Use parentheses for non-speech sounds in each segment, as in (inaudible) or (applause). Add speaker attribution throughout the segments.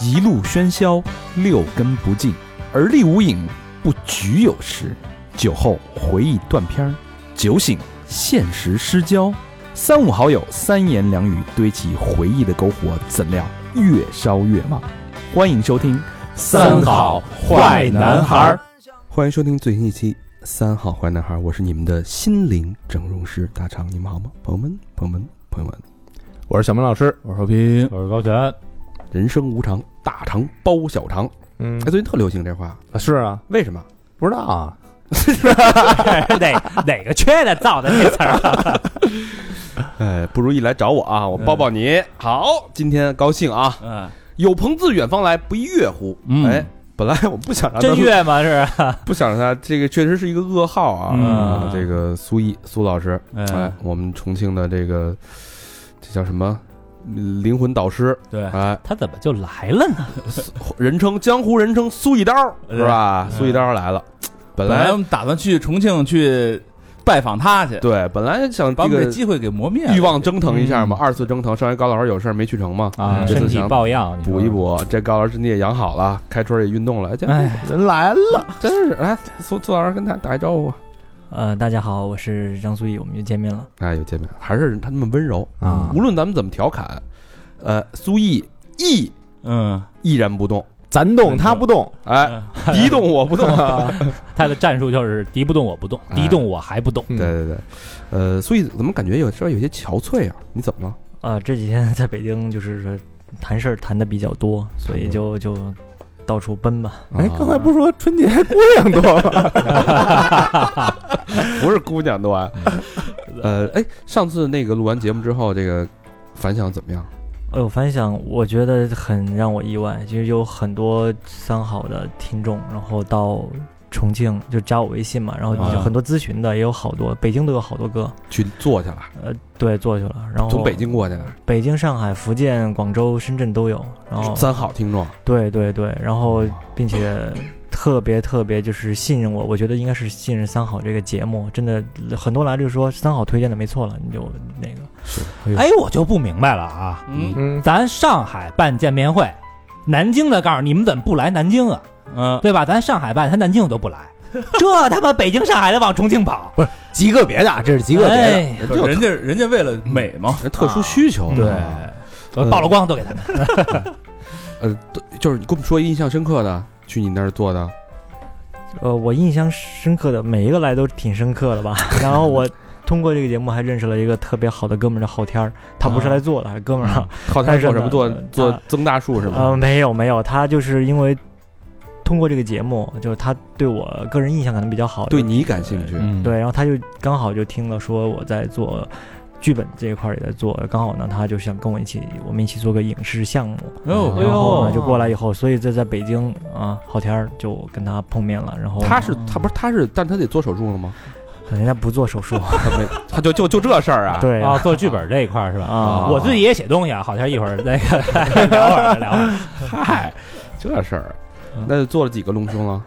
Speaker 1: 一路喧嚣，六根不净，而立无影，不局有时。酒后回忆断片儿，酒醒现实失焦。三五好友，三言两语堆起回忆的篝火，怎料越烧越旺。欢迎收听《
Speaker 2: 三好坏男孩儿》。
Speaker 3: (laughs)
Speaker 4: 欢迎收听最新一期《三好坏男孩》，我是你们的心灵整容师大肠，你们好吗？朋友们，朋友们，朋友们，
Speaker 2: 我是小明老师，
Speaker 5: 我是和平，
Speaker 6: 我是高泉。
Speaker 4: 人生无常，大肠包小肠。
Speaker 2: 嗯
Speaker 4: 哎，最近特流行这话，
Speaker 2: 是啊，
Speaker 4: 为什么？
Speaker 2: 不知道啊，
Speaker 6: 哪哪个缺的造的这词儿？
Speaker 4: 哎，不如意来找我啊，我抱抱你。好，今天高兴啊，
Speaker 6: 嗯，
Speaker 4: 有朋自远方来，不亦乐乎？
Speaker 1: 嗯
Speaker 4: 哎，本来我不想让他
Speaker 6: 真乐吗？是？
Speaker 4: 不想让他，这个确实是一个噩耗啊。
Speaker 1: 嗯
Speaker 4: 啊这个苏毅苏老师，哎
Speaker 6: 嗯，，
Speaker 4: 我们重庆的这个这叫什么？灵魂导师，
Speaker 6: 对，
Speaker 4: 哎，
Speaker 6: 他怎么就来了呢？
Speaker 4: 人称江湖人称苏一刀是吧？
Speaker 5: 嗯
Speaker 4: 苏一刀来了，本
Speaker 5: 本来
Speaker 4: 来
Speaker 5: 我们打算去重庆去拜访他去，
Speaker 4: 对本来想
Speaker 5: 把啊
Speaker 4: 这
Speaker 5: 我们
Speaker 4: 个
Speaker 5: 这机会给磨灭了。
Speaker 4: 欲望蒸腾一下嘛，二次蒸腾。上回高老师有事儿没去成嘛，
Speaker 5: 啊
Speaker 4: 这
Speaker 6: 身
Speaker 4: 次
Speaker 6: 体
Speaker 4: 嗯想
Speaker 6: 抱恙，你说
Speaker 4: 补一。补。这高老师身体也养好了，开春也运动了，哎这
Speaker 6: 哎，
Speaker 2: 人来了，
Speaker 4: 真是哎，苏苏老师跟他打一招呼吧。
Speaker 3: 呃，大家好，我是张苏毅，我们又见面了。嗯
Speaker 4: 哎，有见面还是他那么温柔
Speaker 2: 啊
Speaker 4: 无论咱们怎么调侃，呃，苏毅毅
Speaker 5: 嗯，
Speaker 4: 毅然不动，
Speaker 2: 咱动他不动，
Speaker 4: 哎，敌动我不动。
Speaker 6: 他的战术就是敌不动我不动，
Speaker 4: 哎
Speaker 6: 敌动我还不动。
Speaker 4: 对对对，呃，苏毅怎么感觉有稍微有些憔悴啊？你怎么了？
Speaker 3: 啊、这几天在北京就是说谈事儿谈的比较多，所以就就到处奔吧。
Speaker 2: 哎，
Speaker 4: 啊
Speaker 2: 刚才不是说春节姑娘多吗？
Speaker 4: (laughs) 不是姑娘多啊。 (laughs) 呃，哎，上次那个录完节目之后，这个反响怎么样？
Speaker 3: 哎呦，反响我觉得很让我意外，其实有很多三好的听众，然后到重庆就加我微信嘛，然后
Speaker 5: 啊
Speaker 3: 就很多咨询的也有好多，北京都有好多个，
Speaker 4: 去坐下了，
Speaker 3: 呃，对，做去了。然后
Speaker 4: 从北、京过去的，
Speaker 3: 北京、上海、哎福建、广州、深圳都有。然后
Speaker 4: 三好听众，
Speaker 3: 对对对，然后并且特别特别就是信任我，我觉得应该是信任三好这个节目，真的很多来就说三好推荐的没错了，你就那个
Speaker 6: 哎，我就不明白了啊，
Speaker 5: 嗯
Speaker 2: 嗯，
Speaker 6: 咱上海办见面会，南京的告诉你们怎么不来南京啊？
Speaker 5: 嗯，
Speaker 6: 对吧？咱上海办，他南京都不来，这他妈北京、上海的往重庆跑，
Speaker 2: 极个别的啊，这是极个别的，
Speaker 6: 哎，
Speaker 4: 人家有
Speaker 5: 人家人家为了美嘛，
Speaker 2: (laughs)
Speaker 4: 人哎特殊需求，
Speaker 6: 对
Speaker 4: 啊，
Speaker 6: 我曝了光都给他们。
Speaker 4: 呃就是你跟我们说印象深刻的，去你那儿做的，
Speaker 3: 呃，我印象深刻的每一个来都挺深刻的吧。然后我通过这个节目还认识了一个特别好的哥们儿叫昊天儿，他不是来做的，哥们儿啊，
Speaker 4: 靠他做什么做
Speaker 3: 但是呢
Speaker 4: 做
Speaker 3: 他
Speaker 4: 增大术是吗？
Speaker 3: 呃，没有没有，他就是因为通过这个节目，就是他对我个人印象可能比较好，
Speaker 4: 对你感兴趣，
Speaker 5: 嗯，
Speaker 3: 对，然后他就刚好就听了说我在做剧本这一块儿也在做，刚好呢他就想跟我一起，我们一起做个影视项目，
Speaker 5: 哦，
Speaker 4: 哎
Speaker 5: 哎
Speaker 3: 嗯然后呢
Speaker 5: 呦，
Speaker 3: 就过来以后，所以这在北京啊，昊天儿就跟他碰面了，然后
Speaker 4: 他是他不是他是，但他得做手术了吗？
Speaker 3: 人家不做手术，
Speaker 4: (laughs) 他没，他就就就这事儿啊，
Speaker 3: 对
Speaker 6: 啊，做剧本这一块儿是吧？
Speaker 3: 啊
Speaker 6: 我自己也写东西啊，好像一会儿那个 (laughs) 聊会儿聊会儿。
Speaker 4: 嗨，这事儿
Speaker 3: 嗯，
Speaker 4: 那就做了几个隆胸了？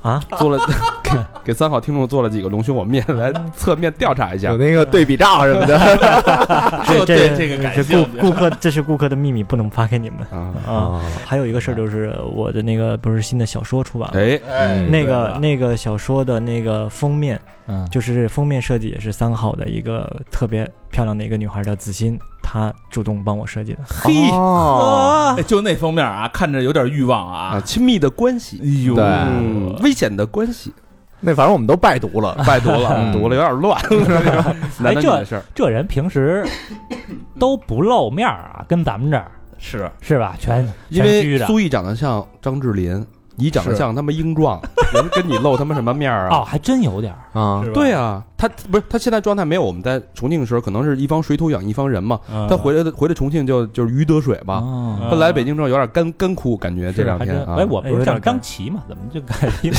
Speaker 3: 啊，
Speaker 4: 做了给给三好听众做了几个隆胸，我们也来侧面调查一下
Speaker 2: 有。那个对比照什么的，
Speaker 5: 这
Speaker 3: 这
Speaker 5: 这个感
Speaker 3: 这
Speaker 5: 兴
Speaker 3: 顾
Speaker 5: 趣
Speaker 3: 顾客这是顾客的秘密，不能发给你们。
Speaker 4: 啊
Speaker 3: 啊！还有一个事儿就是我的那个不是新的小说出版了。
Speaker 4: 哎，
Speaker 5: (laughs) 哎
Speaker 3: 那
Speaker 5: 对
Speaker 3: 个
Speaker 5: 吧
Speaker 3: 那个小说的那个封面，
Speaker 6: 嗯
Speaker 3: 就是封面设计也是三好的一个特别漂亮的一个女孩叫子欣，她主动帮我设计的。
Speaker 4: 嘿
Speaker 2: 哦，
Speaker 5: 哎 (laughs) 就那封面啊，看着有点欲望
Speaker 4: 啊，
Speaker 5: 啊，
Speaker 4: 亲密的关系，
Speaker 5: 哎呦，
Speaker 2: 对
Speaker 4: 嗯，危险的关系，
Speaker 2: 那反正我们都拜读
Speaker 1: 啊
Speaker 2: 了，
Speaker 4: 拜读了，
Speaker 2: 嗯
Speaker 4: 读了有点乱，男男女的事儿，
Speaker 6: 这人平时都不露面儿啊，跟咱们这儿
Speaker 5: 是
Speaker 6: 是吧？全
Speaker 4: 哎因
Speaker 6: 全虚
Speaker 4: 为
Speaker 6: 着。
Speaker 4: 苏毅长得像张智霖，你长得
Speaker 2: 是
Speaker 4: 像他妈英壮，人跟你露他妈什么面儿
Speaker 6: 哦，
Speaker 4: 啊？
Speaker 6: 还真有点儿。
Speaker 2: 啊，
Speaker 5: 是吧
Speaker 4: 对啊，他不是他现在状态没有我们在重庆的时候，可能是一方水土养一方人嘛。
Speaker 5: 嗯
Speaker 4: 他回来的回来重庆就就是鱼得水嘛，
Speaker 6: 哦，
Speaker 4: 他来北京之后有点干干枯，感觉这两天
Speaker 6: 是还真
Speaker 4: 啊，
Speaker 6: 哎，我不是
Speaker 3: 哎有点
Speaker 6: 像张
Speaker 3: 感
Speaker 6: 琪嘛？怎么就感
Speaker 4: (laughs)
Speaker 6: 觉英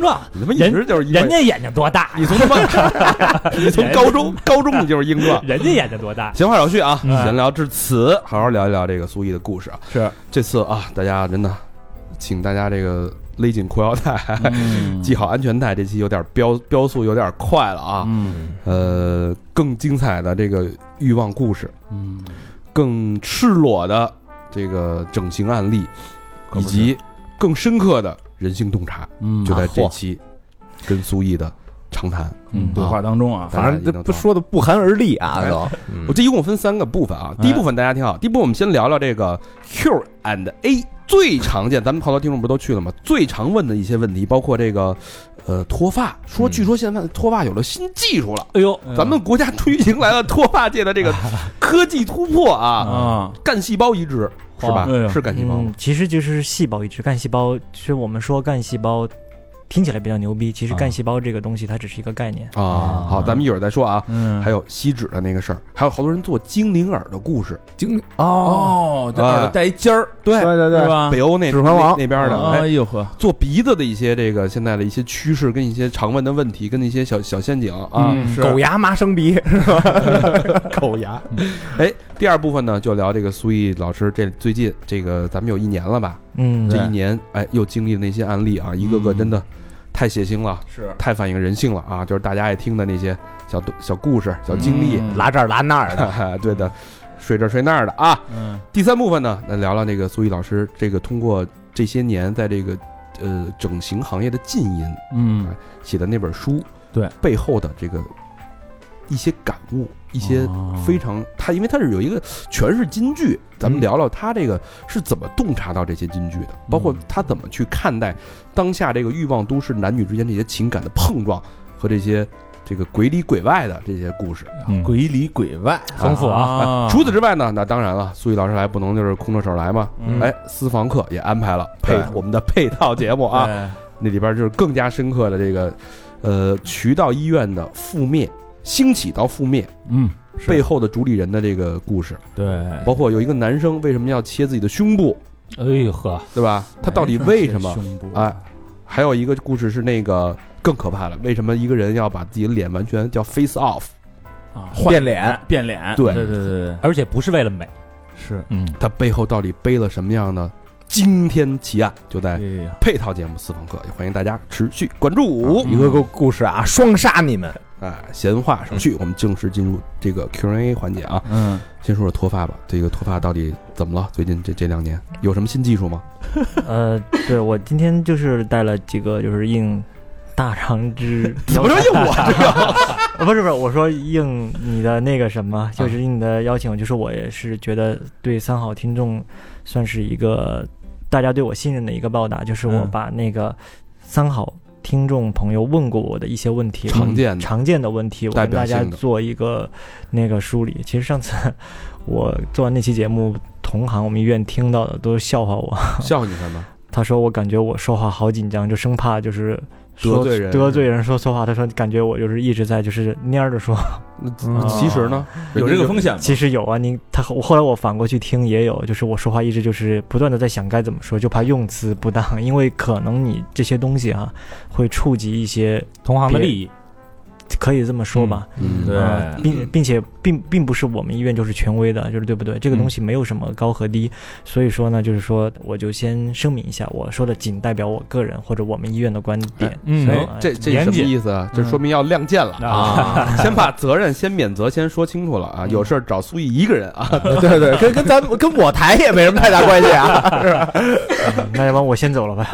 Speaker 6: 壮？
Speaker 4: 你他妈一直就是一
Speaker 6: 人家眼睛多大？
Speaker 4: (laughs) 你从他妈
Speaker 6: (laughs)
Speaker 4: 你从高中高中你就是英壮。
Speaker 6: 人家眼睛多大？
Speaker 4: 闲话少叙啊，
Speaker 6: 嗯
Speaker 4: 闲聊至此，好好聊一聊这个苏毅的故事啊。
Speaker 5: 是
Speaker 4: 这次啊，大家真的，请大家这个勒紧裤腰带，
Speaker 5: 嗯
Speaker 4: (laughs) 系好安全带。这期有点飙飙速，有点快了啊。
Speaker 5: 嗯
Speaker 4: 呃，更精彩的这个欲望故事，
Speaker 5: 嗯，
Speaker 4: 更赤裸的这个整形案例，
Speaker 7: 可
Speaker 4: 以
Speaker 7: 不是
Speaker 4: 及更深刻的人性洞察，
Speaker 7: 嗯
Speaker 4: 就在这
Speaker 7: 啊嚯
Speaker 4: 期跟苏毅的长谈。
Speaker 5: 嗯，对话当中啊，
Speaker 4: 大
Speaker 1: 反
Speaker 4: 家
Speaker 1: 正
Speaker 4: 一定
Speaker 1: 这
Speaker 4: 要
Speaker 1: 不
Speaker 4: 懂
Speaker 1: 说的不寒而栗啊，
Speaker 4: 哎
Speaker 1: 都。
Speaker 4: 我这一共分三个部分啊，
Speaker 7: 哎
Speaker 4: 第一部分大家听好，第一部分我们先聊聊这个 Q and A 最常见，咱们好多听众不都去了吗？最常问的一些问题，包括这个呃脱发，说
Speaker 1: 嗯
Speaker 4: 据说现在脱发有了新技术了，
Speaker 6: 哎呦，
Speaker 5: 嗯
Speaker 4: 咱们国家终于迎来了脱发界的这个科技突破啊，
Speaker 5: 啊，
Speaker 4: 干细胞移植是吧
Speaker 5: 哎呦？
Speaker 4: 是干细胞吗
Speaker 3: 嗯，其实就是细胞移植。干细胞，其实我们说干细胞听起来比较牛逼，其实
Speaker 7: 啊
Speaker 3: 干细胞这个东西它只是一个概念。
Speaker 4: 啊？好，咱们一会儿再说啊。
Speaker 5: 嗯，
Speaker 4: 还有吸脂的那个事儿，还有好多人做精灵耳的故事，
Speaker 1: 经哦，
Speaker 5: 哦，这
Speaker 2: 啊
Speaker 5: 耳朵带一尖儿，
Speaker 1: 对对
Speaker 5: 是
Speaker 1: 对，
Speaker 5: 吧？啊
Speaker 4: 北欧那
Speaker 1: 指环王
Speaker 4: 那那边的，哎
Speaker 5: 哎呦呵，
Speaker 4: 做鼻子的一些这个现在的一些趋势，跟一些常问的问题，跟一些小小陷阱啊。
Speaker 5: 嗯是
Speaker 1: 狗牙麻生鼻是
Speaker 4: (laughs)
Speaker 1: 吧？狗牙
Speaker 4: 哎，第二部分呢，就聊这个苏毅老师这最近这个咱们有一年了吧？
Speaker 3: 嗯，
Speaker 4: 这
Speaker 1: 对
Speaker 4: 一年哎，又经历了那些案例啊，一个个真的太血腥了，
Speaker 5: 是
Speaker 4: 太反映人性了啊！就是大家爱听的那些小小故事、小经历，
Speaker 5: 嗯
Speaker 1: 拉这儿拉那儿的，
Speaker 4: (laughs) 对的，睡这儿睡那儿的啊。
Speaker 5: 嗯
Speaker 4: 第三部分呢，来聊聊那个苏毅老师这个通过这些年在这个呃整形行业的浸淫，
Speaker 5: 嗯
Speaker 4: 写的那本书，
Speaker 5: 对
Speaker 4: 背后的这个一些感悟，一些非常他，因为他是有一个全是金句，咱们
Speaker 5: 哦嗯
Speaker 4: 聊聊他这个是怎么洞察到这些金句的，包
Speaker 5: 嗯
Speaker 4: 括他怎么去看待当下这个欲望都市男女之间这些情感的碰撞和这些这个鬼里鬼外的这些故事。
Speaker 7: 嗯
Speaker 5: 鬼里鬼外，
Speaker 6: 丰富啊，
Speaker 5: 啊
Speaker 4: 除此之外呢，那当然了，苏毅老师来不能就是空着手来嘛。
Speaker 5: 嗯
Speaker 4: 哎，私房课也安排了配
Speaker 5: 对
Speaker 4: 我们的配套节目啊，
Speaker 5: 哎
Speaker 4: (laughs) 那里边就是更加深刻的这个，呃，渠道医院的覆灭、兴起到覆灭
Speaker 5: 嗯，是
Speaker 4: 背后的主理人的这个故事，
Speaker 5: 对，
Speaker 4: 包括有一个男生为什么要切自己的胸部，
Speaker 6: 哎呦呵，哎
Speaker 4: 对吧？他到底为什么？
Speaker 5: 胸部
Speaker 4: 哎，还有一个故事是那个更可怕了，为什么一个人要把自己的脸完全叫 face off？
Speaker 5: 啊
Speaker 1: 变脸，
Speaker 5: 变脸，
Speaker 4: 对
Speaker 5: 对对对，
Speaker 6: 而且不是为了美，
Speaker 5: 是，
Speaker 6: 嗯，
Speaker 4: 他背后到底背了什么样的惊天奇案？就在
Speaker 5: 哎呀
Speaker 4: 配套节目私房课，也欢迎大家持续关注。
Speaker 1: 一个个故事啊，双杀你们。
Speaker 4: 啊，闲话少叙，我们正式进入这个 Q&A 环节啊。
Speaker 5: 嗯，
Speaker 4: 先说说脱发吧，这个脱发到底怎么了？最近这这两年有什么新技术
Speaker 5: (laughs)
Speaker 4: 吗？
Speaker 3: 呃，对我今天就是带了几个，就是应大肠之
Speaker 1: 嗯
Speaker 4: 怎么说应我
Speaker 1: 啊
Speaker 4: 这个？
Speaker 3: 呃不是不是，我说应你的那个什么，
Speaker 4: 啊
Speaker 3: 就是应你的邀请，就是我也是觉得对三好听众算是一个大家对我信任的一个报答，就是我
Speaker 5: 嗯
Speaker 3: 把那个三好听众朋友问过我的一些问题，嗯
Speaker 4: 常见的
Speaker 3: 常见的问题，我
Speaker 4: 代
Speaker 3: 跟
Speaker 4: 表
Speaker 3: 大
Speaker 4: 性
Speaker 3: 家
Speaker 4: 的
Speaker 3: 做一个那个梳理。其实上次 (laughs) 我做完那期节目，同行我们医院听到的都笑话我，
Speaker 4: 笑话你什么？
Speaker 3: 他说我感觉我说话好紧张，就生怕就是说
Speaker 4: 得罪人
Speaker 3: 得罪人说错话。他说感觉我就是一直在就是蔫着说，
Speaker 4: 那
Speaker 1: 嗯
Speaker 4: 其实呢，
Speaker 5: 有这个风险吗？
Speaker 3: 其实有啊，您他我后来我反过去听也有，就是我说话一直就是不断的在想该怎么说，就怕用词不当，因为可能你这些东西啊会触及一些，
Speaker 6: 同行的利益，
Speaker 3: 可以这么说吧。
Speaker 4: 嗯，
Speaker 5: 对
Speaker 3: 呃并并且并并不是我们医院就是权威的，就是对不对？这个东西没有什么高和低，所以说呢，就是说我就先声明一下，我说的仅代表我个人或者我们医院的观点。
Speaker 6: 嗯
Speaker 3: 哎
Speaker 4: 这这什
Speaker 6: 严
Speaker 4: 么
Speaker 6: 谨
Speaker 4: 意思啊？
Speaker 3: 嗯
Speaker 4: 这说明要亮剑
Speaker 3: (laughs)
Speaker 4: 了。
Speaker 1: 啊，
Speaker 4: 先把责任、先免责先说清楚了
Speaker 3: 嗯
Speaker 4: 啊！有事儿找苏毅一个人啊！
Speaker 1: (laughs) 对对，跟跟咱 (laughs) 们跟我台也没什么太大关系啊，是吧？
Speaker 3: 嗯那要不然我先走了吧？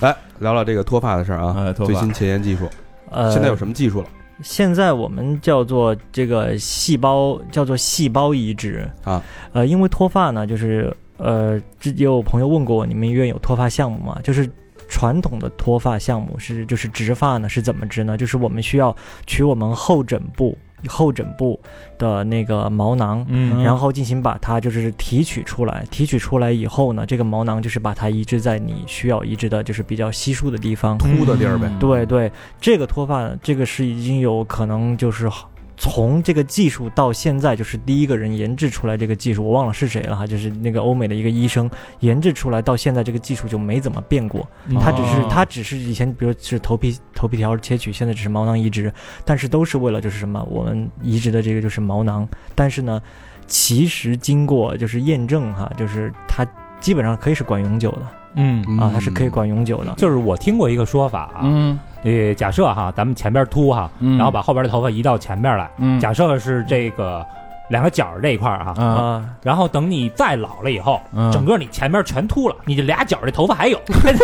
Speaker 4: 来聊聊这个脱发的事儿啊
Speaker 5: 哎，脱发
Speaker 4: 最新前沿技术，
Speaker 3: 呃，
Speaker 4: 现在有什么技术了
Speaker 3: 现在我们叫做这个细胞叫做细胞移植
Speaker 4: 啊，
Speaker 3: 呃，因为脱发呢，就是呃，之也有朋友问过我，你们医院有脱发项目吗？就是传统的脱发项目是就是植发呢是怎么植呢？就是我们需要取我们后枕部后枕部的那个毛囊。
Speaker 6: 嗯
Speaker 3: 然后进行把它就是提取出来，提取出来以后呢，这个毛囊就是把它移植在你需要移植的，就是比较稀疏的地方。
Speaker 4: 秃的地儿呗？
Speaker 5: 嗯
Speaker 3: 对对，这个脱发，这个是已经有可能就是从这个技术到现在，就是第一个人研制出来这个技术，我忘了是谁了哈，就是那个欧美的一个医生研制出来，到现在这个技术就没怎么变过，它只是
Speaker 5: 哦
Speaker 3: 它只是以前比如是头皮头皮条切取，现在只是毛囊移植，但是都是为了就是什么，我们移植的这个就是毛囊，但是呢，其实经过就是验证哈，就是它基本上可以是管永久的
Speaker 6: 嗯，
Speaker 4: 嗯
Speaker 3: 啊，它是可以管永久的。
Speaker 6: 就是我听过一个说法啊，
Speaker 5: 嗯
Speaker 6: 呃，假设哈，咱们前边秃哈，
Speaker 5: 嗯，
Speaker 6: 然后把后边的头发移到前边来，
Speaker 5: 嗯
Speaker 6: 假设是这个两个角儿这一块儿哈、
Speaker 5: 嗯
Speaker 3: 啊，
Speaker 6: 然后等你再老了以后，
Speaker 5: 嗯
Speaker 6: 整个你前面全秃了，你这俩角儿这头发还有，跟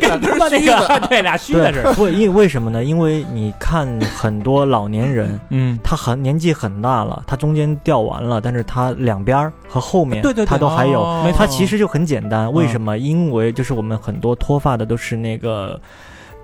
Speaker 6: 跟他妈那个 (laughs) 对俩须子似的。
Speaker 3: 对，为因为什么呢？因为你看很多老年人，
Speaker 5: 嗯，
Speaker 3: 他很年纪很大了，他中间掉完了，但是他两边儿和后面，
Speaker 6: 对对对
Speaker 3: 他都还有。
Speaker 5: 哦
Speaker 3: 它其实就很简单，为
Speaker 5: 嗯
Speaker 3: 什么？因为就是我们很多脱发的都是那个。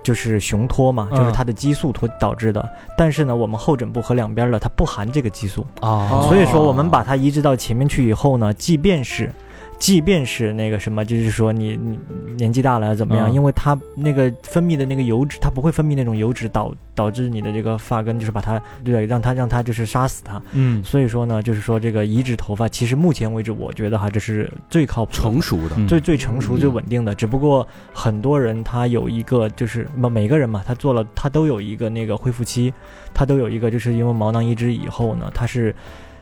Speaker 3: 就是雄脱嘛，就
Speaker 5: 嗯
Speaker 3: 是它的激素脱导致的。但是呢，我们后枕部和两边儿的它不含这个激素，
Speaker 6: 啊
Speaker 4: 嗯
Speaker 5: 哦
Speaker 3: 所以说我们把它移植到前面去以后呢，即便是，即便是那个什么，就是说你你年纪大了怎么样，
Speaker 5: 嗯
Speaker 3: 因为它那个分泌的那个油脂，它不会分泌那种油脂导导致你的这个发根，就是把它对，让它让它就是杀死它。
Speaker 5: 嗯
Speaker 3: 所以说呢，就是说这个移植头发，其实目前为止，我觉得哈，这是最靠谱的、
Speaker 8: 成熟的，
Speaker 5: 嗯
Speaker 3: 最最成熟、最稳定的。只不过很多人他有一个就是每每个人嘛，他做了他都有一个那个恢复期，他都有一个就是因为毛囊移植以后呢，他是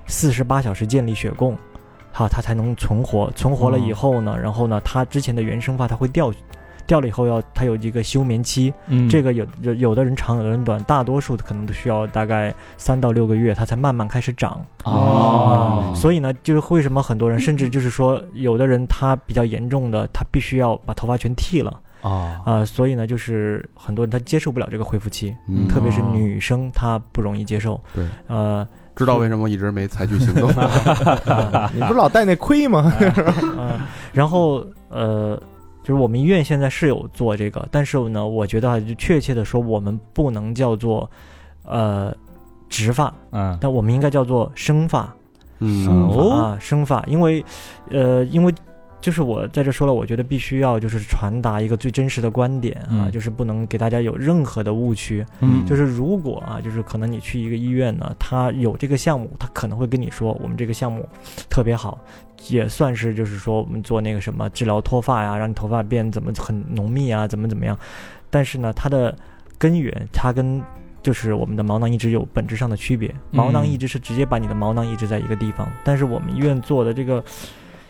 Speaker 3: 四十八小时建立血供。哈，他才能存活，存活了以后呢，然后呢，他之前的原生发它会掉，掉了以后要它有一个休眠期，
Speaker 5: 嗯
Speaker 3: 这个有有有的人长，有的人短，大多数可能都需要大概三到六个月，它才慢慢开始长。
Speaker 5: 哦
Speaker 3: 嗯所以呢，就是为什么很多人，甚至就是说，有的人他比较严重的，他必须要把头发全剃了
Speaker 5: 哦
Speaker 3: 啊、所以呢，就是很多人他接受不了这个恢复期，
Speaker 8: 嗯
Speaker 3: 特别是
Speaker 6: 哦
Speaker 3: 女生她不容易接受。
Speaker 8: 对，
Speaker 3: 呃，
Speaker 8: 知道为什么一直没采取行动？
Speaker 3: (laughs) 呃
Speaker 1: 你不是老戴那盔吗？
Speaker 3: 嗯，然后呃，就是我们医院现在是有做这个，但是呢，我觉得啊就确切的说，我们不能叫做呃植发，
Speaker 5: 嗯
Speaker 3: 但我们应该叫做生发、
Speaker 8: 嗯，
Speaker 3: 啊，生发，因为呃，因为。就是我在这说了，我觉得必须要就是传达一个最真实的观点啊，
Speaker 5: 嗯
Speaker 3: 就是不能给大家有任何的误区。
Speaker 5: 嗯
Speaker 3: 就是如果啊，就是可能你去一个医院呢，他有这个项目，他可能会跟你说，我们这个项目特别好，也算是就是说我们做那个什么治疗脱发呀，让你头发变怎么很浓密啊，怎么怎么样。但是呢，它的根源，它跟就是我们的毛囊移植有本质上的区别。毛囊移植是直接把你的毛囊移植在一个地方，但是我们医院做的这个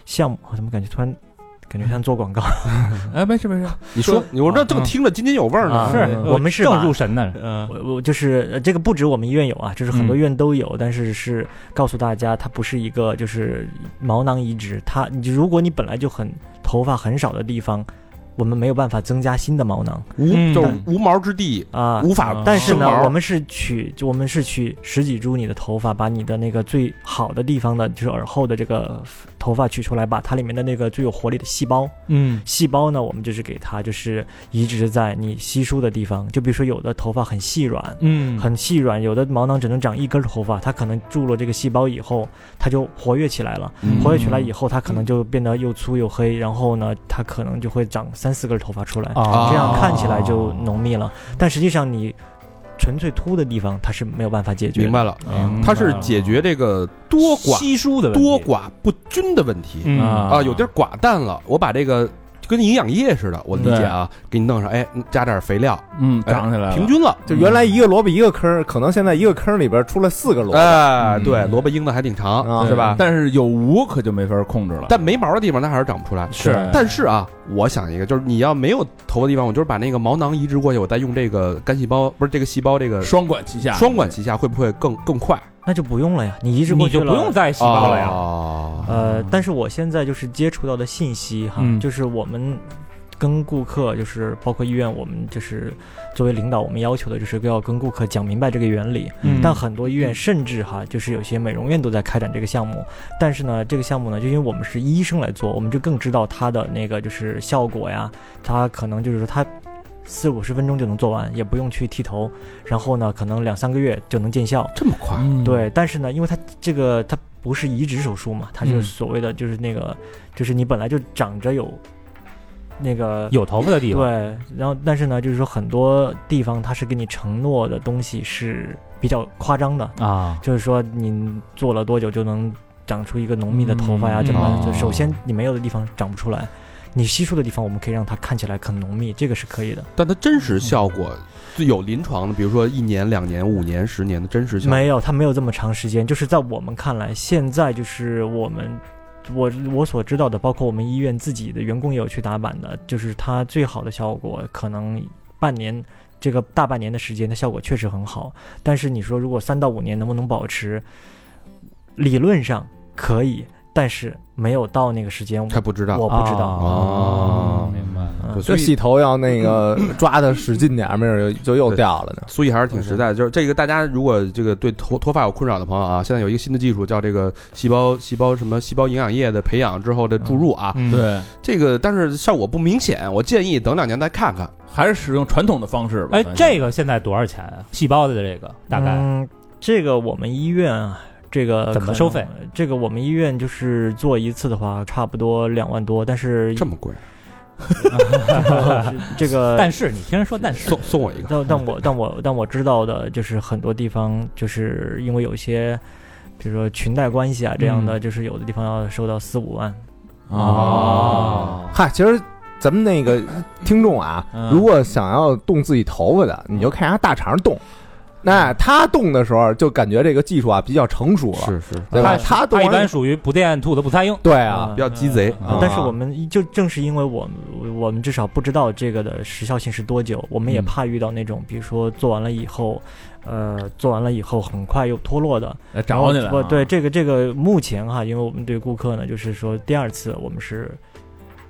Speaker 3: 项目，我怎么感觉突然感觉像做广告？
Speaker 5: 哎，没事没事，
Speaker 8: 你
Speaker 3: 嗯
Speaker 8: 说，我这正听着津津有味儿呢。
Speaker 3: 啊
Speaker 6: 是
Speaker 3: 我们是把
Speaker 6: 正入神呢，
Speaker 5: 嗯
Speaker 3: 我我就是呃这个不止我们医院有啊，就是很多
Speaker 5: 嗯
Speaker 3: 医院都有，但是是告诉大家，它不是一个就是毛囊移植，它你如果你本来就很头发很少的地方，我们没有办法增加新的毛囊
Speaker 8: 无
Speaker 5: 嗯
Speaker 8: 就是无毛之地，
Speaker 3: 啊。
Speaker 8: 无法
Speaker 3: 但是
Speaker 8: 生毛
Speaker 3: 呢，我们是取就我们是取十几株你的头发，把你的那个最好的地方的，就是耳后的这个头发取出来，把它里面的那个最有活力的细胞
Speaker 5: 嗯
Speaker 3: 细胞呢，我们就是给它就是移植在你稀疏的地方，就比如说有的头发很细软，
Speaker 5: 嗯
Speaker 3: 很细软，有的毛囊只能长一根头发，它可能注入了这个细胞以后，它就活跃起来了。
Speaker 8: 嗯
Speaker 3: 活跃起来以后，它可能就变得又粗又黑，然后呢，它可能就会长三四根头发出来，
Speaker 6: 哦
Speaker 3: 这样看起来就浓密了。但实际上，你纯粹秃的地方，它是没有办法解决的。
Speaker 8: 明白了，
Speaker 3: 嗯
Speaker 8: 它是解决这个多寡
Speaker 6: 稀疏的问题
Speaker 8: 多寡不均的问题
Speaker 6: 嗯
Speaker 8: 啊，有地儿寡淡了，我把这个就跟营养液似的，我理解啊，给你弄上，哎，加点肥料，
Speaker 5: 嗯长起来了，
Speaker 8: 平均了。
Speaker 1: 就原来一个萝卜一个坑，可能现在一个坑里边出了四个萝卜
Speaker 8: 哎，
Speaker 5: 嗯
Speaker 8: 对，萝卜缨的还挺
Speaker 1: 啊
Speaker 8: 长，
Speaker 5: 对
Speaker 8: 是吧？但
Speaker 5: 嗯但是有无可就没法控制了，
Speaker 8: 但没毛的地方它还是长不出来。
Speaker 5: 是
Speaker 8: 但是啊，我想一个，就是你要没有头发的地方，我就是把那个毛囊移植过去，我再用这个干细胞，不是这个细胞，这个
Speaker 5: 双管齐下，
Speaker 8: 双管齐下，会不会更更快？
Speaker 3: 那就不用了呀，你移植过
Speaker 6: 你
Speaker 3: 去
Speaker 6: 就
Speaker 3: 了，
Speaker 6: 不用再细
Speaker 4: 啊
Speaker 6: 胞了呀。
Speaker 8: 哦
Speaker 3: 呃，但是我现在就是接触到的信息哈，
Speaker 5: 嗯
Speaker 3: 就是我们跟顾客，就是包括医院，我们就是作为领导，我们要求的就是要跟顾客讲明白这个原理。
Speaker 5: 嗯
Speaker 3: 但很多医院甚至哈，就是有些美容院都在开展这个项目，但是呢，这个项目呢，就因为我们是医生来做，我们就更知道它的那个就是效果呀，它可能就是说它。四五十分钟就能做完，也不用去剃头，然后呢，可能两三个月就能见效。
Speaker 8: 这么快？
Speaker 5: 嗯
Speaker 3: 对，但是呢，因为它这个它不是移植手术嘛，它就是
Speaker 5: 嗯
Speaker 3: 所谓的就是那个，就是你本来就长着有那个
Speaker 6: 有头发的地
Speaker 3: 对
Speaker 6: 方，，
Speaker 3: 然后但是呢，就是说很多地方它是给你承诺的东西是比较夸张的，
Speaker 6: 啊，
Speaker 3: 就是说你做了多久就能长出一个浓密的头发呀，
Speaker 5: 嗯
Speaker 3: 怎么
Speaker 8: 哦？
Speaker 3: 就首先你没有的地方长不出来。你稀疏的地方，我们可以让它看起来很浓密，这个是可以的。
Speaker 8: 但它真实效果就有临床的，比如说一年、两年、五年、十年的真实效果。
Speaker 3: 没有，它没有这么长时间。就是在我们看来，现在就是我们我我所知道的，包括我们医院自己的员工也有去打板的，就是它最好的效果可能半年。这个大半年的时间，它效果确实很好，但是你说如果三到五年能不能保持？理论上可以，但是没有到那个时间，我
Speaker 8: 他不知道
Speaker 3: 我不知道。
Speaker 8: 哦
Speaker 6: 明白。
Speaker 3: 嗯
Speaker 8: 所
Speaker 1: 就
Speaker 8: 以
Speaker 1: 洗头要那个抓的使劲点儿，没准就就又掉了呢。
Speaker 8: 所以还是挺实在的，就是这个大家如果这个对脱脱发有困扰的朋友啊，现在有一个新的技术叫这个细胞细胞什么细胞营养液的培养之后的注入啊，
Speaker 6: 嗯，
Speaker 5: 对，
Speaker 8: 这个但是效果不明显，我建议等两年再看看。
Speaker 5: 还是使用传统的方式吧。
Speaker 6: 哎，这
Speaker 5: 个
Speaker 6: 个现在多少钱啊？细胞的这个大概
Speaker 3: 嗯，这个我们医院啊，这个
Speaker 6: 怎么
Speaker 3: 呃可能
Speaker 6: 收费？
Speaker 3: 这个我们医院就是做一次的话，差不多两万多，但是
Speaker 8: 这么贵，
Speaker 3: 这个，
Speaker 6: (laughs) 但是你听人说，但是
Speaker 8: 送送我一个，
Speaker 3: 但但我但我但我知道的就是很多地方就是因为有一些。比如说裙带关系啊，这样的、就是有的地方要收到四五万，
Speaker 5: 哦，
Speaker 1: 嗨，其实咱们那个听众啊，
Speaker 5: 嗯
Speaker 1: 如果想要动自己头发的，你就看人家大肠动。
Speaker 6: 嗯
Speaker 1: 那他动的时候，就感觉这个技术啊比较成熟了，
Speaker 8: 是是，
Speaker 1: 对吧？
Speaker 6: 他
Speaker 1: 动
Speaker 6: 一
Speaker 1: 完
Speaker 6: 般属于不见兔子不撒鹰，
Speaker 1: 对啊
Speaker 8: 比，较鸡贼
Speaker 1: 啊
Speaker 3: 但是我们就正是因为我们我们至少不知道这个的时效性是多久，我们也
Speaker 5: 嗯
Speaker 3: 怕遇到那种，比如说做完了以后，呃，做完了以后很快又脱落的。
Speaker 5: 来找你
Speaker 3: 然
Speaker 5: 了
Speaker 3: 后
Speaker 5: 啊。
Speaker 3: 我对这个这个目前哈，因为我们对顾客呢，就是说第二次我们是，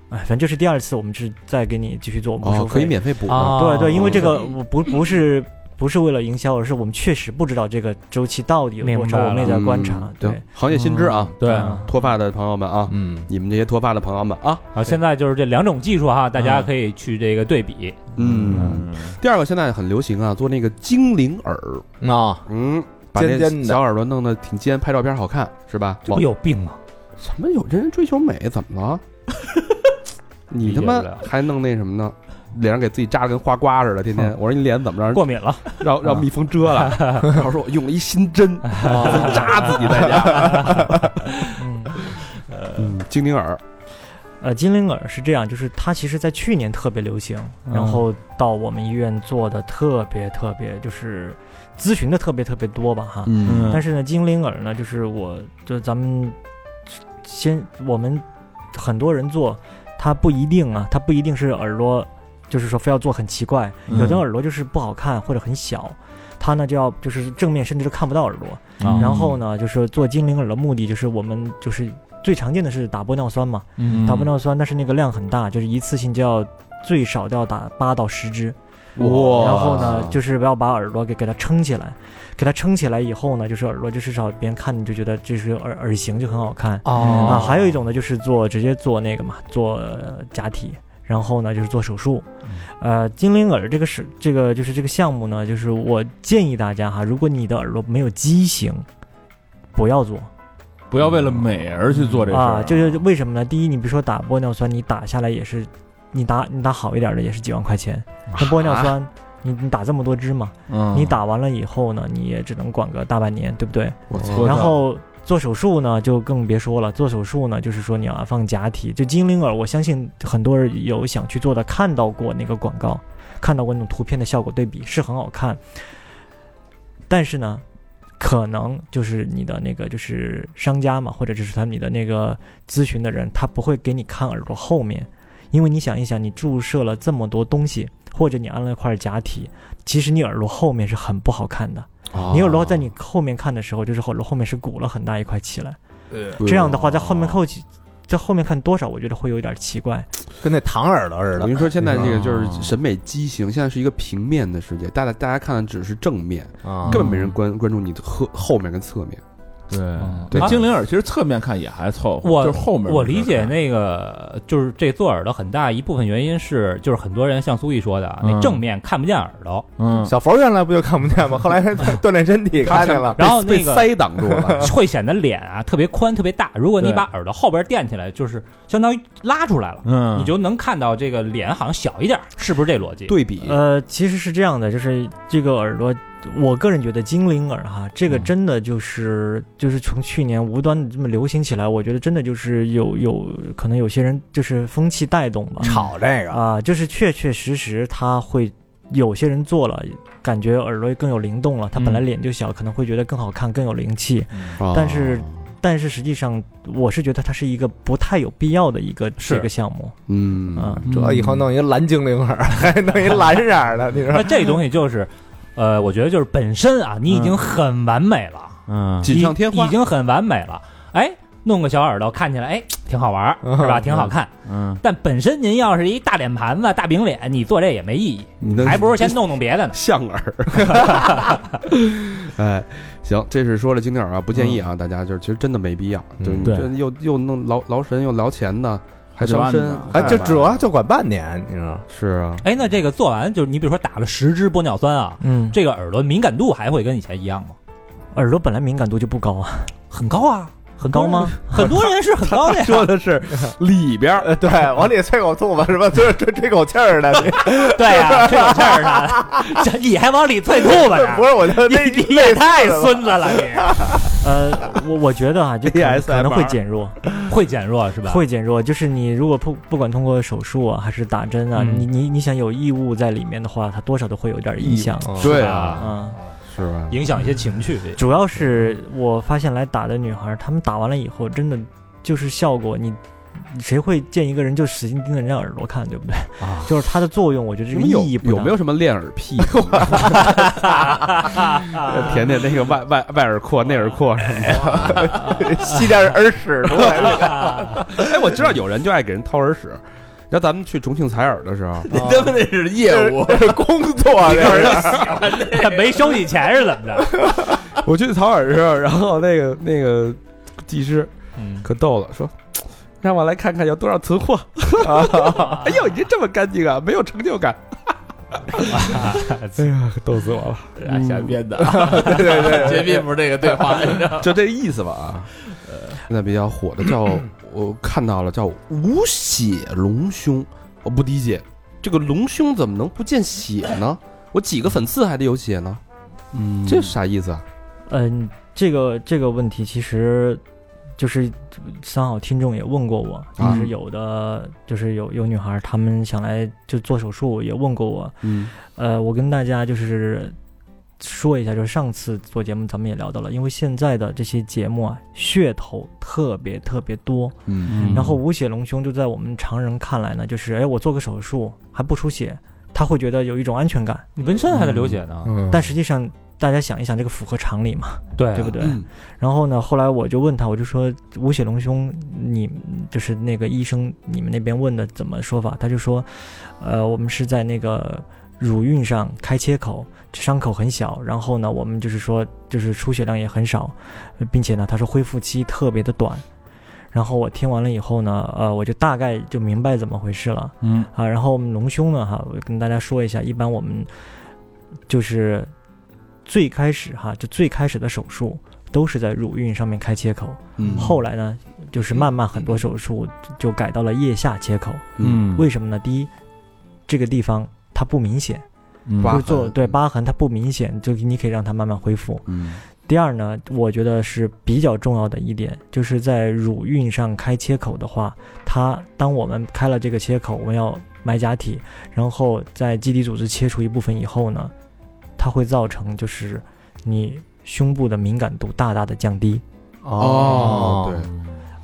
Speaker 3: 哎，反正这是第二次，我们是再给你继续做，我们不收
Speaker 8: 哦，
Speaker 3: 费
Speaker 8: 可以。免费补吗
Speaker 6: 啊
Speaker 3: 对对，因为这个
Speaker 6: 哦
Speaker 3: 我不不是。不是为了营销，而是我们确实不知道这个周期到底有多
Speaker 6: 明
Speaker 3: 少，
Speaker 6: 白了
Speaker 3: 我们也在观察。
Speaker 8: 嗯
Speaker 3: 对，
Speaker 8: 行业新知啊，
Speaker 5: 对
Speaker 3: 嗯
Speaker 8: 脱发的朋友们啊，
Speaker 1: 嗯，
Speaker 8: 你们这些脱发的朋友们啊，
Speaker 6: 啊，现在就是这两种技术哈，大家可以去这个对比。
Speaker 8: 嗯，第二个现在很流行啊，做那个精灵耳，
Speaker 1: 啊，
Speaker 8: 嗯。把这
Speaker 1: 尖尖的
Speaker 8: 小耳朵弄得挺尖，拍照片好看是吧？
Speaker 6: 这不有病啊吗？
Speaker 8: 什么有这人追求美怎么
Speaker 3: (laughs)
Speaker 8: 了？你
Speaker 3: 哎
Speaker 8: 他妈
Speaker 6: 理解不了
Speaker 3: 啊
Speaker 8: 还弄那什么呢？脸上给自己扎的跟花瓜似的，天
Speaker 3: 嗯
Speaker 8: 天。我说你脸怎么让人
Speaker 6: 过敏了，
Speaker 8: 让让蜜蜂蛰了？
Speaker 6: (laughs)
Speaker 8: 啊然后说我用了一新针扎自己在家。
Speaker 3: 嗯，
Speaker 8: 嗯，精灵耳，
Speaker 3: 呃，精灵耳是这样，就是它其实在去年特别流行，
Speaker 6: 嗯
Speaker 3: 然后到我们医院做的特别特别，就是咨询的特别特别多吧哈。
Speaker 8: 嗯
Speaker 3: 但是呢，精灵耳呢，就是我就咱们先我们很多人做，它不一定啊，它不一定是耳朵，就是说非要做很奇怪，
Speaker 5: 嗯
Speaker 3: 有的耳朵就是不好看或者很小，它呢就要就是正面甚至都看不到耳朵。
Speaker 6: 啊
Speaker 5: 嗯
Speaker 3: 然后呢，就是做精灵耳的目的就是我们就是最常见的是打玻尿酸嘛。
Speaker 5: 嗯
Speaker 3: 打玻尿酸，但是那个量很大，就是一次性就要最少都要打八到十支。
Speaker 8: 哇
Speaker 3: 然后呢，就是要把耳朵给给它撑起来，给它撑起来以后呢，就是耳朵就至少别人看你就觉得这是耳耳型就很好看
Speaker 5: 哦
Speaker 3: 啊。还有一种呢，就是做直接做那个嘛，做呃假体。然后呢，就是做手术，呃，精灵耳这个是这个就是这个项目呢，就是我建议大家哈，如果你的耳朵没有畸形，不要做，
Speaker 5: 不要为了美而去做这事儿
Speaker 3: 啊，就是为什么呢？第一，你比如说打玻尿酸，你打下来也是，你打你打好一点的也是几万块钱，那玻尿酸。你你打这么多支嘛？
Speaker 5: 嗯
Speaker 3: 你打完了以后呢，你也只能管个大半年，对不对？
Speaker 8: 我
Speaker 1: 嗯
Speaker 5: 我
Speaker 8: 操，
Speaker 3: 然后做手术呢，就更别说了。做手术呢，就是说你要放假体，就精灵耳，我相信很多人有想去做的，看到过那个广告，看到过那种图片的效果对比，是很好看。但是呢，可能就是你的那个就是商家嘛，或者就是他你的那个咨询的人，他不会给你看耳朵后面，因为你想一想，你注射了这么多东西，或者你安了一块假体，其实你耳朵后面是很不好看的。
Speaker 1: 哦
Speaker 3: 你有时候在你后面看的时候，就是耳朵后面是鼓了很大一块起来，这样的话在后面后期。在后面看多少，我觉得会有点奇怪。
Speaker 1: 跟那糖耳朵似
Speaker 8: 我跟
Speaker 1: 的
Speaker 8: 你说，现在这个就是审美畸形，现在是一个平面的世界，大家大家看的只是正面，
Speaker 1: 啊
Speaker 3: 嗯
Speaker 8: 根本没人关关注你的后后面跟侧面。
Speaker 5: 对
Speaker 8: 对
Speaker 5: 对，精灵耳其实侧面看也还凑合，
Speaker 6: 我
Speaker 5: 就是后面
Speaker 6: 我理解那个就是这做耳朵很大一部分原因是，就是很多人像苏毅说的，啊那
Speaker 5: 嗯
Speaker 6: 正面看不见耳朵，
Speaker 5: 嗯
Speaker 1: 小佛原来不就看不见吗？
Speaker 8: (laughs)
Speaker 1: 后来他锻炼身体看见了，
Speaker 6: 然后
Speaker 8: 被
Speaker 6: 那
Speaker 8: 被
Speaker 6: 个
Speaker 8: 腮挡住
Speaker 1: (laughs)
Speaker 8: 了，
Speaker 6: 会显得脸啊特别宽特别大。如果你
Speaker 5: 对
Speaker 6: 把耳朵后边垫起来，就是相当于拉出来了，(laughs)
Speaker 5: 嗯，
Speaker 6: 你就能看到这个脸好像小一点儿，是不是这逻辑？
Speaker 8: 对
Speaker 1: 嗯
Speaker 8: 比，
Speaker 3: 呃，其实是这样的，就是这个耳朵，我个人觉得精灵耳哈，这个
Speaker 5: 嗯
Speaker 3: 真的就是、就是从去年无端的这么流行起来，我觉得真的就是有有可能有些人就是风气带动吧，
Speaker 1: 炒这个
Speaker 3: 啊、就是确确实实他会有些人做了，感觉耳朵更有灵动了，他本来
Speaker 6: 嗯
Speaker 3: 脸就小，可能会觉得更好看，更有灵气。
Speaker 8: 啊
Speaker 3: 但是但是实际上，我是觉得它是一个不太有必要的一个
Speaker 6: 是
Speaker 3: 这个项目。
Speaker 8: 嗯
Speaker 3: 啊
Speaker 1: 这以后弄一个蓝精灵耳， (laughs) 还弄一蓝色的，你说
Speaker 6: 那这东西就是，呃，我觉得就是本身啊，你已经很完美了，嗯
Speaker 4: 锦上添花
Speaker 6: 已经很完美了。哎，弄个小耳朵看起来哎挺好玩儿是吧？
Speaker 1: 嗯
Speaker 6: 挺好看。
Speaker 5: 嗯，
Speaker 6: 但本身您要是一大脸盘子、大饼脸，你做这也没意义，
Speaker 4: 你的
Speaker 6: 还不如先弄弄别的呢。
Speaker 4: 象耳。哎，行，这是说了经典啊，不建议啊，大家就是其实真的没必要，
Speaker 1: 嗯
Speaker 4: 就是你
Speaker 6: 对
Speaker 4: 这又又弄劳劳神又劳钱的，还伤身
Speaker 5: 是吧，
Speaker 1: 哎，这
Speaker 4: 只
Speaker 1: 主要就管半年，你知道吗？
Speaker 4: 是啊，
Speaker 6: 哎，那这个做完就是你比如说打了十支玻尿酸啊，
Speaker 3: 嗯，
Speaker 6: 这个耳朵敏感度还会跟以前一样吗？
Speaker 3: 耳朵本来敏感度就不高啊，
Speaker 6: 很高啊，很
Speaker 3: 高吗？
Speaker 6: 很多人是很高的啊呀。
Speaker 4: 说的是里边儿
Speaker 1: 呃， (laughs) 对，往里吹口吐沫， (laughs) 什么吹吹吹口气儿 (laughs) 的，
Speaker 6: (laughs) 对啊呀、吹口气儿呢，这你还往里退吐吧？
Speaker 1: 不是，我就
Speaker 6: 你
Speaker 1: 那
Speaker 6: 你你也太孙子了，
Speaker 3: 呃，我我觉得啊，就可能
Speaker 4: ASMR
Speaker 3: 可能会减弱，
Speaker 6: 你会减弱是吧？
Speaker 3: 会减弱。就是你如果不不管通过手术啊，还是打针啊，
Speaker 6: 嗯
Speaker 3: 你你你想有异物在里面的话，它多少都会有点影响。
Speaker 4: 对
Speaker 6: 啊，
Speaker 3: 啊，
Speaker 4: 是吧？
Speaker 6: 影响一些情绪。
Speaker 3: 主要是我发现来打的女孩，她们打完了以后，真的就是效果，你谁会见一个人就使劲盯着人家耳朵看，对不对？
Speaker 6: 啊
Speaker 3: 就是它的作用，我觉得这
Speaker 4: 你们
Speaker 3: 个意
Speaker 4: 有
Speaker 3: 义不
Speaker 4: 有
Speaker 3: 大
Speaker 4: 没有什么练耳癖？
Speaker 6: 啊
Speaker 4: 甜甜那个外外外耳廓、内耳廓什么的。 (laughs)
Speaker 1: 吸点耳屎出来了，
Speaker 4: 哎，我知道有人就爱给人掏耳屎。然后咱们去重庆采耳的时候，
Speaker 1: 他们那是业务，这是工作，这是
Speaker 6: (laughs) 没收你钱是怎么着？
Speaker 4: 我去采耳的时候，然后那个那个技师可逗了，说。让我来看看有多少存 (laughs) 货。哎呦，你这这么干净啊，没有成就感。哎呀，逗死我了！
Speaker 5: 瞎编的，
Speaker 1: 对对对，
Speaker 5: 绝壁不是这个对话，
Speaker 4: 就这意思吧啊。现在比较火的叫我看到了叫无血隆胸，我不理解这个隆胸怎么能不见血呢？我几个粉刺还得有血呢，
Speaker 5: 嗯
Speaker 4: 这是啥意思啊？
Speaker 3: 嗯，这个这个问题其实就是三好听众也问过我，
Speaker 4: 啊
Speaker 3: 就是有的就是有有女孩儿她们想来就做手术也问过我，
Speaker 4: 嗯
Speaker 3: 呃，我跟大家就是说一下，就是上次做节目咱们也聊到了，因为现在的这些节目啊噱头特别特别多，
Speaker 4: 嗯
Speaker 3: 然后无血隆胸就在我们常人看来呢，就是哎我做个手术还不出血，他会觉得有一种安全感，
Speaker 6: 你纹身还在流血呢，
Speaker 4: 嗯
Speaker 3: 但实际上大家想一想，这个符合常理吗？
Speaker 6: 对啊
Speaker 3: 对不对？然后呢，后来我就问他，我就说无血隆胸，你就是那个医生，你们那边问的怎么说法？他就说，呃，我们是在那个乳晕上开切口，伤口很小，然后呢，我们就是说就是出血量也很少，呃并且呢，他说恢复期特别的短。然后我听完了以后呢，呃，我就大概就明白怎么回事了。
Speaker 5: 嗯
Speaker 3: 啊，然后我们隆胸呢，哈，我跟大家说一下，一般我们就是最开始哈，就最开始的手术都是在乳晕上面开切口，
Speaker 4: 嗯
Speaker 3: 后来呢，就是慢慢很多手术就改到了腋下切口。
Speaker 5: 嗯，
Speaker 3: 为什么呢？第一，这个地方它不明显，
Speaker 5: 嗯
Speaker 4: 八
Speaker 3: 就
Speaker 4: 疤
Speaker 3: 是做
Speaker 4: 痕
Speaker 3: 对
Speaker 4: 嗯
Speaker 3: 疤痕它不明显，就你可以让它慢慢恢复。
Speaker 4: 嗯
Speaker 3: 第二呢，我觉得是比较重要的一点，就是在乳晕上开切口的话，它当我们开了这个切口，我们要埋假体，然后在基底组织切除一部分以后呢，它会造成就是你胸部的敏感度大大的降低。
Speaker 4: 哦对，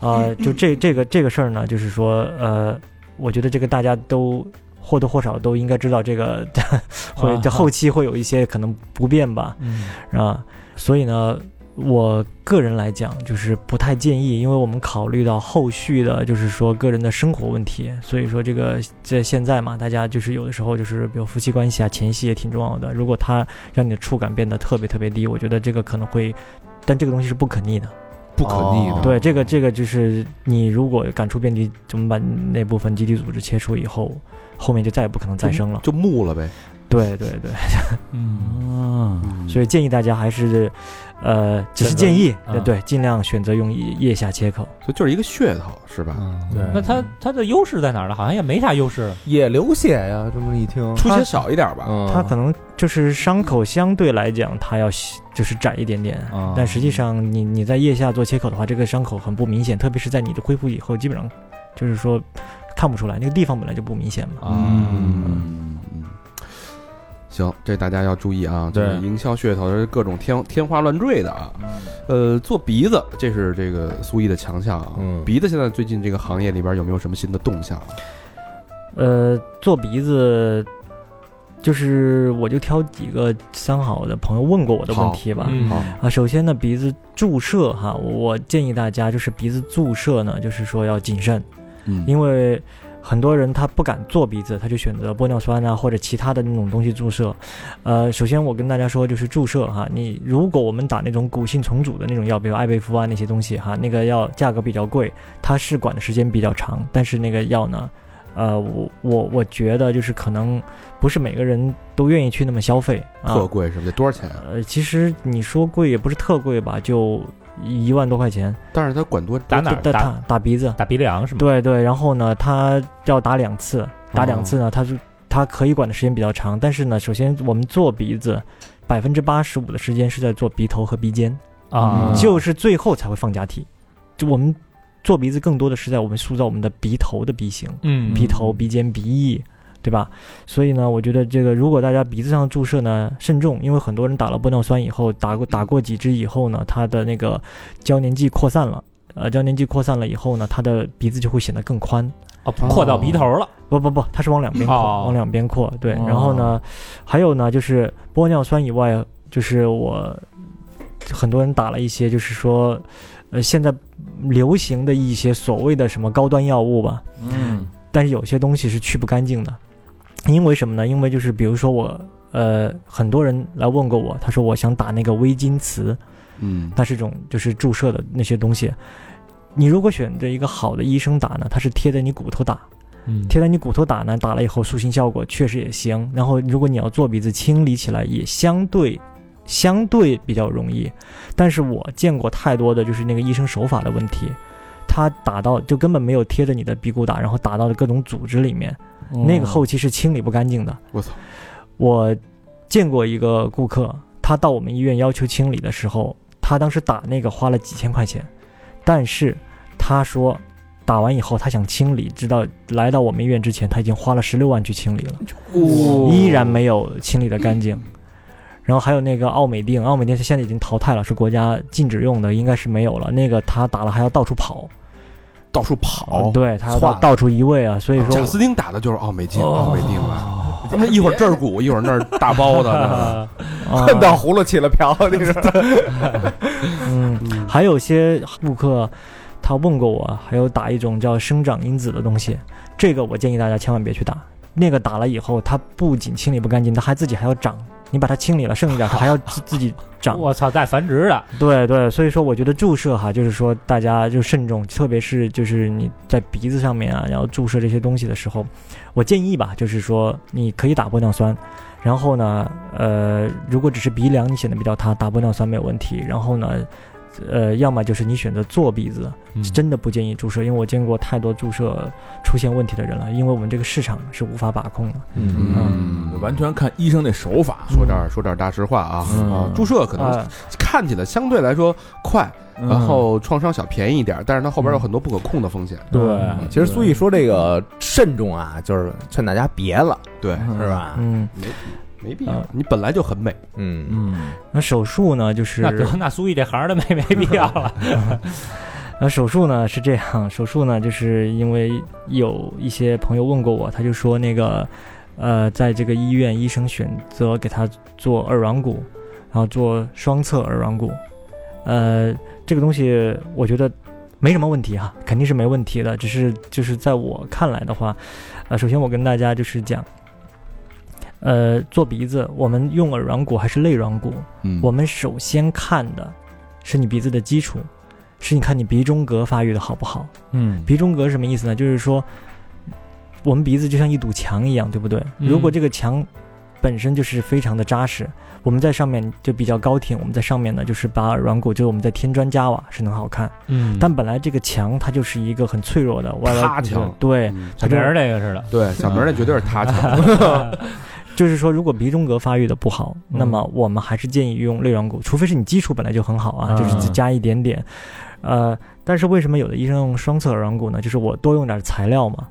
Speaker 3: 呃，就这这个这个事儿呢，就是说，呃，我觉得这个大家都或多或少都应该知道，这个 (laughs) 会
Speaker 6: 啊
Speaker 3: 在后期会有一些可能不便吧，
Speaker 6: 嗯
Speaker 3: 啊，所以呢，我个人来讲就是不太建议，因为我们考虑到后续的，就是说个人的生活问题，所以说这个在现在嘛，大家就是有的时候就是比如夫妻关系啊，前戏也挺重要的，如果它让你的触感变得特别特别低，我觉得这个可能会，但这个东西是不可逆的。
Speaker 4: 不可逆的。
Speaker 3: 对，这个这个就是你如果感触变低，怎么把那部分基底组织切除以后，后面就再也不可能再生了。
Speaker 4: 就木了呗。
Speaker 3: 对对对，
Speaker 5: 嗯
Speaker 3: 所以建议大家还是，呃，只是建议，
Speaker 6: 嗯
Speaker 3: 对对，尽量选择用腋腋下切口。
Speaker 4: 所以就是一个噱头，是吧？
Speaker 1: 啊对
Speaker 6: 那它它的优势在哪儿呢？好像也没啥优势。
Speaker 1: 也流血呀，这么一听，
Speaker 4: 出血少一点吧。
Speaker 1: 嗯，
Speaker 3: 它可能就是伤口相对来讲，它要细就是窄一点点，
Speaker 5: 啊
Speaker 3: 但实际上你你在腋下做切口的话，这个伤口很不明显，特别是在你的恢复以后，基本上就是说看不出来，那个地方本来就不明显
Speaker 1: 啊
Speaker 3: 嘛。
Speaker 4: 嗯，行，这大家要注意啊，就是
Speaker 5: 对
Speaker 4: 营销噱头是各种天天花乱坠的啊。呃，做鼻子这是这个苏毅的强项啊。
Speaker 1: 嗯
Speaker 4: 鼻子现在最近这个行业里边有没有什么新的动向啊？
Speaker 3: 呃，做鼻子就是我就挑几个三好的朋友问过我的问题吧。
Speaker 1: 好
Speaker 3: 啊，首先呢，鼻子注射哈，我我建议大家就是鼻子注射呢，就是说要谨慎，
Speaker 9: 嗯
Speaker 3: 因为很多人他不敢做鼻子，他就选择玻尿酸啊或者其他的那种东西注射。呃，首先我跟大家说，就是注射哈，你如果我们打那种骨性重组的那种药，比如艾贝福啊那些东西哈，那个药价格比较贵，它试管的时间比较长，但是那个药呢。呃，我我我觉得就是可能不是每个人都愿意去那么消费啊，
Speaker 9: 特贵是不是？得多少钱啊？
Speaker 3: 呃，其实你说贵也不是特贵吧，就一万多块钱。
Speaker 9: 但是它管多
Speaker 6: 打哪儿
Speaker 3: 打
Speaker 6: 打
Speaker 3: 打打鼻子？
Speaker 6: 打鼻梁是吗？
Speaker 3: 对对，然后呢，他要打两次，打
Speaker 6: 哦
Speaker 3: 两次呢，他是他可以管的时间比较长，但是呢，首先我们做鼻子，百分之八十五的时间是在做鼻头和鼻尖，
Speaker 6: 啊，
Speaker 3: 就是最后才会放假体。就我们做鼻子更多的是在我们塑造我们的鼻头的鼻型。
Speaker 6: 嗯
Speaker 3: 鼻头、鼻尖、鼻翼，对吧？所以呢，我觉得这个如果大家鼻子上注射呢，慎重，因为很多人打了玻尿酸以后，打过
Speaker 6: 嗯
Speaker 3: 打过几支以后呢，他的那个胶粘剂扩散了，呃，胶粘剂扩散了以后呢，他的鼻子就会显得更宽。
Speaker 6: 哦扩到鼻头了，
Speaker 3: 不不不，它是往两边扩，
Speaker 6: 哦
Speaker 3: 往两边扩。对，然后呢，还有呢，就是玻尿酸以外，啊就是我很多人打了一些，就是说，呃，现在流行的一些所谓的什么高端药物吧，
Speaker 5: 嗯
Speaker 3: 但是有些东西是去不干净的，因为什么呢？因为就是比如说我，呃，很多人来问过我，他说我想打那个微晶瓷，
Speaker 9: 嗯
Speaker 3: 它是一种就是注射的那些东西。你如果选择一个好的医生打呢，它是贴在你骨头打，
Speaker 6: 嗯
Speaker 1: (laughs)
Speaker 3: 贴在你骨头打呢，打了以后塑形效果确实也行。然后如果你要做鼻子清理起来，也相对相对比较容易。但是我见过太多的就是那个医生手法的问题，他打到就根本没有贴着你的鼻骨打，然后打到了各种组织里面，那个后期是清理不干净的。
Speaker 9: 哦我操！
Speaker 3: 我见过一个顾客，他到我们医院要求清理的时候，他当时打那个花了几千块钱，但是他说打完以后他想清理，直到来到我们医院之前，他已经花了十六万去清理了，依然没有清理的干净。然后还有那个奥美定，奥美定现在已经淘汰了，是国家禁止用的，应该是没有了。那个他打了还要到处跑，嗯
Speaker 9: 到处跑，
Speaker 3: 对他要
Speaker 9: 窜
Speaker 3: 到到处移位啊，所以说
Speaker 9: 贾
Speaker 4: (laughs)
Speaker 9: 斯汀打的就是奥美金，
Speaker 3: 哦
Speaker 9: 奥美定啊，他妈一会儿这儿鼓，一会儿那儿大包
Speaker 3: (laughs)
Speaker 9: 的，
Speaker 3: 啊
Speaker 1: 恨到葫芦起了瓢，你说
Speaker 3: 嗯，还有些顾客他问过我，还有打一种叫生长因子的东西，这个我建议大家千万别去打。那个打了以后，它不仅清理不干净，它还自己还要长。你把它清理了，剩一点它还要自自己
Speaker 6: (laughs)
Speaker 3: 长。
Speaker 6: 我操，带繁殖的，
Speaker 3: 对对，所以说我觉得注射哈，就是说大家就慎重，特别是就是你在鼻子上面啊，然后注射这些东西的时候，我建议吧，就是说你可以打玻尿酸，然后呢，呃，如果只是鼻梁你显得比较塌，打玻尿酸没有问题，然后呢。呃，要么就是你选择做鼻子，嗯真的不建议注射，因为我见过太多注射出现问题的人了，因为我们这个市场是无法把控的。
Speaker 9: 嗯，
Speaker 5: 完全看医生那手法，
Speaker 9: 说点儿说点儿大实话啊
Speaker 5: 嗯
Speaker 9: 啊，注射可能
Speaker 3: 啊
Speaker 9: 看起来相对来说快，
Speaker 5: 嗯
Speaker 9: 然后创伤小便宜一点，但是它后边有很多不可控的风险，
Speaker 6: 对，
Speaker 1: 嗯其实苏毅说这个慎重啊，就是劝大家别了，
Speaker 9: 对，
Speaker 1: 是吧？
Speaker 3: 嗯，
Speaker 9: 没必要
Speaker 3: 啊，
Speaker 9: 你本来就很美，
Speaker 1: 嗯，
Speaker 5: 嗯
Speaker 3: 那手术呢，就是
Speaker 6: 那得那苏毅这行的没没必要
Speaker 3: (laughs)
Speaker 6: 了，
Speaker 3: 那呃手术呢是这样，手术呢就是因为有一些朋友问过我，他就说那个，呃，在这个医院医生选择给他做耳软骨，然后做双侧耳软骨，呃，这个东西我觉得没什么问题哈、肯定是没问题的，只是就是在我看来的话，呃，首先我跟大家就是讲。呃，做鼻子，我们用耳软骨还是肋软骨？
Speaker 9: 嗯
Speaker 3: 我们首先看的是你鼻子的基础，是你看你鼻中隔发育的好不好。
Speaker 6: 嗯
Speaker 3: 鼻中隔什么意思呢？就是说，我们鼻子就像一堵墙一样，对不对？
Speaker 6: 嗯
Speaker 3: 如果这个墙本身就是非常的扎实，我们在上面就比较高挺，我们在上面呢就是把耳软骨，就是我们在添砖加瓦是能好看。
Speaker 6: 嗯
Speaker 3: 但本来这个墙它就是一个很脆弱的歪
Speaker 9: 塌
Speaker 3: 歪
Speaker 9: 墙
Speaker 3: 对，
Speaker 9: 嗯
Speaker 6: 小明儿这个似的，
Speaker 9: 对，小明儿那绝对是他强，
Speaker 3: 就是说，如果鼻中隔发育的不好，
Speaker 6: 嗯
Speaker 3: 那么我们还是建议用肋软骨，除非是你基础本来就很好啊，
Speaker 6: 嗯
Speaker 3: 就是只加一点点。呃，但是为什么有的医生用双侧耳软骨呢？就是我多用点材料嘛。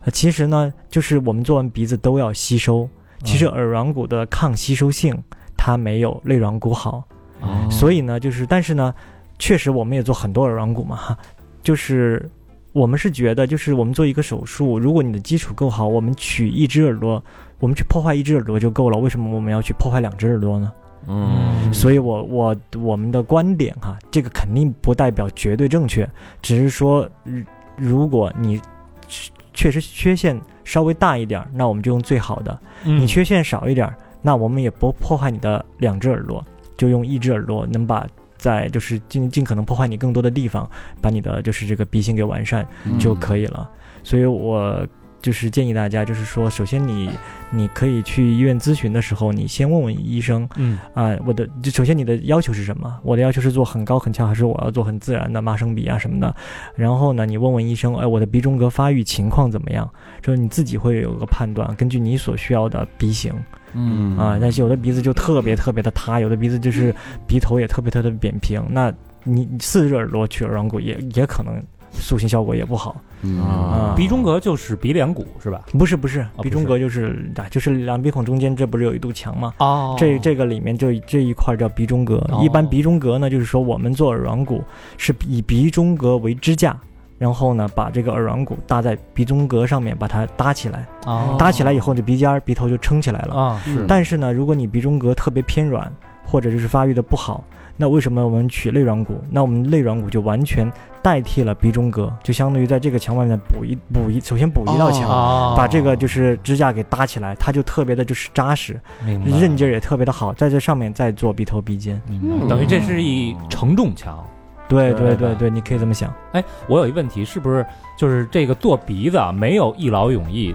Speaker 3: 呃其实呢，就是我们做完鼻子都要吸收，其实耳软骨的抗吸收性它没有肋软骨好，
Speaker 1: 哦
Speaker 3: 所以呢，就是但是呢，确实我们也做很多耳软骨嘛，哈就是我们是觉得，就是我们做一个手术，如果你的基础够好，我们取一只耳朵，我们去破坏一只耳朵就够了。为什么我们要去破坏两只耳朵呢？
Speaker 5: 嗯
Speaker 3: 所以我我我们的观点哈，这个肯定不代表绝对正确，只是说，如如果你确确实缺陷稍微大一点儿，那我们就用最好的；你
Speaker 6: 嗯
Speaker 3: 缺陷少一点儿，那我们也不破坏你的两只耳朵，就用一只耳朵能把在就是尽尽可能破坏你更多的地方，把你的就是这个鼻型给完善
Speaker 5: 嗯
Speaker 3: 就可以了。所以我就是建议大家，就是说，首先你你可以去医院咨询的时候，你先问问医生。
Speaker 6: 嗯
Speaker 3: 啊、我的就首先你的要求是什么？我的要求是做很高很翘，还是我要做很自然的麻生鼻啊什么的？然后呢，你问问医生，哎，我的鼻中隔发育情况怎么样？就是你自己会有个判断，根据你所需要的鼻型
Speaker 5: 嗯
Speaker 3: 啊。但是有的鼻子就特别特别的塌，有的鼻子就是鼻头也特别特别地扁平。那你你四只耳朵取耳软骨也也可能塑形效果也不好
Speaker 4: 嗯
Speaker 5: 啊
Speaker 3: 啊。
Speaker 6: 鼻中隔就是鼻梁骨是吧？
Speaker 3: 不是不是，
Speaker 6: 哦不
Speaker 3: 鼻中
Speaker 6: 是
Speaker 3: 隔就是啊，就是两鼻孔中间这不是有一堵墙吗？
Speaker 6: 哦
Speaker 3: 这这个里面就这一块叫鼻中隔。
Speaker 6: 哦
Speaker 3: 一般鼻中隔呢，就是说我们做耳软骨是以鼻中隔为支架，然后呢把这个耳软骨搭在鼻中隔上面，把它搭起来。
Speaker 6: 哦
Speaker 3: 搭起来以后，你鼻尖儿、鼻头就撑起来了。
Speaker 6: 啊，
Speaker 4: 嗯
Speaker 5: 是
Speaker 3: 嗯但是呢，如果你鼻中隔特别偏软，或者就是发育的不好，那为什么我们取肋软骨？那我们肋软骨就完全代替了鼻中隔，就相当于在这个墙外面补一补一，首先补一道墙。
Speaker 6: 哦
Speaker 3: 啊把这个就是支架给搭起来，它就特别的就是扎实，
Speaker 6: 明白
Speaker 3: 韧劲儿嗯也特别的好，在这上面再做鼻头鼻尖。
Speaker 6: 明白等于这是一承重墙。
Speaker 3: 对
Speaker 6: 对
Speaker 3: 对
Speaker 6: 对
Speaker 3: 对对，你可以这么想。
Speaker 6: 哎，我有一问题，是不是就是这个做鼻子啊，没有一劳永逸，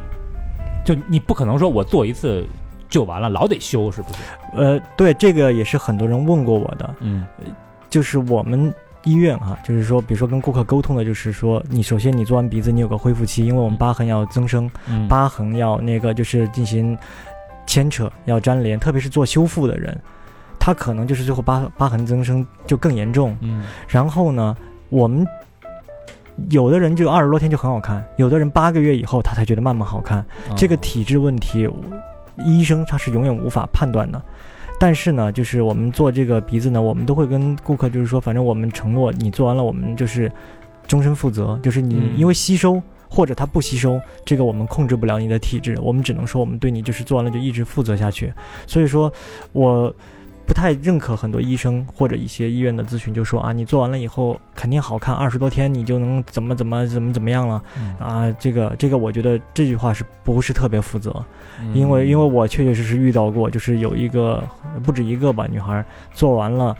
Speaker 6: 就你不可能说我做一次就完了，老得修，是不是？
Speaker 3: 呃，对，这个也是很多人问过我的，
Speaker 6: 嗯
Speaker 3: 就是我们医院哈、就是说，比如说跟顾客沟通的，就是说，你首先你做完鼻子，你有个恢复期，因为我们疤痕要增生，
Speaker 6: 嗯
Speaker 3: 疤痕要那个就是进行牵扯，要粘连，特别是做修复的人，他可能就是最后疤疤痕增生就更严重，
Speaker 6: 嗯
Speaker 3: 然后呢，我们有的人就二十多天就很好看，有的人八个月以后他才觉得慢慢好看。
Speaker 1: 啊
Speaker 3: 这个体质问题，我医生他是永远无法判断的。但是呢，就是我们做这个鼻子呢，我们都会跟顾客就是说，反正我们承诺你做完了，我们就是终身负责，就是你
Speaker 6: 嗯
Speaker 3: 因为吸收。或者它不吸收，这个我们控制不了你的体质，我们只能说我们对你就是做完了就一直负责下去。所以说，我不太认可很多医生或者一些医院的咨询，就说啊，你做完了以后肯定好看，二十多天你就能怎么怎么怎么怎么样了
Speaker 6: 嗯
Speaker 1: 哦
Speaker 3: 啊。这个这个，我觉得这句话是不是特别负责？
Speaker 1: 嗯
Speaker 3: 因为因为我确确实实遇到过，就是有一个不止一个吧，女孩儿做完了。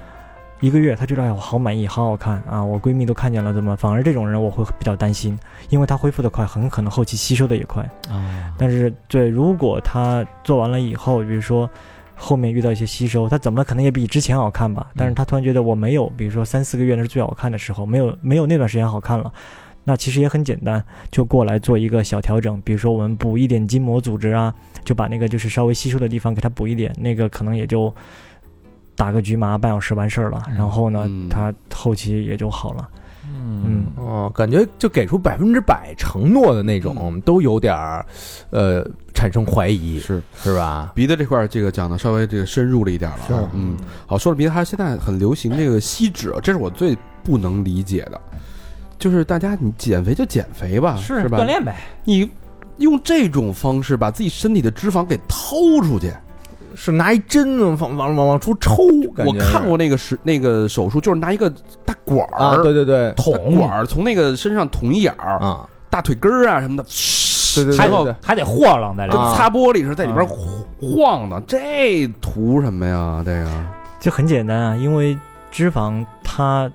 Speaker 3: 一个月，她觉得哎，我好满意，好好看啊！我闺蜜都看见了，怎么？反而这种人我会比较担心，因为她恢复的快，很可能后期吸收的也快。
Speaker 1: 嗯
Speaker 6: 啊，
Speaker 3: 但是对，如果他做完了以后，比如说后面遇到一些吸收，他怎么可能也比之前好看吧？但是他突然觉得我没有，比如说三四个月那是最好看的时候，没有没有那段时间好看了。那其实也很简单，就过来做一个小调整，比如说我们补一点筋膜组织啊，就把那个就是稍微吸收的地方给它补一点，那个可能也就打个局麻半小时完事儿了。然后呢
Speaker 5: 嗯，
Speaker 3: 他后期也就好了。嗯，
Speaker 1: 哦，感觉就给出百分之百承诺的那
Speaker 6: 嗯
Speaker 1: 种，都有点儿，呃，产生怀疑，
Speaker 4: 是
Speaker 1: 是吧？
Speaker 4: 鼻子这块儿这个讲的稍微这个深入了一点了啊，
Speaker 1: 是
Speaker 4: 嗯，好，说了鼻子，还有现在很流行这个吸脂，这是我最不能理解的，就是大家你减肥就减肥吧，是吧
Speaker 6: 锻？炼呗，
Speaker 4: 你用这种方式把自己身体的脂肪给掏出去，
Speaker 1: 是拿一针往往往往出抽，感
Speaker 4: 我
Speaker 1: 觉是
Speaker 4: 看过那个是那个手术，就是拿一个大管儿、
Speaker 1: 啊，对对对，
Speaker 4: 捅管儿从那个身上捅一眼儿、
Speaker 1: 啊，
Speaker 4: 大腿根儿啊什么的，
Speaker 1: 对对
Speaker 6: 还
Speaker 1: 对对
Speaker 6: 得，还得晃荡在
Speaker 4: 跟
Speaker 6: 这儿。
Speaker 1: 啊
Speaker 4: 擦玻璃似的，在里边晃荡，这图什么呀？这个
Speaker 3: 这很简单啊，因为脂肪它，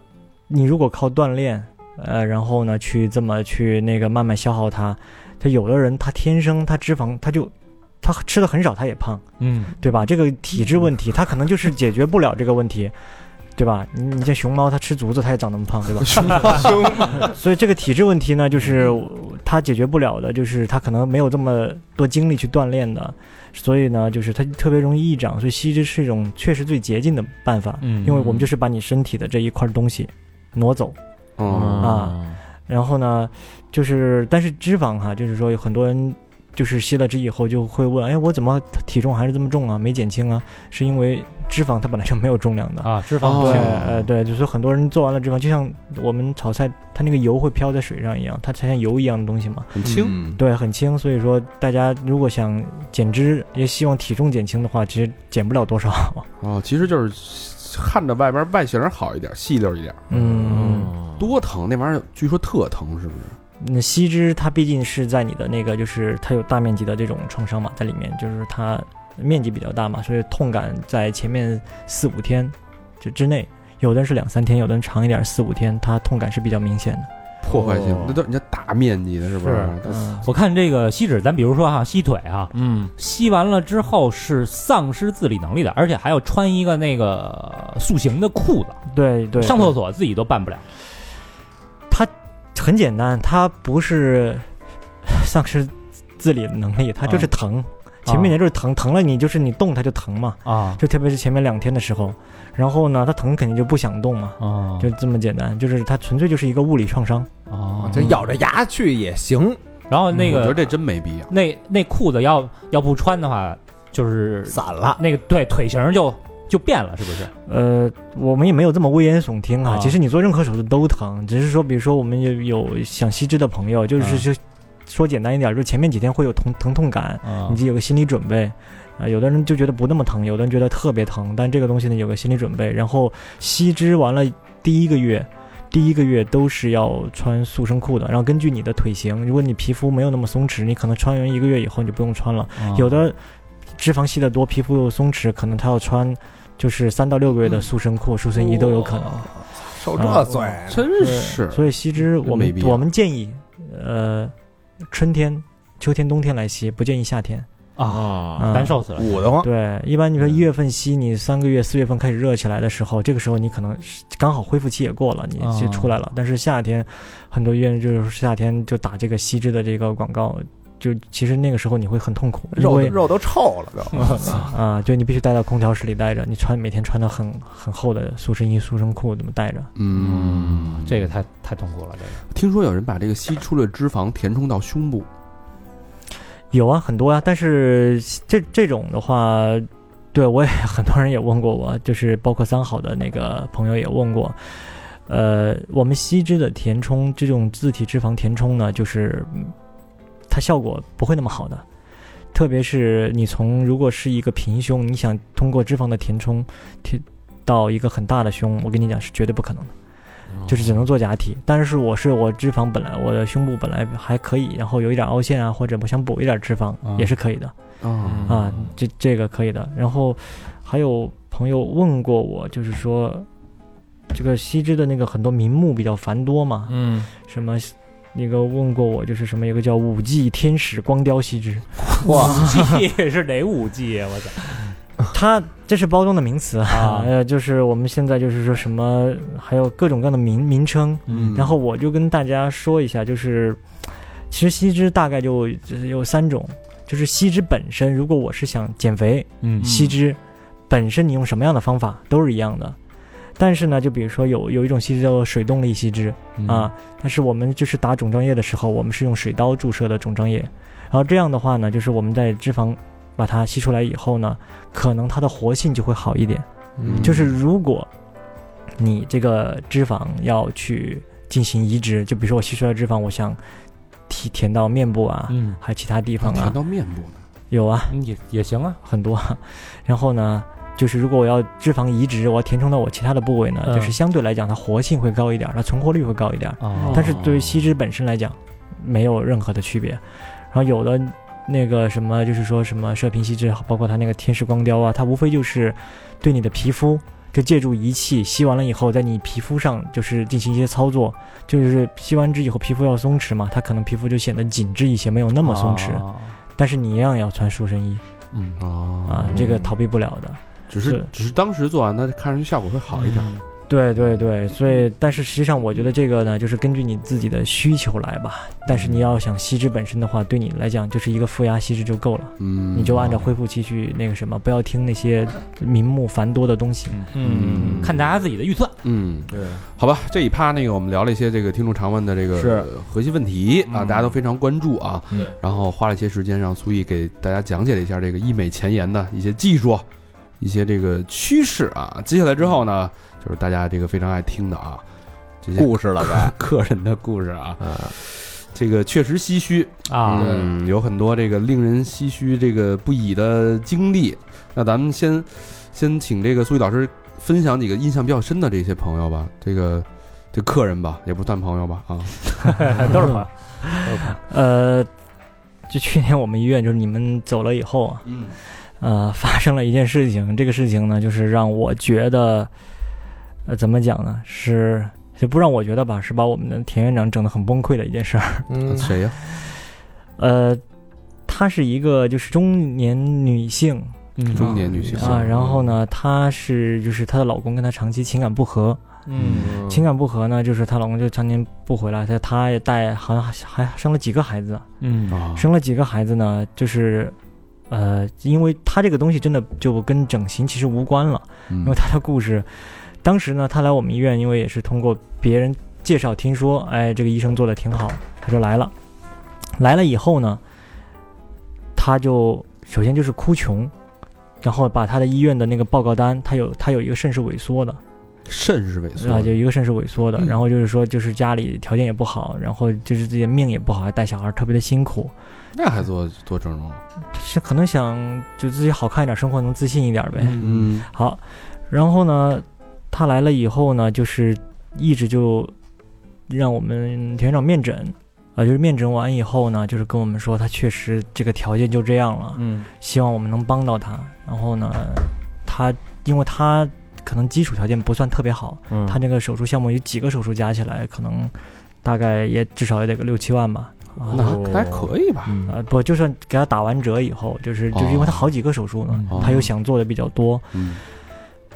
Speaker 3: 你如果靠锻炼，呃，然后呢去这么去那个慢慢消耗它，它有的人他天生他脂肪他就他吃的很少他也胖，
Speaker 6: 嗯，
Speaker 3: 对吧？这个体质问题他可能就是解决不了这个问题。对吧？你你像熊猫，它吃竹子，它也长那么胖，对吧？ (laughs) 所以这个体质问题呢，就是它解决不了的，就是它可能没有这么多精力去锻炼的，所以呢，就是它特别容易易长。所以吸脂是一种确实最捷径的办法。
Speaker 6: 嗯
Speaker 3: 因为我们就是把你身体的这一块东西挪走，
Speaker 4: 嗯
Speaker 3: 啊然后呢，就是但是脂肪哈、就是说有很多人就是吸了脂以后就会问，哎，我怎么体重还是这么重啊，没减轻啊？是因为脂肪它本来就没有重量的。
Speaker 6: 啊，脂肪不
Speaker 4: 哦
Speaker 3: 对
Speaker 6: 行，
Speaker 3: 呃，对，就是很多人做完了脂肪，就像我们炒菜，它那个油会飘在水上一样，它才像油一样的东西嘛。
Speaker 4: 很轻。
Speaker 1: 轻，
Speaker 3: 对，很轻，所以说大家如果想减脂，也希望体重减轻的话，其实减不了多少。
Speaker 4: 哦，其实就是看着外边外形好一点，细溜一点，
Speaker 3: 嗯，
Speaker 4: 多疼那玩意儿，据说特疼，是不是？
Speaker 3: 那吸脂它毕竟是在你的那个，就是它有大面积的这种创伤嘛，在里面，就是它面积比较大嘛，所以痛感在前面四五天就之内，有的人是两三天，有的人长一点，四五天，它痛感是比较明显的。
Speaker 4: 破坏性
Speaker 5: 哦，
Speaker 4: 那都人家大面积的，是啊不
Speaker 6: 是
Speaker 3: 嗯，
Speaker 6: 我看这个吸脂，咱比如说哈，吸腿哈，
Speaker 5: 嗯，
Speaker 6: 吸完了之后是丧失自理能力的，而且还要穿一个那个塑形的裤子，
Speaker 3: 对对，
Speaker 6: 上厕所自己都办不了。
Speaker 3: 很简单，它不是丧失自理能力，它就是疼。前面
Speaker 6: 啊
Speaker 3: 也就是疼，疼了你就是你动它就疼嘛，
Speaker 6: 啊
Speaker 3: 就特别是前面两天的时候，然后呢，它疼肯定就不想动嘛，
Speaker 6: 啊
Speaker 3: 就这么简单，就是它纯粹就是一个物理创伤。
Speaker 6: 啊
Speaker 1: 这咬着牙去也行，
Speaker 6: 然后那
Speaker 4: 嗯我觉得
Speaker 6: 个
Speaker 4: 这真没必要。
Speaker 6: 那那裤子要要不穿的话，就是
Speaker 1: 散了。
Speaker 6: 那个对腿型就就变了，是不是？
Speaker 3: 呃，我们也没有这么危言耸听啊
Speaker 6: 啊，
Speaker 3: 其实你做任何手术都疼，只是说，比如说我们有有想吸脂的朋友，就是
Speaker 6: 啊
Speaker 3: 就说简单一点，就是前面几天会有疼疼痛感，
Speaker 6: 啊
Speaker 3: 你就有个心理准备。啊、有的人就觉得不那么疼，有的人觉得特别疼，但这个东西呢有个心理准备。然后吸脂完了第一个月，第一个月都是要穿塑身裤的。然后根据你的腿型，如果你皮肤没有那么松弛，你可能穿完一个月以后你就不用穿了。
Speaker 6: 啊嗯
Speaker 3: 有的脂肪吸得多，皮肤又松弛，可能他要穿就是三到六个月的塑身裤、塑身衣都有可能。
Speaker 1: 受这罪，
Speaker 4: 真是，
Speaker 3: 所以吸脂，我
Speaker 4: 没
Speaker 3: 们
Speaker 4: 必要
Speaker 3: 我们建议，呃，春天、秋天、冬天来吸，不建议夏天。
Speaker 6: 啊，
Speaker 3: 嗯
Speaker 6: 难受死了。
Speaker 1: 捂得慌。
Speaker 3: 对，一般你说一月份吸，你三个月、四月份开始热起来的时候，这个时候你可能是刚好恢复期也过了，你就出来了。但是夏天，很多医院就是夏天就打这个吸脂的这个广告，就其实那个时候你会很痛苦，因
Speaker 1: 肉
Speaker 3: 为
Speaker 1: 肉都臭了都，
Speaker 3: 啊、就你必须待到空调室里待着，你穿每天穿的很很厚的塑身衣、塑身裤怎么待着？
Speaker 4: 嗯，
Speaker 6: 这个太太痛苦了，这个
Speaker 4: 听说有人把这个吸出了脂肪填充到胸部，
Speaker 3: 有啊，很多啊，但是这这种的话，对我也 (laughs) 很多人也问过我，就是包括三好的那个朋友也问过，呃，我们吸脂的填充这种自体脂肪填充呢，就是嗯它效果不会那么好的，特别是你从如果是一个平胸，你想通过脂肪的填充填到一个很大的胸，我跟你讲是绝对不可能的。就是只能做假体，但是我是我脂肪本来我的胸部本来还可以，然后有一点凹陷啊，或者我想补一点脂肪、
Speaker 6: 啊
Speaker 3: 也是可以的
Speaker 5: 嗯
Speaker 4: 啊，
Speaker 3: 啊，这这个可以的。然后还有朋友问过我，就是说这个吸脂的那个很多名目比较繁多嘛，
Speaker 5: 嗯，
Speaker 3: 什么那个问过我就是什么有个叫五 G 天使光雕吸脂，
Speaker 6: (laughs) G 是哪五 G 啊呀？我操！
Speaker 3: 它这是包装的名词
Speaker 6: 啊
Speaker 3: 呃，就是我们现在就是说什么还有各种各样的名名称。
Speaker 4: 嗯
Speaker 3: 然后我就跟大家说一下，就是其实吸脂大概就就是有三种，就是吸脂本身，如果我是想减肥，
Speaker 6: 嗯
Speaker 3: 吸脂本身你用什么样的方法都是一样的。但是呢，就比如说有有一种吸脂叫做水动力吸脂
Speaker 1: 嗯
Speaker 3: 啊，但是我们就是打肿胀液的时候，我们是用水刀注射的肿胀液，然后这样的话呢，就是我们在脂肪把它吸出来以后呢，可能它的活性就会好一点。就是如果你这个脂肪要去进行移植，就比如说我吸出来的脂肪，我想提填到面部啊，
Speaker 6: 嗯，
Speaker 3: 还有其他地方
Speaker 4: 填
Speaker 3: 啊，
Speaker 4: 到面部呢，
Speaker 3: 有啊，
Speaker 6: 也也行啊，
Speaker 3: 很多。然后呢，就是如果我要脂肪移植，我要填充到我其他的部位呢，
Speaker 6: 嗯
Speaker 3: 就是相对来讲它活性会高一点，它存活率会高一点。
Speaker 1: 哦
Speaker 6: 啊
Speaker 3: 但是对于吸脂本身来讲，没有任何的区别。然后有的那个什么，就是说什么射频吸脂，包括它那个天使光雕啊，它无非就是对你的皮肤，就借助仪器吸完了以后，在你皮肤上就是进行一些操作，就是吸完脂以后皮肤要松弛嘛，它可能皮肤就显得紧致一些，没有那
Speaker 6: 那
Speaker 3: 么松弛，但是你一样要穿塑身衣
Speaker 6: 嗯，
Speaker 3: 啊
Speaker 4: 哦，，
Speaker 3: 这个逃避不了的。
Speaker 4: 只是
Speaker 3: 是
Speaker 4: 只是当时做完，那看上去效果会好一点。
Speaker 3: 对对对，所以
Speaker 6: 嗯
Speaker 3: 但是实际上，我觉得这个呢，就是根据你自己的需求来吧。但是
Speaker 6: 嗯
Speaker 3: 你要想吸脂本身的话，对你来讲就是一个负压吸脂就够了，
Speaker 4: 嗯，
Speaker 3: 你就按照恢复期去那个什么，不要听那些名目繁多的东
Speaker 6: (laughs)
Speaker 3: 西。
Speaker 4: 嗯
Speaker 6: 看大家自己的预算。
Speaker 4: 嗯，
Speaker 1: 对，
Speaker 4: 好吧，这一趴那个我们聊了一些这个听众常问的这个
Speaker 1: 是
Speaker 4: 呃核心问题啊，
Speaker 5: 嗯
Speaker 4: 大家都非常关注啊
Speaker 5: 对。
Speaker 4: 然后花了一些时间让苏毅给大家讲解了一下这个医美前沿的一些技术、一些这个趋势啊。接下来之后呢，就是大家这个非常爱听的啊，这些
Speaker 1: 故事了呗。
Speaker 4: 客人的故事啊，这个确实唏嘘
Speaker 6: 啊，
Speaker 4: 嗯，有很多这个令人唏嘘、这个不已的经历。那咱们先先请这个苏毅老师分享几个印象比较深的这些朋友吧，这个这客人吧，也不算朋友吧啊，
Speaker 3: (laughs)
Speaker 6: 都是朋友
Speaker 3: 呃，就去年我们医院，就是你们走了以后啊，
Speaker 4: 嗯，
Speaker 3: 呃，发生了一件事情。这个事情呢，就是让我觉得，呃，怎么讲呢？是就不让我觉得吧，是把我们的田院长整得很崩溃的一件事儿。
Speaker 1: 嗯
Speaker 4: 谁呀、
Speaker 3: 呃，她是一个就是中年女性
Speaker 4: 中年女性
Speaker 3: 啊，然后呢，她是就是她的老公跟她长期情感不和，
Speaker 5: 嗯，
Speaker 3: 情感不和呢，就是她老公就常年不回来，她她也带好像还还生了几个孩子，
Speaker 6: 嗯
Speaker 4: 啊，
Speaker 3: 生了几个孩子呢，就是。呃，因为她这个东西真的就跟整形其实无关了，因为
Speaker 4: 嗯
Speaker 3: 她的故事，当时呢，她来我们医院， (laughs) 因为也是通过别人介绍听说，哎，这个医生做的挺好，她就来了。来了以后呢，她就首先就是哭穷，然后把她的医院的那个报告单，她有她有一个肾是萎缩的，
Speaker 4: 肾是萎缩
Speaker 3: 啊，
Speaker 4: 的，
Speaker 3: 就一个肾是萎缩的，然后就是说就是家里条件也不好，然后就是自己的命也不好，还带小孩特别的辛苦，
Speaker 4: 那还做做整容？啊
Speaker 3: 是可能想就自己好看一点，生活能自信一点呗。
Speaker 4: 嗯
Speaker 3: 好，然后呢，他来了以后呢，就是一直就让我们田院长面诊，啊、就是面诊完以后呢，就是跟我们说他确实这个条件就这样了，
Speaker 5: 嗯，
Speaker 3: 希望我们能帮到他。然后呢，他因为他可能基础条件不算特别好，
Speaker 5: 嗯
Speaker 3: 他那个手术项目有几个手术加起来，可能大概也至少也得个六七万吧。啊
Speaker 4: 那还还可以吧？
Speaker 3: 呃，不，就算给他打完折以后，就是就是因为他好几个手术呢，
Speaker 1: 嗯
Speaker 4: 哦
Speaker 3: 他又想做的比较多。
Speaker 4: 嗯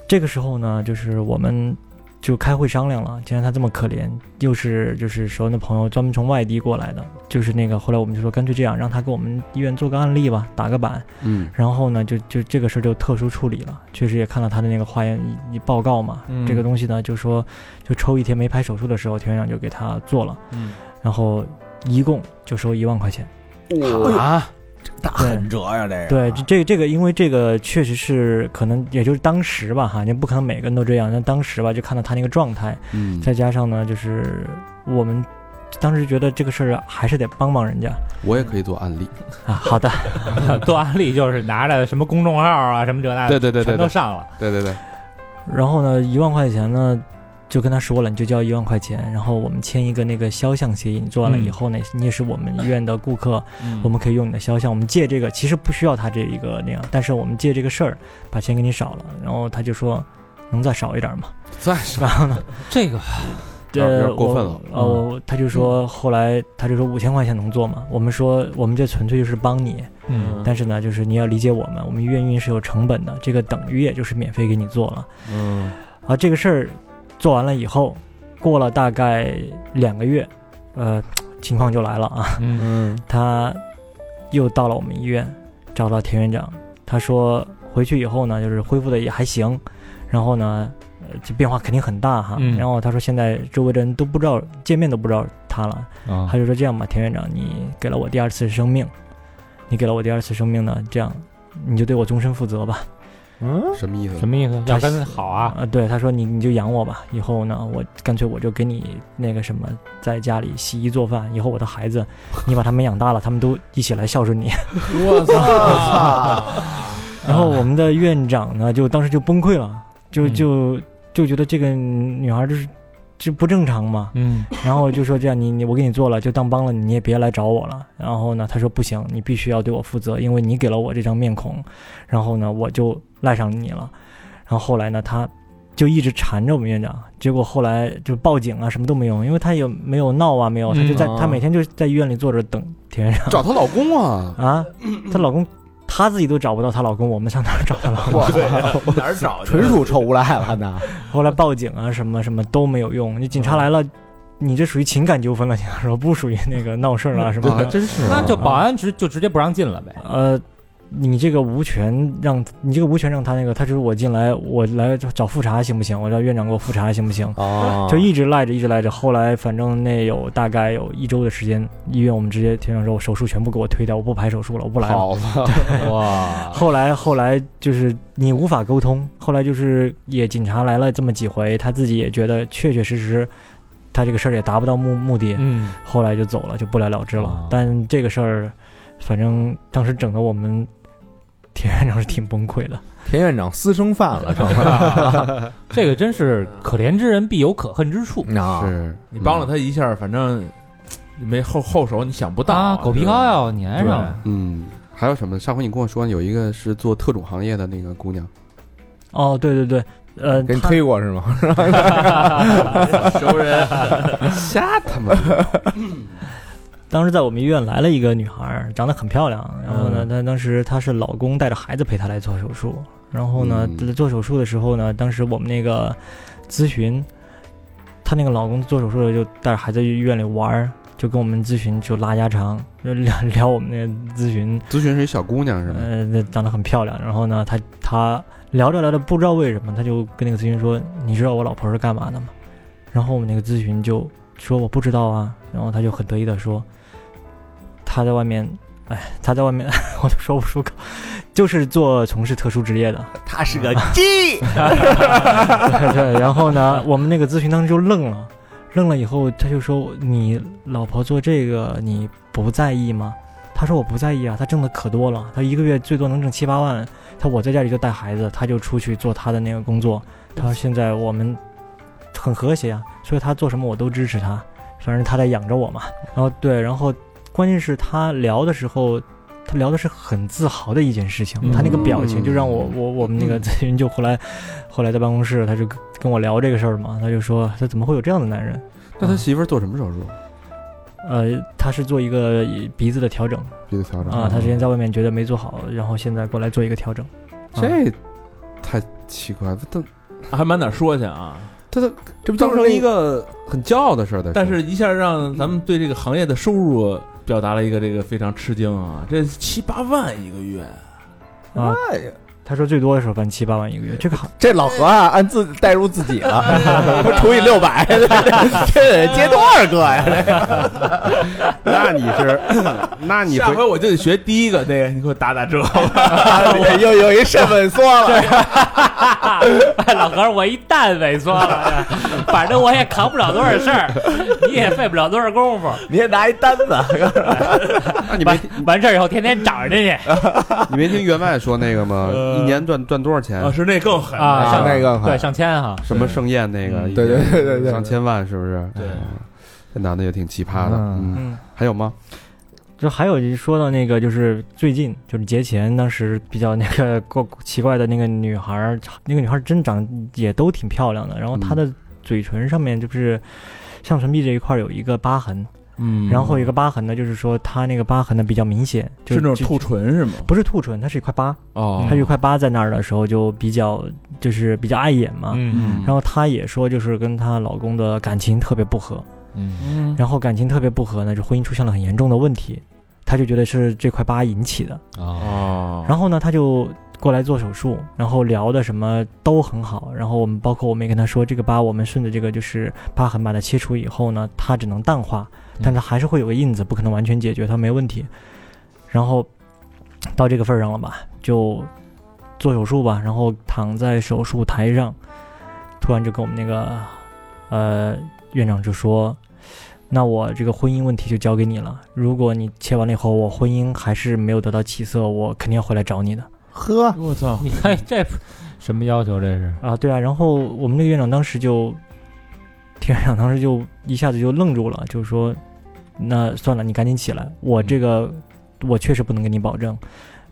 Speaker 3: 这个时候呢，就是我们就开会商量了，既然他这么可怜，又是就是熟的朋友专门从外地过来的，就是那个后来我们就说干脆这样，让他给我们医院做个案例吧，打个板，
Speaker 4: 嗯
Speaker 3: 然后呢，就就这个事儿就特殊处理了，确实也看到他的那个化验一一报告嘛，
Speaker 5: 嗯
Speaker 3: 这个东西呢，就说就抽一天没排手术的时候，田院长就给他做了，
Speaker 5: 嗯，
Speaker 3: 然后一共就收一万块钱。
Speaker 5: 啊，
Speaker 1: 大狠折呀，这个
Speaker 3: 对，这这个这个，因为这个确实是可能，也就是当时吧，哈，你不可能每个人都这样。那当时吧，就看到他那个状态，
Speaker 4: 嗯，
Speaker 3: 再加上呢，就是我们当时觉得这个事儿还是得帮帮人家
Speaker 4: 我也可以做案例。
Speaker 3: 啊。好的，
Speaker 6: 呃做案例就是拿着什么公众号啊，什么这那的，
Speaker 4: 对对对对
Speaker 6: 全都
Speaker 4: 对
Speaker 6: 上了。
Speaker 4: 对对对，
Speaker 3: 然后呢，一万块钱呢，就跟他说了，你就交一万块钱，然后我们签一个那个肖像协议。你做完了以后呢，你也是我们医院的顾客，
Speaker 6: 嗯
Speaker 3: 我们可以用你的肖像，我们借这个，其实不需要他这一个那样，但是我们借这个事儿把钱给你少了。然后他就说，能再少一点吗？
Speaker 4: 算是
Speaker 3: 然后呢，
Speaker 6: 这个
Speaker 4: 有点有
Speaker 3: 呃，
Speaker 4: 点过分
Speaker 3: 我
Speaker 4: 了
Speaker 3: 呃，我他就说，后来他就说五千块钱能做吗？我们说，我们这纯粹就是帮你，
Speaker 6: 嗯
Speaker 3: 但是呢，就是你要理解我们，我们运营是有成本的，这个等于也就是免费给你做了。
Speaker 5: 嗯
Speaker 3: 啊，这个事儿做完了以后，过了大概两个月，呃，情况就来了啊，
Speaker 6: 嗯
Speaker 5: 嗯
Speaker 3: 他又到了我们医院，找到田院长，他说回去以后呢，就是恢复的也还行，然后呢，呃，这变化肯定很大哈。
Speaker 6: 嗯
Speaker 3: 然后他说现在周围的人都不知道见面都不知道他了，
Speaker 6: 啊
Speaker 3: 他就说这样吧，田院长，你给了我第二次生命，你给了我第二次生命呢，这样你就对我终身负责吧。
Speaker 1: 嗯，
Speaker 4: 什么意思
Speaker 6: 什？么意思？要跟好啊，
Speaker 3: 呃，对，他说你你就养我吧，以后呢，我干脆我就给你那个什么，在家里洗衣做饭，以后我的孩子，你把他们养大了，他们都一起来孝顺你。
Speaker 5: 我操，
Speaker 3: 然后我们的院长呢，就当时就崩溃了，就就就觉得这个女孩就是这不正常嘛。
Speaker 6: 嗯
Speaker 3: 然后就说这样，你你我给你做了，就当帮了你，你也别来找我了。然后呢，他说不行，你必须要对我负责，因为你给了我这张面孔，然后呢，我就赖上你了。然后后来呢，他就一直缠着我们院长，结果后来就报警啊，什么都没用，因为他也没有闹啊，没有，他就在、
Speaker 1: 嗯
Speaker 3: 他每天就在医院里坐着等田院长
Speaker 4: 找她老公啊，
Speaker 3: 啊，她老公。她自己都找不到她老公，我们上哪儿找她老公？
Speaker 5: 哪儿找去？
Speaker 1: (laughs) 纯属臭无赖了那。
Speaker 3: 后来报警啊，什么什么都没有用。你警察来了，你这属于情感纠纷了，警察说不属于那个闹事儿啊什么
Speaker 4: 啊，
Speaker 1: 嗯
Speaker 3: 的。
Speaker 4: 真是
Speaker 6: 那就保安直就直接不让进了呗。
Speaker 3: (laughs) 呃，你这个无权让你这个无权让他那个，他就是我进来，我来找复查行不行？我让院长给我复查行不行？
Speaker 1: 哦
Speaker 3: 就一直赖着，一直赖着。后来反正那有大概有一周的时间，医院我们直接听说我手术全部给我推掉，我不排手术了，我不来了。
Speaker 1: 好吧，
Speaker 6: 哇，
Speaker 3: 后来后来就是你无法沟通，后来就是也警察来了这么几回，他自己也觉得确确实实，他这个事儿也达不到目目的，
Speaker 6: 嗯，
Speaker 3: 后来就走了，就不了了之了。
Speaker 6: 哦
Speaker 3: 但这个事儿，反正当时整的我们田院长是挺崩溃的。
Speaker 1: 田院长私生饭了，成了
Speaker 6: 这个真是可怜之人必有可恨之处
Speaker 1: 啊，
Speaker 4: 是
Speaker 5: 你帮了他一下，反正没后后手你想不到
Speaker 6: 啊，狗皮膏药粘上了。
Speaker 4: 嗯，还有什么？上回你跟我说有一个是做特种行业的那个姑娘，
Speaker 3: 哦，对对对，呃，
Speaker 1: 给你
Speaker 3: 他
Speaker 1: 推过是吗？
Speaker 5: 熟人，
Speaker 4: 瞎他妈
Speaker 3: 当时在我们医院来了一个女孩儿，长得很漂亮。然后呢，她当时她是老公带着孩子陪她来做手术。然后呢，
Speaker 4: 嗯
Speaker 3: 做手术的时候呢，当时我们那个咨询，她那个老公做手术的就带着孩子去医院里玩儿，就跟我们咨询就拉家常，就聊 (laughs) 聊我们那个咨询，
Speaker 4: 咨询是一小姑娘是吗？
Speaker 3: 呃，那长得很漂亮。然后呢，她她聊着聊着，不知道为什么，她就跟那个咨询说：“你知道我老婆是干嘛的吗？”然后我们那个咨询就说我不知道啊，然后他就很得意的说，他在外面，哎，他在外面， (laughs) 我都说不出口，就是做从事特殊职业的，
Speaker 10: 他是
Speaker 1: (laughs)
Speaker 10: 个鸡。
Speaker 3: 对对。然后呢，我们那个咨询当时就愣了，愣了以后，他就说你老婆做这个你不在意吗？他说我不在意啊，他挣的可多了，他一个月最多能挣七八万，他我在家里就带孩子，他就出去做他的那个工作。他说现在我们很和谐啊，所以他做什么我都支持他，反正他在养着我嘛。然后对，然后关键是他聊的时候，他聊的是很自豪的一件事情，他那个表情就让我我我们那个咨询就后来后来在办公室，他就跟跟我聊这个事儿嘛，他就说他怎么会有这样的男人？
Speaker 4: 那他媳妇儿做什么手术？
Speaker 3: 呃，他是做一个鼻子的调整
Speaker 4: 鼻子调整
Speaker 3: 啊，他之前在外面觉得没做好，然后现在过来做一个调整。
Speaker 4: 这太奇怪了，他
Speaker 5: 还满哪说去啊？
Speaker 4: 他他
Speaker 1: 这不
Speaker 4: 当
Speaker 1: 就是
Speaker 4: 成一
Speaker 1: 那个
Speaker 4: 个很骄傲的事儿的，
Speaker 5: 但是一下让咱们对这个行业的收入表达了一个这个非常吃惊啊！这七八万一个月，
Speaker 3: 啊，他说最多的时候反正七八万一个月，这个好
Speaker 1: 这老何啊，按自代入自己了，不除以六 (laughs) 百，这得接多少个呀？ (laughs)
Speaker 4: 那你是，那你
Speaker 5: 下
Speaker 4: 回
Speaker 5: 回我就得学第一个那个，你给我打打折。
Speaker 1: 这哎又有一肾萎缩了，
Speaker 6: (laughs) 老哥，我一旦萎缩了，哎 (laughs) 反正我也扛不了多少事儿，你也费不了多少功夫。
Speaker 1: 你也拿一单子，
Speaker 4: 那啊你没
Speaker 6: 完完事儿以后，天天找人家去
Speaker 4: 你没听员外说那个吗？
Speaker 5: 呃
Speaker 4: 一年赚赚多少钱
Speaker 5: 啊，？是那更狠
Speaker 6: 啊，上
Speaker 1: 那个
Speaker 6: 对上千哈，
Speaker 4: 什么盛宴那个，
Speaker 6: 嗯
Speaker 4: 一
Speaker 1: 对对
Speaker 4: 年
Speaker 1: 对对对
Speaker 4: 上千万是不是？
Speaker 5: 对
Speaker 4: 哎呀，这男的也挺奇葩的。
Speaker 1: 嗯
Speaker 4: 嗯，
Speaker 3: 嗯。
Speaker 4: 还有吗？
Speaker 3: 就还有就是说到那个，就是最近就是节前，当时比较那个过奇怪的那个女孩儿，那个女孩儿真长也都挺漂亮的，然后她的嘴唇上面就是上唇壁这一块儿有一个疤痕，
Speaker 5: 嗯
Speaker 3: 然后有一个疤痕呢，就是说她那个疤痕呢比较明显，就是
Speaker 5: 那种
Speaker 3: 就
Speaker 5: 兔唇是吗？
Speaker 3: 不是兔唇，它是一块疤，
Speaker 5: 哦
Speaker 3: 它有一块疤在那儿的时候就比较就是比较碍眼嘛。
Speaker 6: 嗯
Speaker 3: 然后她也说，就是跟她老公的感情特别不和，
Speaker 6: 嗯，
Speaker 3: 然后感情特别不和呢，就婚姻出现了很严重的问题，她就觉得是这块疤引起的。
Speaker 6: 啊，
Speaker 5: 哦，
Speaker 3: 然后呢，她就过来做手术，然后聊的什么都很好。然后我们包括我们也跟她说，这个疤我们顺着这个就是疤痕把它切除以后呢，它只能淡化，但它还是会有个印子，不可能完全解决，它没问题。然后到这个份儿上了吧，就做手术吧。然后躺在手术台上，突然就跟我们那个呃院长就说：“那我这个婚姻问题就交给你了。如果你切完了以后，我婚姻还是没有得到起色，我肯定要回来找你的。”
Speaker 1: 呵，
Speaker 6: (laughs)
Speaker 5: 我操，
Speaker 6: 你看哎这什么要求这是？
Speaker 3: 啊，对啊，然后我们那个院长当时就，田院长当时就一下子就愣住了，就是说，那算了，你赶紧起来，我这个我确实不能跟你保证，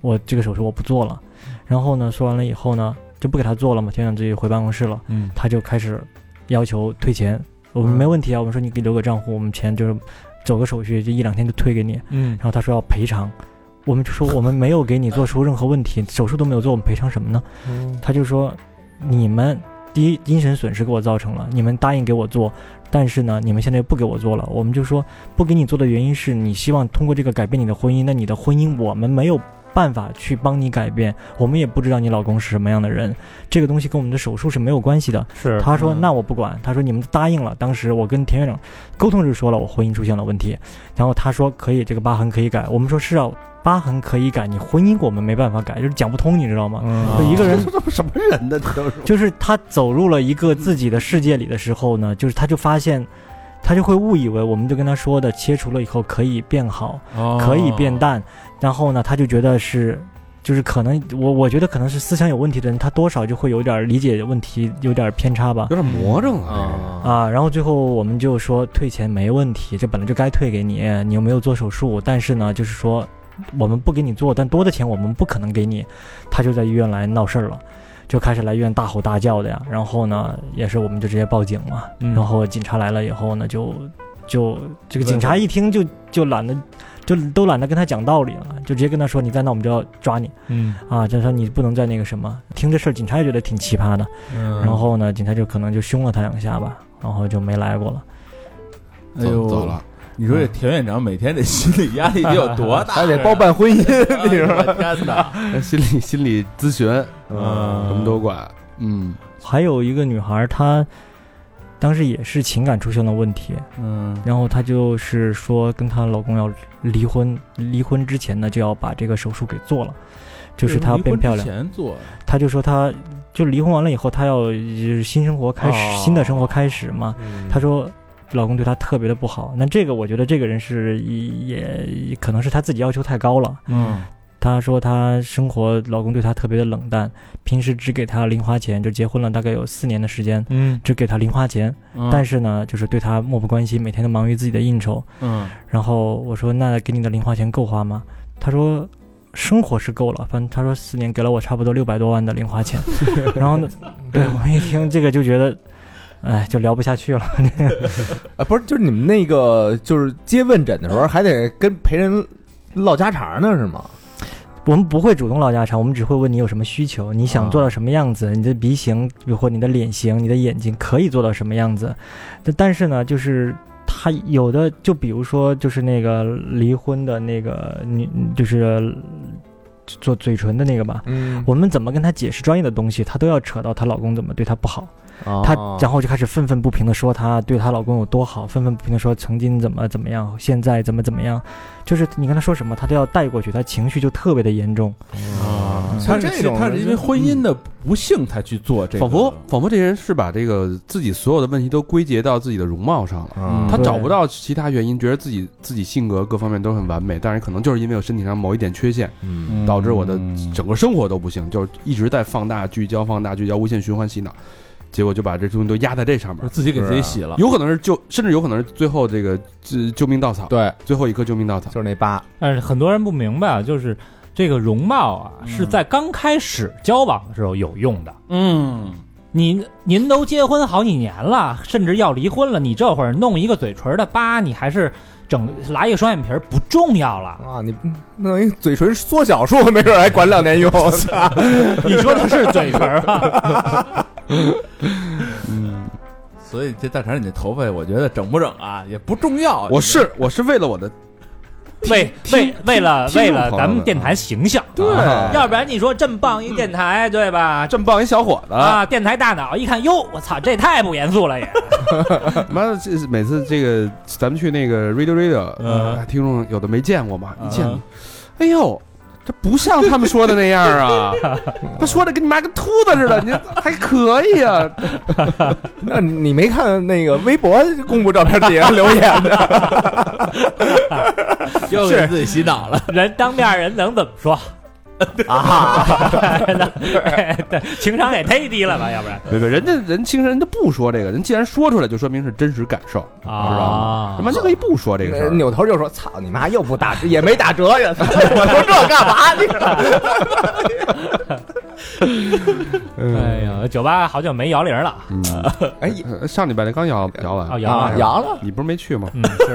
Speaker 3: 我这个手术我不做了。然后呢，说完了以后呢，就不给他做了嘛，田院长自己回办公室了，
Speaker 6: 嗯，
Speaker 3: 他就开始要求退钱，我们没问题啊，我们说你给留个账户，我们钱就是走个手续，就一两天就退给你。
Speaker 6: 嗯
Speaker 3: 然后他说要赔偿，我们就说我们没有给你做出任何问题，手术都没有做，我们赔偿什么呢？他就说你们第一精神损失给我造成了，你们答应给我做，但是呢，你们现在又不给我做了，我们就说不给你做的原因是你希望通过这个改变你的婚姻，那你的婚姻我们没有办法去帮你改变，我们也不知道你老公是什么样的人，这个东西跟我们的手术是没有关系的。
Speaker 6: 是
Speaker 3: 他说：“
Speaker 5: 嗯
Speaker 3: 那我不管。”他说：“你们答应了。”当时我跟田院长沟通就说了，我婚姻出现了问题。然后他说：“可以，这个疤痕可以改。”我们说：“是啊，疤痕可以改，你婚姻我们没办法改，就是讲不通，你知道吗？”
Speaker 1: 嗯
Speaker 3: 就一个人，
Speaker 4: 这都什么人呢？这都是
Speaker 3: 就是他走入了一个自己的世界里的时候呢，就是他就发现，他就会误以为我们就跟他说的切除了以后可以变好，
Speaker 5: 哦
Speaker 3: 可以变淡，然后呢，他就觉得是。就是可能我我觉得可能是思想有问题的人，他多少就会有点理解问题有点偏差吧。
Speaker 4: 有点魔怔啊。
Speaker 5: 啊
Speaker 3: 啊，然后最后我们就说退钱没问题，这本来就该退给你，你又没有做手术，但是呢，就是说我们不给你做，但多的钱我们不可能给你，他就在医院来闹事儿了。就开始来医院大吼大叫的呀，然后呢，也是我们就直接报警嘛，
Speaker 1: 嗯
Speaker 3: 然后警察来了以后呢，就就这个警察一听就就懒得，就都懒得跟他讲道理了，就直接跟他说你再闹我们就要抓你
Speaker 6: 嗯
Speaker 3: 啊，就说你不能再那个什么。听这事儿，警察也觉得挺奇葩的，
Speaker 5: 嗯
Speaker 3: 然后呢，警察就可能就凶了他两下吧，然后就没来过了。
Speaker 5: 哎
Speaker 4: 走走
Speaker 5: 呦，
Speaker 4: 了，
Speaker 5: 你说这田院长每天这心理压力得有多大？
Speaker 1: 还得包办婚姻，
Speaker 5: (laughs) 哎呦我天哪！
Speaker 4: 心理 (laughs) 心理咨询啊
Speaker 5: 嗯
Speaker 4: 什么都管。嗯，
Speaker 3: 还有一个女孩儿，她当时也是情感出现了问题，
Speaker 5: 嗯
Speaker 3: 然后她就是说跟她老公要离婚，离婚之前呢就要把这个手术给做了，就是她要变漂
Speaker 5: 离婚之
Speaker 3: 亮。
Speaker 5: 前做
Speaker 3: 她就说她就离婚完了以后，她要呃新生活开始，
Speaker 5: 哦
Speaker 3: 新的生活开始嘛。她说。老公对她特别的不好，那这个我觉得这个人是也也可能是她自己要求太高了，
Speaker 5: 嗯
Speaker 3: 她说她生活老公对她特别的冷淡，平时只给她零花钱，就结婚了大概有四年的时间，
Speaker 6: 嗯
Speaker 3: 只给她零花钱，
Speaker 5: 嗯
Speaker 3: 但是呢，就是对她漠不关心，每天都忙于自己的应酬。
Speaker 5: 嗯
Speaker 3: 然后我说那给你的零花钱够花吗？她说。生活是够了，反正她说四年给了我差不多六百多万的零花钱，然后呢，对我一听这个就觉得，哎，就聊不下去了。
Speaker 1: 啊，不是，就是你们那个就是接问诊的时候，还得跟陪人唠家常呢，是吗？
Speaker 3: 我们不会主动唠家常，我们只会问你有什么需求，你想做到什么样子，你的鼻型，比如或你的脸型、你的眼睛可以做到什么样子。但但是呢，就是他有的，就比如说，就是那个离婚的那个女，就是做嘴唇的那个吧。
Speaker 1: 嗯
Speaker 3: 我们怎么跟她解释专业的东西，她都要扯到她老公怎么对她不好，
Speaker 5: 哦
Speaker 3: 她
Speaker 1: 他
Speaker 3: 然后就开始愤愤不平的说她对她老公有多好，愤愤不平的说曾经怎么怎么样，现在怎么怎么样，就是你跟她说什么，她都要带过去，她情绪就特别的严重。
Speaker 5: 啊，
Speaker 1: 像
Speaker 5: 他是
Speaker 1: 这种
Speaker 5: 他是因为婚姻的不幸才去做这个，
Speaker 4: 仿佛仿佛这些人是把这个自己所有的问题都归结到自己的容貌上了。
Speaker 1: 嗯
Speaker 4: 他
Speaker 3: 对
Speaker 4: 找不到其他原因，觉得自己自己性格各方面都很完美，但是可能就是因为我身体上某一点缺陷，
Speaker 1: 嗯
Speaker 4: 导致我的
Speaker 5: 嗯
Speaker 4: 整个生活都不行，就是一直在放大聚焦、放大聚焦、无限循环洗脑，结果就把这东西都压在这上面。
Speaker 5: 自己给自己洗了，
Speaker 4: 有可能是救，甚至有可能是最后这个呃救救命稻草，
Speaker 1: 对，
Speaker 4: 最后一颗救命稻草
Speaker 1: 就。是那疤，
Speaker 6: 但是很多人不明白啊，就是这个容貌啊，是在刚开始交往的时候有用的。
Speaker 5: 嗯，
Speaker 6: 您您都结婚好几年了，甚至要离婚了，你这会儿弄一个嘴唇的疤，你还是整来一个双眼皮儿不重
Speaker 1: (laughs)
Speaker 6: 要了。
Speaker 1: 啊，你弄一嘴唇缩小术，没准还管两年 (laughs) 用。我操
Speaker 6: 你说的是嘴唇啊儿吧？
Speaker 5: 所以这大肠你这头发，我觉得整不整啊也不重要，
Speaker 4: 我是我是为了我的
Speaker 6: 为为为了
Speaker 4: 听
Speaker 6: 为
Speaker 4: 众
Speaker 6: 了
Speaker 4: 朋友
Speaker 6: 咱
Speaker 4: 们
Speaker 6: 们电台形象，
Speaker 1: 对
Speaker 6: 啊要不然你说这么棒一电台，对吧？
Speaker 4: 这么棒一小伙子，
Speaker 6: 啊，电台大脑一看，哟，我操，这也太不严肃了也。
Speaker 4: 妈的，这每次这个咱们去那个 Radio Radio，、
Speaker 6: 嗯
Speaker 4: 啊听众有的没见过嘛，一见，
Speaker 5: 嗯
Speaker 4: 哎呦，这不像他们说的那样
Speaker 6: (laughs)
Speaker 4: 啊，他说的跟你妈跟秃子似的，你这还可以 (laughs) 啊，
Speaker 1: 那你没看那个微博公布照片底下留言的？
Speaker 5: 又给自己洗脑了，
Speaker 6: 人当面人能怎么说？啊，对，情商也忒低了吧？要不然
Speaker 4: 对对，人家人轻人家不说这个，人既然说出来，就说明是真实感受，
Speaker 6: 啊
Speaker 4: 他妈就可以不说这个事儿。
Speaker 1: 呃扭头就说：“操你妈，又不打折，也没打折呀！我说这干嘛呢？
Speaker 6: 哎呀，酒吧好久没摇铃了，
Speaker 4: 嗯，
Speaker 1: 哎
Speaker 4: 呃上礼拜那刚摇 (laughs) 摇完，
Speaker 6: 啊，摇
Speaker 1: 啊，
Speaker 6: 了，
Speaker 1: 阳了，
Speaker 4: 你不是没去吗？
Speaker 6: 嗯，是，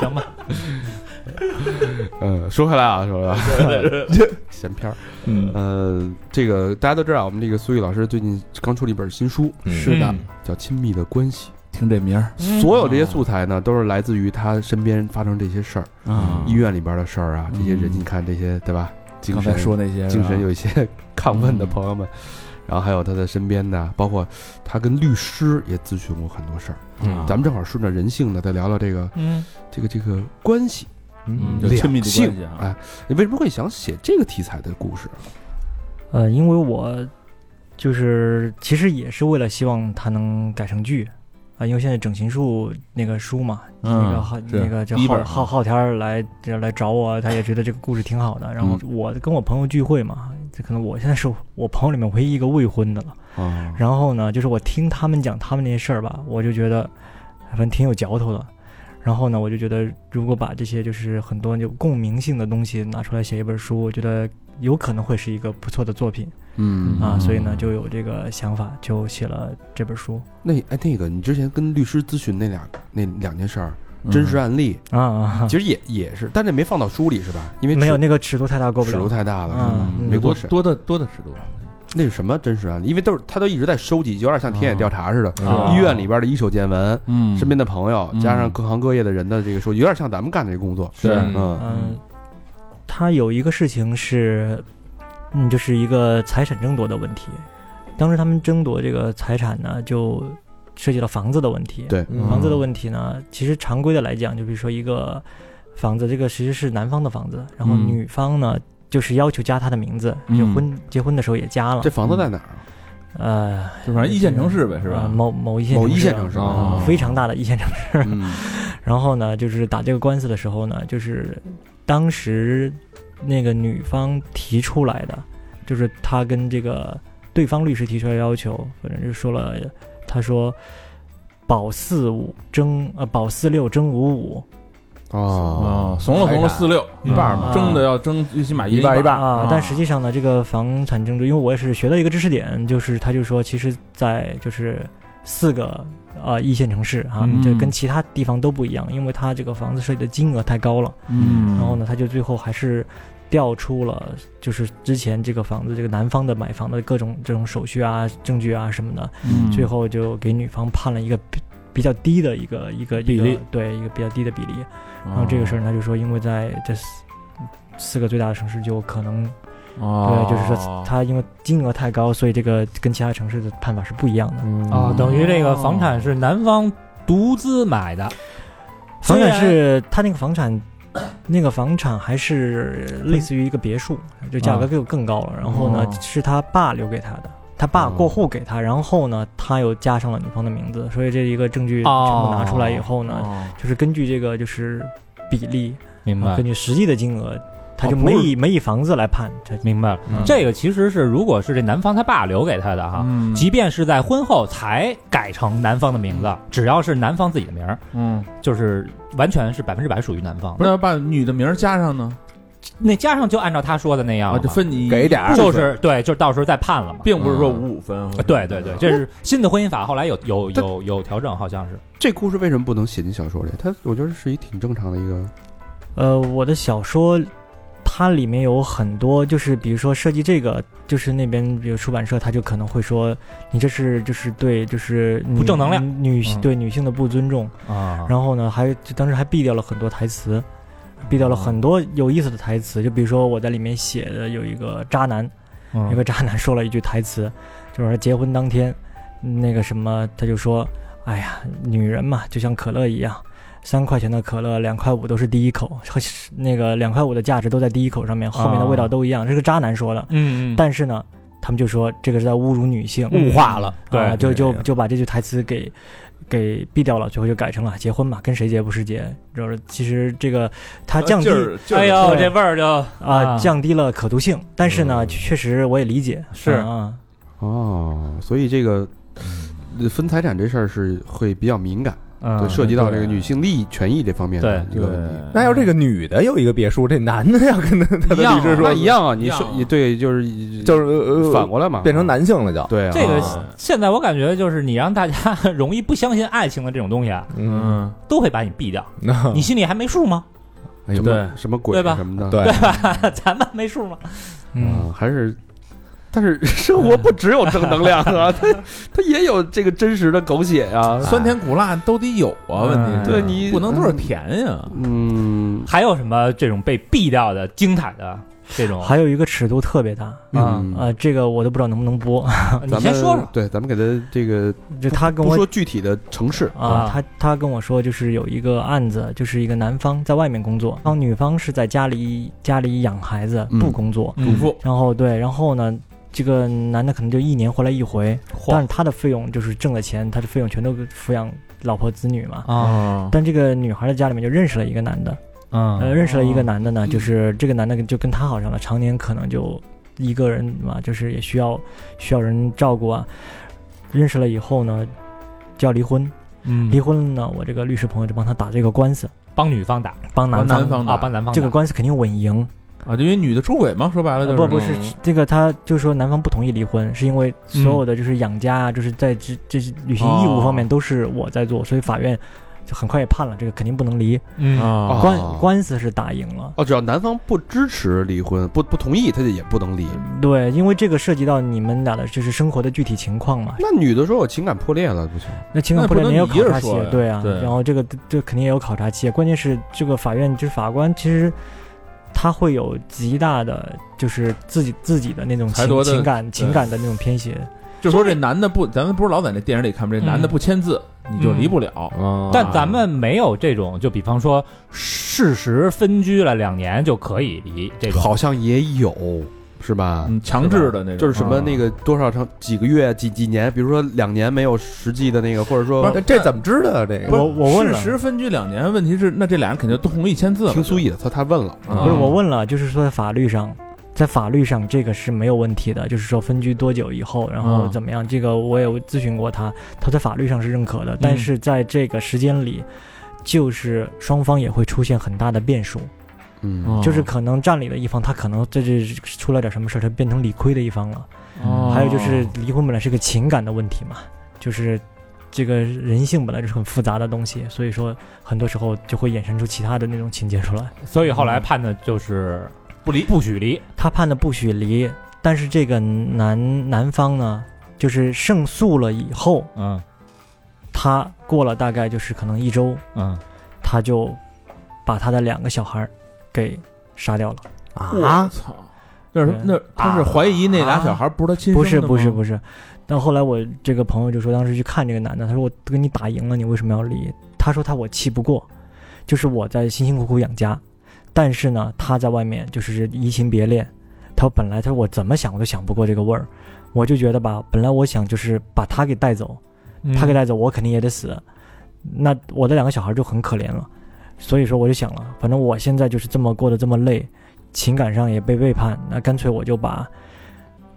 Speaker 6: (laughs) 行吧，
Speaker 4: 嗯，说回来啊，说回来，
Speaker 6: (laughs)
Speaker 4: 闲篇儿。
Speaker 1: 嗯
Speaker 4: 呃，这
Speaker 5: 嗯
Speaker 4: 个大家都知道，我们这个苏玉老师最近刚出了一本新书，
Speaker 1: 是
Speaker 6: 的，嗯
Speaker 4: 叫《亲密的关系》。
Speaker 5: 听这名儿
Speaker 4: 所有这些素材呢，都是来自于他身边发生这些事儿，
Speaker 5: 啊
Speaker 4: 医院里边的事儿啊，这些人，
Speaker 5: 嗯
Speaker 4: 你看这些对吧？精
Speaker 5: 刚
Speaker 4: 神
Speaker 5: 才说那些
Speaker 4: 精神有
Speaker 5: 有
Speaker 4: 一些 (laughs) 亢奋的朋友们，然后还有他的身边的，包括他跟律师也咨询过很多事儿。
Speaker 5: 嗯
Speaker 4: 咱们正好顺着人性呢，再聊聊这个
Speaker 6: 嗯，
Speaker 4: 这个这个关系。
Speaker 5: 嗯，有
Speaker 4: 两
Speaker 5: 亲密的
Speaker 4: 性
Speaker 5: 关系啊，
Speaker 4: 哎，你为什么会想写这个题材的故事？啊
Speaker 3: 呃，因为我就是其实也是为了希望它能改成剧啊、因为现在整形术那个书嘛，那个
Speaker 5: 嗯，
Speaker 3: 浩
Speaker 5: 是
Speaker 3: 那个叫
Speaker 5: 第一本
Speaker 3: 浩
Speaker 5: 儿
Speaker 3: 浩浩天儿来来找我，他也觉得这个故事挺好的。然后
Speaker 5: 嗯
Speaker 3: 我跟我朋友聚会嘛，这可能我现在是我朋友里面唯一一个未婚的了。
Speaker 5: 哦
Speaker 4: 啊，
Speaker 3: 然后呢，就是我听他们讲他们那些事儿吧，我就觉得反正挺有嚼头的。然后呢，我就觉得如果把这些就是很多有共鸣性的东西拿出来写一本书，我觉得有可能会是一个不错的作品
Speaker 4: 嗯
Speaker 3: 啊。
Speaker 5: 嗯
Speaker 3: 所以呢，就有这个想法，就写了这本书
Speaker 4: 那哎，那个你之前跟律师咨询那俩那两件事儿，真实
Speaker 5: 嗯
Speaker 4: 案例，
Speaker 3: 啊啊。
Speaker 4: 其实也也是，但这没放到书里是吧？因为
Speaker 3: 没有
Speaker 4: 尺
Speaker 3: 那个尺度太大，过不
Speaker 4: 尺度
Speaker 3: 了。
Speaker 4: 太大了，是吧
Speaker 3: 嗯
Speaker 5: 嗯
Speaker 4: 没过
Speaker 5: 多
Speaker 4: 审。
Speaker 5: 多的多的尺度，啊
Speaker 4: 那是什么真实案例？因为都是他都一直在收集，有点像田野调查似的，
Speaker 5: 啊
Speaker 4: 医院里边的一手见闻，
Speaker 5: 嗯
Speaker 4: 身边的朋友，
Speaker 5: 嗯
Speaker 4: 加上各行各业的人的这个收集，有点像咱们干的这个工作。
Speaker 5: 是
Speaker 4: 嗯
Speaker 3: 嗯，他有一个事情是，嗯，就是一个财产争夺的问题。当时他们争夺这个财产呢，就涉及到房子的问题。
Speaker 4: 对
Speaker 1: 嗯
Speaker 3: 房子的问题呢，其实常规的来讲，就比如说一个房子，这个其实是男方的房子，然后
Speaker 5: 嗯
Speaker 3: 女方呢。就是要求加他的名字，
Speaker 5: 嗯
Speaker 3: 结婚结婚的时候也加了
Speaker 4: 这，房子在哪儿啊？
Speaker 3: 呃，
Speaker 5: 就反正一线城市呗，是
Speaker 3: 呃
Speaker 5: 吧？
Speaker 3: 某某一线
Speaker 4: 某一
Speaker 3: 城市
Speaker 4: 线城市
Speaker 5: 啊
Speaker 3: 非常大的一线城市。
Speaker 4: 嗯
Speaker 3: (laughs) 然后呢，就是打这个官司的时候呢，就是当时那个女方提出来的，就是她跟这个对方律师提出来的要求，反正就说了，她说保四五争呃保四六争五五
Speaker 4: 哦，
Speaker 5: 啊，怂了怂了，四六
Speaker 1: 一半儿
Speaker 3: 嘛
Speaker 5: 争的要争，最起码
Speaker 1: 一半儿
Speaker 5: 人
Speaker 1: 一半儿
Speaker 3: 啊，但实际上呢，这个房产争执，因为我也是学到一个知识点，就是他就说，其实，在就是四个呃一线城市啊
Speaker 5: 嗯，
Speaker 3: 这跟其他地方都不一样，因为他这个房子涉及的金额太高了。
Speaker 5: 嗯，
Speaker 3: 然后呢，他就最后还是调出了就是之前这个房子这个男方的买房的各种这种手续啊、证据啊什么的，
Speaker 5: 嗯，
Speaker 3: 最后就给女方判了一个比比较低的一个一个
Speaker 5: 比例哦
Speaker 3: 一个对一个比较低的比例。
Speaker 5: 然
Speaker 3: 然后啊这个事儿呢，他就说因为在这四四个最大的城市就可能
Speaker 5: 哦，
Speaker 3: 对，就是说他因为金额太高，所以这个跟其他城市的判法是不一样的。
Speaker 6: 啊，等于这个房产是男方独资买的，
Speaker 3: 房
Speaker 6: 虽
Speaker 3: 产
Speaker 6: 然
Speaker 3: 是他那个房产，那个房产还是类似于一个别墅，就价格就更高了。然后呢
Speaker 6: 嗯哦，嗯
Speaker 3: 是他爸留给他的，他爸过户给他，然后呢，他又加上了女方的名字，所以这一个证据全部拿出来以后呢，
Speaker 6: 哦
Speaker 3: 就是根据这个就是比例，啊
Speaker 6: 明
Speaker 3: 根据实际的金额，他就
Speaker 6: 哦
Speaker 3: 没
Speaker 6: 不是
Speaker 3: 以没以房子来判，这
Speaker 6: 明白了。这个啊其实是，如果是这男方他爸留给他的哈，
Speaker 5: 嗯
Speaker 6: 即便是在婚后才改成男方的名字，只要是男方自己的名儿，
Speaker 5: 嗯，
Speaker 6: 就是完全是百分之百属于男方
Speaker 5: 不。是要把女的名儿加上呢？
Speaker 6: 那加上就按照他说的那样
Speaker 5: 啊，
Speaker 6: 了嘛，
Speaker 5: 就分你
Speaker 1: 给点儿
Speaker 6: 就是对，就是到时候再判了嘛。
Speaker 5: 并不是说五五分
Speaker 6: 啊，对对对，这是新的婚姻法，后来有有有有调整，好像是。
Speaker 4: 这故事为什么不能写进小说里？它我觉得是一挺正常的一个，
Speaker 3: 呃，我的小说它里面有很多，就是比如说涉及这个，就是那边比如出版社，他就可能会说你这是就是对就是女
Speaker 6: 不正能量
Speaker 3: 女
Speaker 6: 嗯
Speaker 3: 对女性的不尊重。
Speaker 6: 啊，
Speaker 3: 然后呢，还就当时还避掉了很多台词，避掉了很多有意思的台词，就比如说我在里面写的有一个渣男，有个渣男说了一句台词，就是说结婚当天，那个什么，他就说：“哎呀，女人嘛，就像可乐一样，三块钱的可乐，两块五都是第一口，和那个两块五的价值都在第一口上面，后面的味道都一样。这是个渣男说的，
Speaker 6: 哦嗯嗯，
Speaker 3: 但是呢，他们就说这个是在侮辱女性，
Speaker 4: 嗯
Speaker 6: 物化了，对，
Speaker 3: 啊，就就就把这句台词给给避掉了，最后就改成了结婚嘛，跟谁结不是结。就是其实这个他啊降低
Speaker 6: 哎呦，
Speaker 3: 对
Speaker 6: 这味儿就
Speaker 3: 啊，降低了可读性，但是呢，确实我也理解
Speaker 6: 嗯是
Speaker 3: 啊。
Speaker 4: 哦，所以这个呃分财产这事儿是会比较敏感，
Speaker 6: 嗯
Speaker 4: 对，涉及到这个
Speaker 5: 啊对
Speaker 4: 女性利益权益这方面的一
Speaker 5: 对
Speaker 4: 个问题。，
Speaker 1: 那要这个女的有一个别墅，这男的要跟他他的
Speaker 5: 一样
Speaker 1: 律师
Speaker 5: 啊
Speaker 1: 说
Speaker 4: 那一，样啊，
Speaker 5: 一
Speaker 4: 你
Speaker 5: 样
Speaker 4: 是
Speaker 5: 啊
Speaker 4: 你对就是
Speaker 1: 就是呃
Speaker 4: 反过来嘛，
Speaker 1: 变成男性了就。
Speaker 4: 对啊，
Speaker 6: 这个
Speaker 5: 啊
Speaker 6: 现在我感觉就是你让大家 (laughs) 容易不相信爱情的这种东西啊，
Speaker 1: 嗯，
Speaker 5: 嗯，
Speaker 6: 都会把你毙掉。
Speaker 1: 那
Speaker 6: 你心里还没数吗？ (laughs)
Speaker 4: 哎什么
Speaker 5: 对啊
Speaker 4: 什么鬼
Speaker 6: 对吧
Speaker 4: 什么的，
Speaker 1: 对
Speaker 6: 对吧？咱们没数吗？
Speaker 4: 嗯，还是
Speaker 8: 但是生活不只有正能量
Speaker 4: (laughs)
Speaker 8: 啊，它它也有这个真实的狗血啊。
Speaker 5: 酸甜苦辣都得有啊，问题是
Speaker 8: 对你
Speaker 5: 不能都是甜呀。
Speaker 4: 嗯，
Speaker 6: 还有什么这种被毙掉的精彩的这种？
Speaker 3: 还有一个尺度特别大啊、
Speaker 4: 嗯
Speaker 3: 呃这个我都不知道能不能播。 (laughs)
Speaker 6: 你
Speaker 4: 咱们
Speaker 6: 先说说，
Speaker 4: 对，咱们给他这个
Speaker 3: 就他跟
Speaker 4: 不
Speaker 3: 我
Speaker 4: 说具体的城市，
Speaker 6: 啊
Speaker 3: 啊，他他跟我说，就是有一个案子，就是一个男方在外面工作，然后女方是在家里家里养孩子
Speaker 4: 嗯
Speaker 3: 不工作，
Speaker 5: 主妇
Speaker 3: 然后对，然后呢，这个男的可能就一年回来一回，但是他的费用就是挣的钱，他的费用全都抚养老婆子女嘛。
Speaker 4: 哦
Speaker 5: 啊，
Speaker 3: 但这个女孩的家里面就认识了一个男的，
Speaker 1: 哦
Speaker 3: 呃，
Speaker 6: 嗯，
Speaker 3: 认识了一个男的呢，就是这个男的就跟她好上了，常年可能就一个人嘛，就是也需要需要人照顾啊。认识了以后呢，就要离婚，离
Speaker 6: 嗯，
Speaker 3: 婚了呢，我这个律师朋友就帮他打这个官司，
Speaker 6: 帮女方打
Speaker 3: 帮男
Speaker 5: 帮
Speaker 3: 方
Speaker 5: 男方打
Speaker 6: 啊，帮男方打
Speaker 3: 这个官司肯定稳赢。
Speaker 5: 啊，就因为女的出轨嘛，说白了
Speaker 6: 啊
Speaker 5: 就是啊
Speaker 3: 不不是这个，他就说男方不同意离婚，是因为所有的就是养家啊，就是在这这些履行义务方面都是我在做，所以法院就很快也判了，这个肯定不能离。
Speaker 6: 嗯
Speaker 5: 啊，
Speaker 3: 官
Speaker 4: 哦
Speaker 3: 官司是打赢了。
Speaker 4: 哦，只要男方不支持离婚，不不同意，他就也不能离。
Speaker 3: 对，因为这个涉及到你们俩的就是生活的具体情况嘛，
Speaker 4: 那女的说我情感破裂了，不行，
Speaker 3: 那情感
Speaker 5: 那
Speaker 3: 破
Speaker 5: 不
Speaker 3: 裂
Speaker 5: 能
Speaker 3: 也有
Speaker 5: 你
Speaker 3: 考
Speaker 5: 一人
Speaker 3: 察期
Speaker 5: 说呀，
Speaker 3: 对啊，
Speaker 5: 对
Speaker 3: 然后这个这肯定也有考察期，啊关键是这个法院就是法官其实。他会有极大的，就是自己自己的那种
Speaker 5: 财
Speaker 3: 情
Speaker 5: 夺的
Speaker 3: 情感情感的那种偏斜，
Speaker 5: 就说这男的不，咱们不是老在那电影里看吗？这男的不签字，你就离不了。
Speaker 4: 啊
Speaker 6: 但咱们没有这种，就比方说事实分居了两年就可以离这种，
Speaker 4: 好像也有，是吧？
Speaker 5: 嗯，强制的那种，
Speaker 4: 就是什么那
Speaker 5: 个，
Speaker 4: 个多少长几个月几几年，比如说两年没有实际的那个，或者说
Speaker 1: 这这怎么知道的这
Speaker 5: 不
Speaker 1: 个？
Speaker 5: 是
Speaker 3: 我我问了
Speaker 5: 事实分居两年，问题是那这俩人肯定都同意签字了。
Speaker 4: 听苏毅的，他他问了，
Speaker 5: 啊
Speaker 3: 不是我问了，就是说在法律上，在法律上这个是没有问题的，就是说分居多久以后，然后
Speaker 5: 嗯
Speaker 3: 怎么样，这个我也咨询过他，他在法律上是认可
Speaker 5: 嗯
Speaker 3: 的，但是在这个时间里，就是双方也会出现很大的变数，
Speaker 1: 哦
Speaker 5: 哦
Speaker 4: 嗯，
Speaker 3: 就是可能占理的一方，他可能这这出了点什么事儿，他变成理亏的一方了。
Speaker 5: 哦
Speaker 3: 还有就是离婚本来是个情感的问题嘛，就是这个人性本来就是很复杂的东西，所以说很多时候就会衍生出其他的那种情节出来。
Speaker 6: 所以后来判的就是不离，不许离。
Speaker 3: 他判的不许离，但是这个男男方呢，就是胜诉了以后，
Speaker 6: 嗯
Speaker 3: 他过了大概就是可能一周，
Speaker 6: 嗯，
Speaker 3: 他就把他的两个小孩儿给杀掉了。
Speaker 5: 啊，操！那是那他是怀疑那俩小孩不是他亲生
Speaker 3: 不是
Speaker 5: 的吗
Speaker 3: 不是不是，但后来我这个朋友就说，当时去看这个男的，他说我都跟你打赢了，你为什么要离？他说他我气不过，就是我在辛辛苦苦养家，但是呢他在外面就是移情别恋，他说本来他说我怎么想我都想不过这个味儿，我就觉得吧，本来我想就是把他给带走，嗯他
Speaker 6: 嗯
Speaker 3: 给带走我肯定也得死，那我的两个小孩就很可怜了，所以说我就想了，反正我现在就是这么过得这么累，情感上也被背叛，那干脆我就把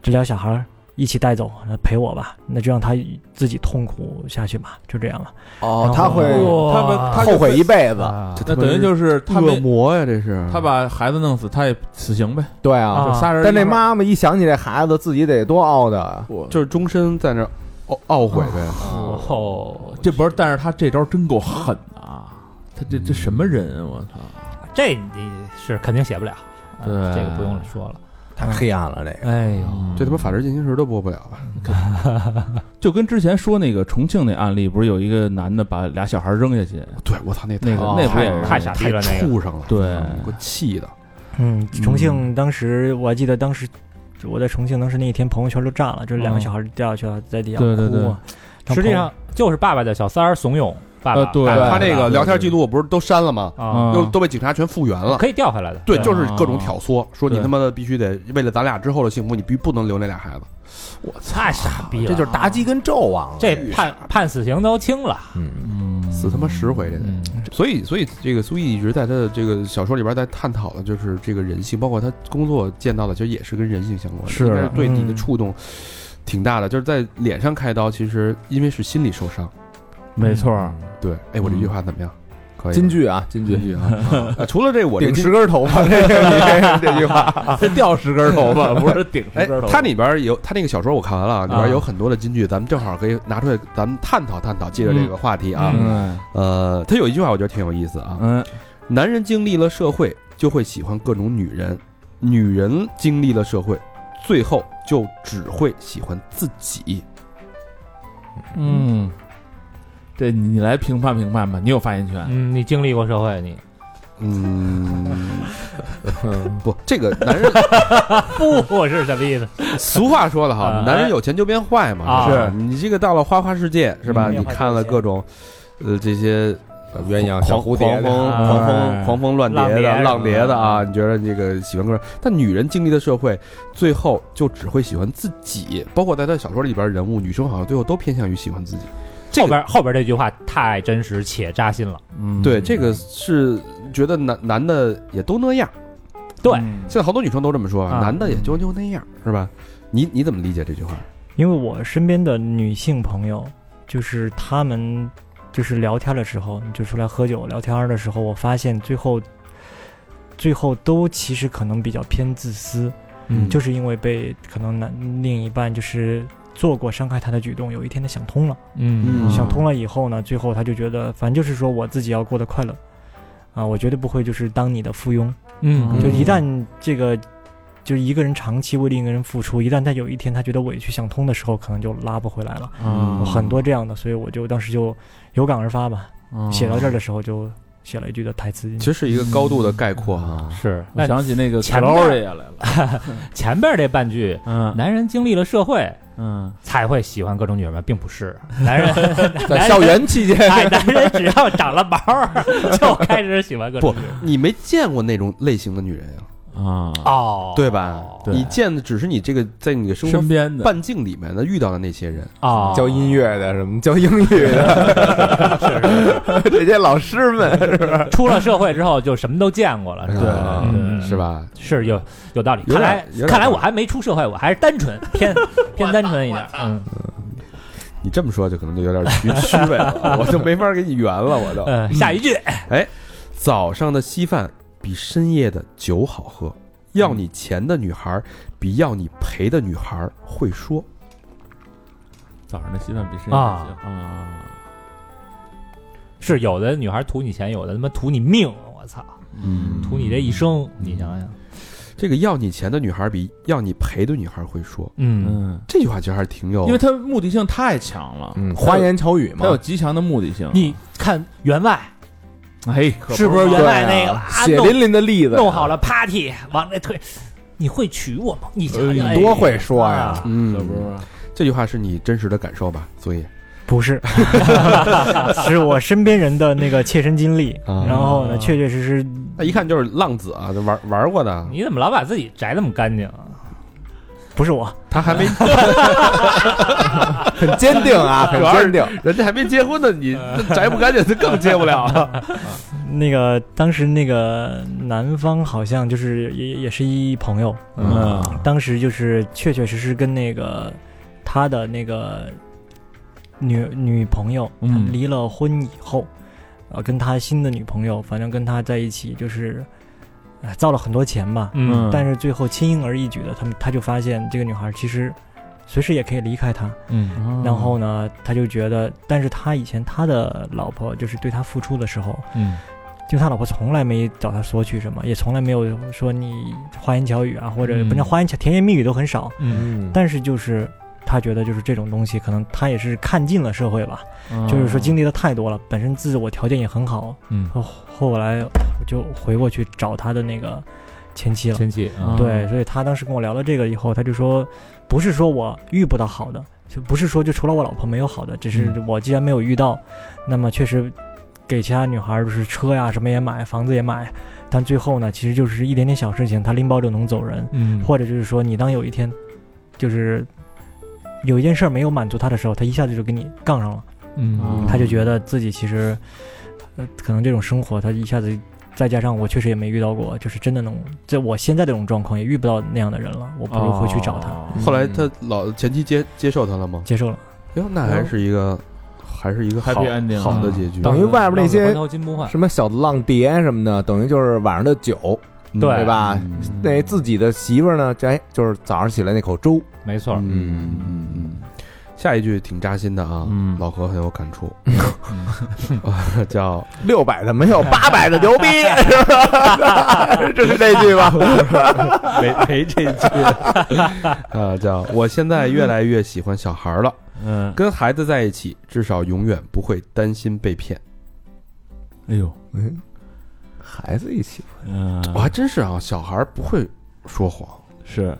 Speaker 3: 这俩小孩儿一起带走，那陪我吧，那就让他自己痛苦下去吧，就这样了。
Speaker 4: 啊
Speaker 1: 哦，他会
Speaker 5: 他们他就
Speaker 1: 后悔一辈子。
Speaker 6: 啊
Speaker 4: 这
Speaker 5: 那等于就是他
Speaker 4: 恶
Speaker 5: 没
Speaker 4: 魔呀，这是
Speaker 5: 他把孩子弄死，他也死刑呗，
Speaker 1: 对啊，
Speaker 5: 就仨人。
Speaker 1: 但这，妈妈一想起这孩子，自己得多懊的。
Speaker 4: 就是终身在那儿懊懊悔呗。
Speaker 6: 哦，
Speaker 5: 这不是，但是他这招真够狠啊！他这这什么人啊？我操！
Speaker 6: 这你是肯定写不了，啊
Speaker 5: 对
Speaker 6: 这个不用说了。
Speaker 1: 太黑暗了，这个
Speaker 6: 哎呦，
Speaker 4: 这他妈法制进行时都播不了吧？
Speaker 5: 就跟之前说那个重庆那案例，不是有一个男的把俩小孩扔下去？
Speaker 4: 对，我操，那
Speaker 5: 那个
Speaker 4: 太
Speaker 5: 那不
Speaker 6: 太
Speaker 5: 也是
Speaker 6: 太傻逼了，那
Speaker 4: 太
Speaker 6: 个
Speaker 4: 畜生了，
Speaker 5: 对
Speaker 4: 给我气的。
Speaker 3: 嗯，重庆当时我还记得当时。我在重庆，当时那一天朋友圈都炸了，就是两个
Speaker 5: 嗯
Speaker 3: 小孩掉下去了，在地上哭
Speaker 5: 对
Speaker 3: 啊。
Speaker 5: 对对
Speaker 3: 然后
Speaker 6: 实际
Speaker 3: 朋友
Speaker 6: 上就是爸爸的小三儿怂恿爸爸
Speaker 5: 呃对
Speaker 6: 爸爸
Speaker 4: 他
Speaker 6: 爸
Speaker 4: 那
Speaker 6: 爸
Speaker 4: 个聊天记录不是都删了吗？
Speaker 5: 嗯
Speaker 6: 啊，
Speaker 4: 都都被警察全复原了。
Speaker 6: 可以调回来的。
Speaker 4: 嗯对，就是各种挑唆，说你
Speaker 5: 对
Speaker 4: 他妈的必须得为了咱俩之后的幸福，你必须不能留那俩孩子。
Speaker 6: 太傻逼了，
Speaker 1: 这就是妲己跟纣王了。
Speaker 6: 这判判死刑都轻了。
Speaker 1: 嗯，
Speaker 4: 死他妈十回这得。所以，所以这个苏毅一直在他的这个小说里边在探讨的就是这个人性，包括他工作见到的，其实也是跟人性相关的，
Speaker 5: 是
Speaker 4: 应该对你的
Speaker 3: 嗯
Speaker 4: 触动挺大的。就是在脸上开刀，其实因为是心理受伤。
Speaker 5: 没错儿，
Speaker 4: 对，哎，我这句话怎么样？可以。
Speaker 1: 金句啊，金
Speaker 4: 金
Speaker 1: 句，
Speaker 4: 句啊！啊除了这，我这
Speaker 1: 顶
Speaker 4: 金
Speaker 1: 十根头发，这个这句话，掉十根头发，不是顶
Speaker 4: 哎，它里边有它那个小说我看完了，里
Speaker 5: 啊
Speaker 4: 边有很多的金句，咱们正好可以拿出来，咱们探讨探讨，借着这个话题啊，
Speaker 5: 嗯
Speaker 4: 呃，他有一句话我觉得挺有意思啊，
Speaker 5: 嗯，
Speaker 4: 男人经历了社会就会喜欢各种女人，女人经历了社会最后就只会喜欢自己。
Speaker 5: 嗯，这你你来评判评判吧，你有发言
Speaker 4: 啊
Speaker 5: 权。
Speaker 6: 嗯，你经历过社
Speaker 4: (laughs)
Speaker 6: 会，你
Speaker 4: 嗯，
Speaker 1: 嗯
Speaker 4: 不，这个男人
Speaker 6: 不是什么意思？
Speaker 4: 俗话说的好
Speaker 6: 啊，
Speaker 4: 男人有钱就变坏嘛，
Speaker 6: 啊
Speaker 4: 是吧你这个到了花花世界是吧？
Speaker 6: 嗯
Speaker 4: 你看了各种，呃，这些
Speaker 1: 鸳鸯小蝴蝶
Speaker 4: 狂风、
Speaker 6: 啊
Speaker 4: 狂风、狂风乱
Speaker 6: 浪
Speaker 4: 蝶
Speaker 6: 蝶
Speaker 4: 的、浪蝶的啊！
Speaker 6: 啊
Speaker 4: 你觉得这个喜欢个人，但女人经历的社会，最后就只会喜欢自己。包括在他小说里边人物，女生好像最后都偏向于喜欢自己。这
Speaker 6: 后
Speaker 4: 个
Speaker 6: 边后边这句话太真实且扎心了。
Speaker 5: 嗯，
Speaker 4: 对这个是觉得男男的也都那样，
Speaker 6: 对
Speaker 5: 嗯
Speaker 4: 现在好多女生都这么说，
Speaker 6: 啊
Speaker 4: 男的也就就那样，是吧？你你怎么理解这句话？
Speaker 3: 因为我身边的女性朋友，就是她们就是聊天的时候，就出来喝酒聊天的时候，我发现最后最后都其实可能比较偏自私，
Speaker 4: 嗯
Speaker 3: 就是因为被可能男另一半就是做过伤害她的举动，有一天她想通了，
Speaker 6: 嗯
Speaker 4: 嗯
Speaker 3: 想通了以后呢，最后她就觉得，反正就是说我自己要过得快乐。啊，我绝对不会就是当你的附庸，
Speaker 6: 嗯
Speaker 3: 就一旦这个，就是一个人长期为另一个人付出，一旦他有一天他觉得委屈想通的时候，可能就拉不回来了。
Speaker 5: 嗯
Speaker 3: 很多这样的，所以我就当时就有感而发吧。
Speaker 5: 嗯
Speaker 3: 写到这儿的时候就写了一句的台词进
Speaker 4: 其
Speaker 3: 去。
Speaker 4: 实是一个高度的概括啊。
Speaker 6: 是。
Speaker 5: 我
Speaker 6: 那
Speaker 5: 想起那个
Speaker 6: 前
Speaker 5: c a
Speaker 6: 面
Speaker 5: l o r i 来
Speaker 1: (laughs)
Speaker 5: 了，
Speaker 6: 前边这半句，
Speaker 5: 嗯
Speaker 6: 男人经历了社会
Speaker 5: 嗯，
Speaker 6: 才会喜欢各种女人吗？并不
Speaker 4: (laughs)
Speaker 6: 是，男人
Speaker 1: 在校园期间，
Speaker 6: 哎，男人只要长了毛儿
Speaker 4: (laughs)
Speaker 6: 就开始喜欢各种
Speaker 4: 不，你没见过那种类型的女人呀、
Speaker 5: 啊，
Speaker 6: 哦，
Speaker 4: 对吧？
Speaker 5: 对
Speaker 4: 你见的只是你这个在你的生活
Speaker 5: 身边的
Speaker 4: 半径里面的遇到的那些人，
Speaker 6: 哦，
Speaker 1: 教音乐的，什么教 (laughs) 英语的，这些老师
Speaker 4: (laughs)
Speaker 1: 们，
Speaker 6: 出了社会之后就什么都见过了，是吧？
Speaker 4: 啊
Speaker 6: 嗯
Speaker 4: 是吧？
Speaker 6: 是有有道理。
Speaker 4: 有
Speaker 6: 看
Speaker 4: 点
Speaker 6: 来
Speaker 4: 有点
Speaker 6: 看来
Speaker 4: 道理
Speaker 6: 我还没出社会，我还是单纯，
Speaker 4: (laughs)
Speaker 6: 偏偏单纯一点。嗯
Speaker 4: 你这么说就可能就有点虚虚伪了， (laughs) 我就没法给你圆了，我都。
Speaker 5: 嗯
Speaker 6: 呃，下一句，
Speaker 4: 早上的稀饭比深夜的酒好喝，要你钱的女孩比要你赔的女孩会说。
Speaker 5: 早上的稀饭比深夜
Speaker 6: 啊
Speaker 5: 的香啊，
Speaker 6: 是有的女孩图你钱，有的他妈图你命。我操，
Speaker 4: 嗯
Speaker 6: 图你这一生，你想想，
Speaker 4: 这个要你钱的女孩比要你赔的女孩会说，
Speaker 6: 嗯，
Speaker 5: 嗯，
Speaker 4: 这句话其实还是挺有
Speaker 5: 因为它目的性太强了，
Speaker 1: 哦嗯，花言巧语
Speaker 5: 它
Speaker 1: 嘛
Speaker 5: 有，极强的目的性。
Speaker 6: 你看员外
Speaker 5: 哎，
Speaker 6: 是不是
Speaker 1: 对
Speaker 6: 员外那个
Speaker 1: 啊
Speaker 6: 啊
Speaker 1: 血淋淋的例子，
Speaker 6: 弄好了 party 往那推，你会娶我吗？你想想
Speaker 1: 哎你多会说呀！
Speaker 6: 哎
Speaker 5: 可不
Speaker 4: 嗯，
Speaker 5: 是
Speaker 4: 这句话是你真实的感受吧？所以
Speaker 3: 不是，是我身边人的那个切身经历。
Speaker 4: 啊
Speaker 3: 然后呢，确确实实，
Speaker 4: 那一看就是浪子啊，就玩玩过的，
Speaker 6: 你怎么老把自己摘那么干净啊？
Speaker 3: 不是我，
Speaker 4: 他还没
Speaker 1: 很坚定
Speaker 4: (laughs)
Speaker 1: 啊，很坚定。
Speaker 4: 人家还没结婚呢，你摘不干净，他更结不
Speaker 1: (laughs)
Speaker 4: 了了。
Speaker 3: 那个当时那个男方好像就是也也是一朋友，
Speaker 5: 嗯
Speaker 3: 当时就是确确实实跟那个他的那个女女朋友，
Speaker 5: 嗯
Speaker 3: 他离了婚以后，呃，跟他新的女朋友，反正跟他在一起就是，呃造了很多钱吧，
Speaker 5: 嗯
Speaker 3: 但是最后轻而易举的，他们他就发现这个女孩其实随时也可以离开他，
Speaker 6: 嗯
Speaker 5: 哦
Speaker 3: 然后呢，他就觉得，但是他以前他的老婆就是对他付出的时候，
Speaker 6: 嗯，
Speaker 3: 就他老婆从来没找他索取什么，也从来没有说你花言巧语啊，或者
Speaker 6: 嗯
Speaker 3: 不是花言巧甜言蜜语都很少。
Speaker 1: 嗯，
Speaker 3: 但是就是他觉得就是这种东西，可能他也是看尽了社会吧，就是说经历的太多了，本身自我条件也很好，
Speaker 6: 嗯
Speaker 3: 后后来我就回过去找他的那个前妻了。
Speaker 6: 前妻啊，
Speaker 3: 对，所以他当时跟我聊了这个以后，他就说，不是说我遇不到好的，就不是说就除了我老婆没有好的，只是我既然没有遇到，那么确实给其他女孩儿就是车呀什么也买，房子也买，但最后呢，其实就是一点点小事情，他拎包就能走人，
Speaker 6: 嗯
Speaker 3: 或者就是说你当有一天，就是有一件事儿没有满足他的时候，他一下子就给你杠上了，
Speaker 6: 嗯
Speaker 3: 他就觉得自己其实，呃，可能这种生活，他一下子再加上我确实也没遇到过，就是真的能，在我现在这种状况也遇不到那样的人了，我不如回去找他，
Speaker 1: 嗯
Speaker 5: 哦
Speaker 4: 后来他老前妻接接受他了吗？
Speaker 3: 接受了。
Speaker 4: 哟，那还是一个，还是一个好
Speaker 5: Happy ending
Speaker 4: 好
Speaker 6: 啊
Speaker 4: 的结局。
Speaker 6: 嗯
Speaker 1: 等于外边那些
Speaker 6: 回头金不换，
Speaker 1: 什么小浪蝶什么的，等于就是晚上的酒，
Speaker 4: 嗯
Speaker 6: 对
Speaker 1: 对吧？哎那自己的媳妇儿呢，这哎，就是早上起来那口粥，
Speaker 6: 没错，
Speaker 4: 嗯嗯嗯嗯。下一句挺扎心的啊，
Speaker 5: 嗯
Speaker 4: 老何很有感触，啊 (laughs) 叫
Speaker 1: 六百的没有八百的牛
Speaker 4: (laughs)
Speaker 1: 逼，是吧？这是这句吧？
Speaker 4: 没没这句，啊叫我现在越来越喜欢小孩了，
Speaker 5: 嗯，
Speaker 4: 跟孩子在一起，至少永远不会担心被骗。
Speaker 5: 哎呦，
Speaker 1: 嗯，孩子一起，
Speaker 5: 嗯，
Speaker 1: 哦
Speaker 4: 我还真是啊，小孩不会
Speaker 1: (laughs)
Speaker 4: 说谎，
Speaker 5: 是，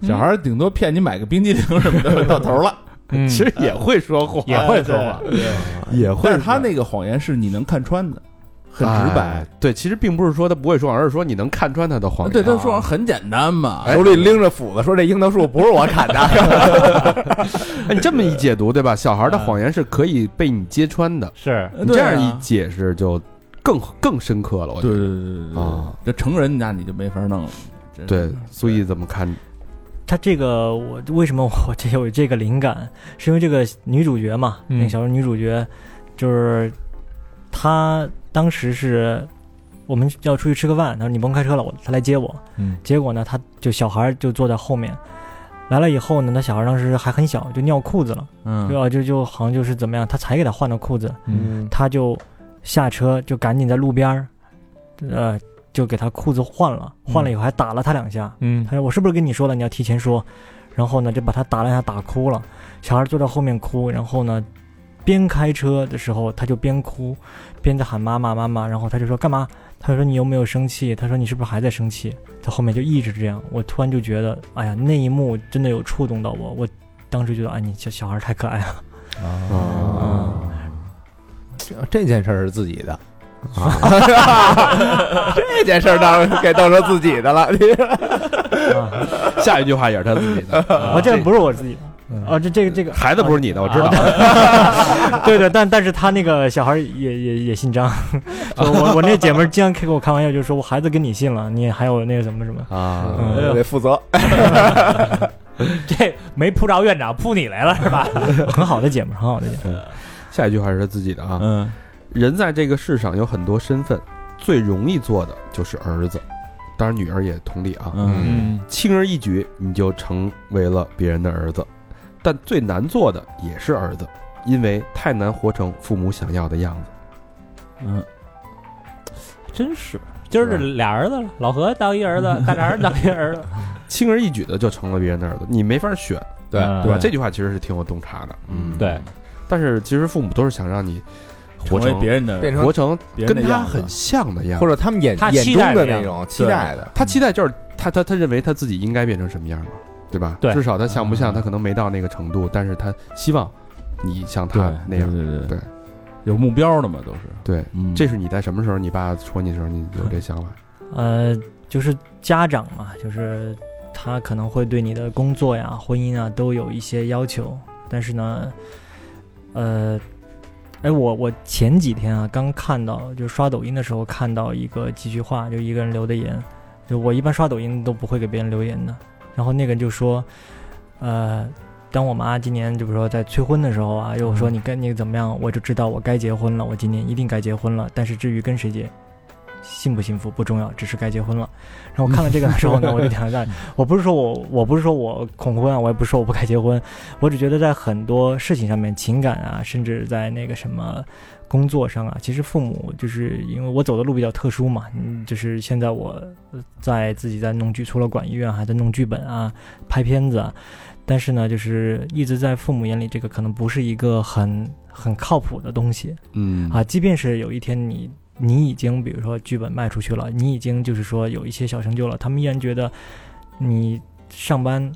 Speaker 1: 嗯
Speaker 5: 小孩儿顶多骗你买个冰激凌什么的，到头了。
Speaker 6: 嗯
Speaker 5: 实也会说谎，
Speaker 6: 也会说谎
Speaker 5: 对，
Speaker 1: 也
Speaker 5: 但是他那个谎言是你能看穿的，很直白
Speaker 4: 哎。。对，其实并不是说他不会说谎，而是说你能看穿他的谎言。啊
Speaker 5: 对，他说谎很简单嘛。
Speaker 1: 手里拎着斧子说：“这樱桃树不是我砍的。
Speaker 4: (laughs) 哎，你这么一解读，对吧？小孩
Speaker 1: 嗯
Speaker 4: 的谎言是可以被你揭穿的，
Speaker 6: 是
Speaker 1: 呃
Speaker 5: 对啊
Speaker 4: 你这样一解释就更更深刻了。我觉
Speaker 5: 对
Speaker 4: 得
Speaker 5: 对对对对
Speaker 4: 啊，
Speaker 5: 这成人那你就没法弄了。真是
Speaker 4: 对，所以怎么看？ (laughs)
Speaker 3: 他这个我为什么我这有这个灵感，是因为这个女主角嘛，
Speaker 6: 嗯
Speaker 3: 那个小说女主角就是她当时是我们要出去吃个饭，她说你甭开车了，我她来接我。
Speaker 6: 嗯
Speaker 3: 结果呢，她就小孩就坐在后面，来了以后呢，那小孩当时还很小，就尿裤子了，
Speaker 5: 嗯
Speaker 3: 对吧？就就好像就是怎么样，她才给他换的裤子，
Speaker 6: 嗯
Speaker 3: 他就下车就赶紧在路边儿，呃，就给他裤子换了，换了以后还打了他两下。
Speaker 6: 嗯
Speaker 3: 他说：“我是不是跟你说了，你要提前说？”然后呢，就把他打了一下，打哭了。小孩坐在后面哭，然后呢，边开车的时候他就边哭，边在喊妈妈妈妈。然后他就说：“干嘛？”他说：“你有没有生气？”他说：“你是不是还在生气？”他后面就一直这样。我突然就觉得，哎呀，那一幕真的有触动到我。我当时觉得，哎，你小小孩太可爱 (laughs) 了。
Speaker 4: 啊，
Speaker 1: 这件事儿是自己的。这件事儿当然给当成自己的了。
Speaker 3: 啊
Speaker 4: 下一句话也是他自己的。
Speaker 3: 啊，这不是我自己的，啊，这这个这个
Speaker 4: 孩子不是你的，我知道。
Speaker 3: (laughs) 对的，但但是他那个小孩儿也也也姓张， (laughs) 就我我那姐们儿经常开给我开玩笑，就说我孩子跟你姓了，你还有那个什么什 (laughs) 么，
Speaker 4: 啊，
Speaker 3: 嗯，
Speaker 1: 得负责。
Speaker 6: (laughs) 这没扑着院长，扑你来了是吧？
Speaker 3: 很好的姐们儿，很好的姐们儿，
Speaker 4: 下一句话是他自己的啊。
Speaker 5: 嗯，
Speaker 4: 人在这个世上有很多身份，最容易做的就是儿子，当然女儿也同理啊。
Speaker 5: 嗯
Speaker 6: 嗯
Speaker 4: 轻而易举你就成为了别人的儿子，但最难做的也是儿子，因为太难活成父母想要的样子。
Speaker 5: 嗯，
Speaker 6: 真是，今儿这俩儿子了，老何当一儿子，大肠儿当一儿子，
Speaker 4: 轻而易举的就成了别人的儿子，你没法选，
Speaker 1: 对
Speaker 5: 啊
Speaker 6: 嗯
Speaker 4: 对吧？这句话其实是挺有洞察的，嗯，
Speaker 6: 对，
Speaker 4: 但是其实父母都是想让你活
Speaker 5: 成为
Speaker 4: 成
Speaker 5: 别人的
Speaker 1: 变成
Speaker 4: 活成
Speaker 5: 别人
Speaker 4: 跟
Speaker 5: 的
Speaker 4: 他
Speaker 5: 样子
Speaker 4: 很像的样
Speaker 1: 或
Speaker 4: 子，
Speaker 1: 者他们眼
Speaker 6: 他
Speaker 1: 眼
Speaker 6: 期
Speaker 1: 中
Speaker 6: 待
Speaker 1: 的
Speaker 6: 的
Speaker 1: 那
Speaker 6: 样
Speaker 1: 种期待的，
Speaker 4: 他期待就是他他他认为他自己应该变成什么样嘛，对吧？
Speaker 6: 对
Speaker 4: 至少他像不像
Speaker 5: 嗯
Speaker 4: 他可能没到那个程度，但是他希望你像
Speaker 5: 对
Speaker 4: 他那样。
Speaker 5: 对对
Speaker 4: 对，
Speaker 5: 有目标的嘛，都是。
Speaker 4: 对，
Speaker 5: 嗯，
Speaker 4: 这是你在什么时候你爸说你的时候，你有这想法？
Speaker 3: 呃，就是家长嘛，就是他可能会对你的工作呀、婚姻啊都有一些要求，但是呢，呃，哎，我我前几天啊刚看到，就是刷抖音的时候看到一个几句话，就一个人留的言，就我一般刷抖音都不会给别人留言的，然后那个人就说，呃。当我妈今年就比如说在催婚的时候啊，又说你跟你怎么样，我就知道我该结婚了，我今年一定该结婚了。但是至于跟谁结，幸不幸福不重要，只是该结婚了。然后我看了这个的时候呢，我就挺淡。我不是说我我不是说我恐婚啊，我也不是说我不该结婚，我只觉得在很多事情上面，情感啊，甚至在那个什么工作上啊，其实父母就是因为我走的路比较特殊嘛，嗯，就是现在我呃在自己在弄剧，除了管音乐啊，还在弄剧本啊，拍片子啊。但是呢，就是一直在父母眼里，这个可能不是一个很很靠谱的东西。
Speaker 4: 嗯
Speaker 3: 啊，即便是有一天你你已经比如说剧本卖出去了，你已经就是说有一些小成就了，他们依然觉得你上班、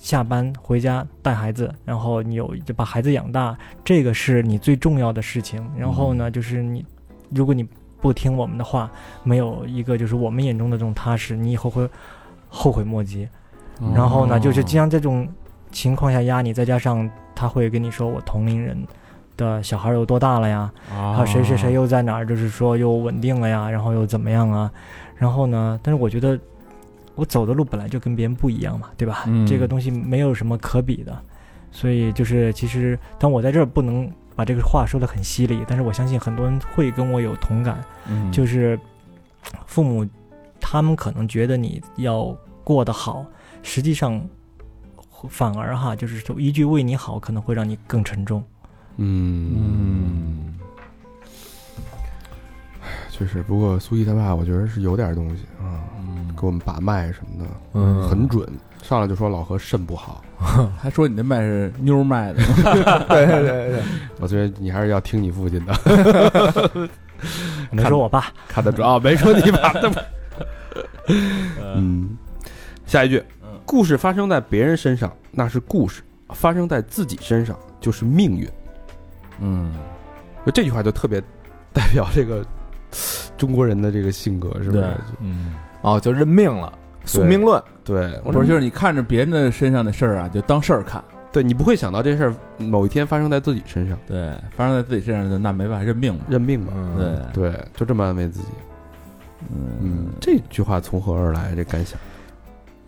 Speaker 3: 下班回家带孩子，然后你有就把孩子养大，这个是你最重要的事情。然后呢，就是你如果你不听我们的话，没有一个就是我们眼中的这种踏实，你以后会后悔莫及。然后呢，就是经常这种情况下压你，再加上他会跟你说我同龄人的小孩有多大了呀，啊，谁谁谁又在哪儿，就是说又稳定了呀，然后又怎么样啊，然后呢，但是我觉得我走的路本来就跟别人不一样嘛，对吧？
Speaker 5: 嗯
Speaker 3: 这个东西没有什么可比的，所以就是其实，但我在这儿不能把这个话说的很犀利，但是我相信很多人会跟我有同感，
Speaker 5: 嗯
Speaker 3: 就是父母他们可能觉得你要过得好，实际上反而哈，就是说一句为你好可能会让你更沉重。
Speaker 4: 嗯，唉确实。不过苏毅他爸，我觉得是有点东西啊，
Speaker 5: 嗯
Speaker 4: 给我们把脉什么的
Speaker 1: 嗯
Speaker 4: 很准，上来就说老何肾不好。
Speaker 5: 嗯还说你那脉是妞儿脉的，
Speaker 1: 对对对对，
Speaker 4: 我觉得你还是要听你父亲的，
Speaker 3: 没说我爸，
Speaker 4: 看得
Speaker 1: 哦
Speaker 4: 准啊，没说你爸。那不嗯，下一句，故事发生在别人身上那是故事，发生在自己身上就是命运。
Speaker 5: 嗯，
Speaker 4: 就这句话就特别代表这 (laughs) 个中国人的这个性格，是不是
Speaker 5: 对？
Speaker 6: 嗯，
Speaker 1: (laughs) 哦，就认命了，宿命论，
Speaker 4: 对，
Speaker 5: 不是，就是你看着别人的身上的事儿啊，就当事儿看。
Speaker 4: 对你不会想到这事儿某一天发生在自己身上，
Speaker 5: 对，发生在自己身上的那没办法，认命了。
Speaker 4: 认命吧。
Speaker 1: 嗯，
Speaker 5: 对，
Speaker 4: 对，就这么安慰自己。嗯，这句话从何而来？这感想？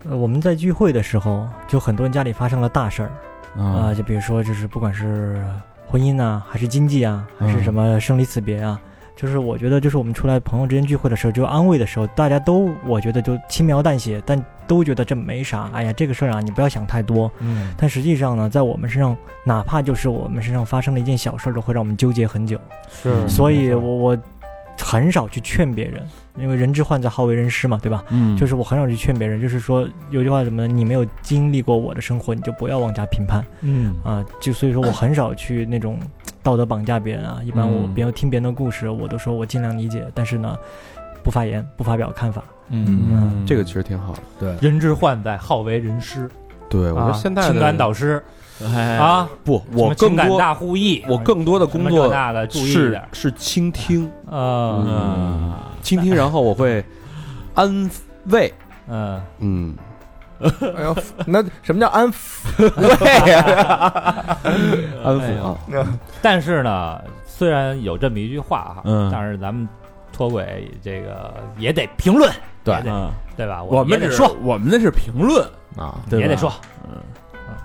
Speaker 3: 呃，我们在聚会的时候，就很多人家里发生了大事儿啊、
Speaker 5: 啊，
Speaker 3: 就比如说就是不管是婚姻啊，还是经济啊，还是什么生离死别啊，就是我觉得就是我们出来朋友之间聚会的时候，就安慰的时候，大家都我觉得就轻描淡写，但都觉得这没啥，哎呀，这个事儿啊，你不要想太多。
Speaker 6: 嗯，
Speaker 3: 但实际上呢，在我们身上，哪怕就是我们身上发生了一件小事儿，都会让我们纠结很久。
Speaker 6: 是
Speaker 1: 嗯
Speaker 3: 所以我我很少去劝别人，因为人之患在好为人师嘛，对吧？
Speaker 5: 嗯
Speaker 3: 就是我很少去劝别人，就是说有句话什么，你没有经历过我的生活，你就不要妄加评判
Speaker 6: 嗯
Speaker 3: 啊。就所以说我很少去那种道德绑架别人啊。一般我
Speaker 5: 嗯
Speaker 3: 别人听别人的故事，我都说我尽量理解，但是呢，不发言，不发表看法。
Speaker 5: 嗯，
Speaker 4: 这个其实挺好的。
Speaker 6: 人之患在好为人师，
Speaker 4: 对，我
Speaker 6: 啊
Speaker 4: 觉得现在的
Speaker 6: 情感导师
Speaker 5: 哎，
Speaker 6: 啊，
Speaker 4: 不，
Speaker 6: 什
Speaker 4: 我
Speaker 6: 么情
Speaker 4: 更
Speaker 6: 感
Speaker 4: 多
Speaker 6: 大互译，
Speaker 4: 我更多的工
Speaker 6: 什么这
Speaker 4: 作
Speaker 6: 那的注意一
Speaker 4: 是
Speaker 6: 点，
Speaker 4: 是倾听，
Speaker 6: 呃
Speaker 5: 嗯，
Speaker 1: 啊
Speaker 4: 倾听，然后我会安慰。
Speaker 6: 嗯，
Speaker 4: 嗯，
Speaker 1: (laughs) 哎呦，那什么叫安抚？
Speaker 4: 安
Speaker 1: (laughs)
Speaker 4: 抚啊，
Speaker 1: 哎
Speaker 6: 但是呢，虽然有这么一句话哈，
Speaker 5: 嗯
Speaker 6: 但是咱们脱轨这个也得评论，
Speaker 1: 对
Speaker 6: 也得
Speaker 5: 嗯
Speaker 6: 对吧？
Speaker 5: 我
Speaker 6: 们也
Speaker 5: 们
Speaker 6: 得
Speaker 5: 是
Speaker 6: 说，，
Speaker 5: 我们那是评论，
Speaker 1: 啊，
Speaker 5: 对吧
Speaker 6: 也得说，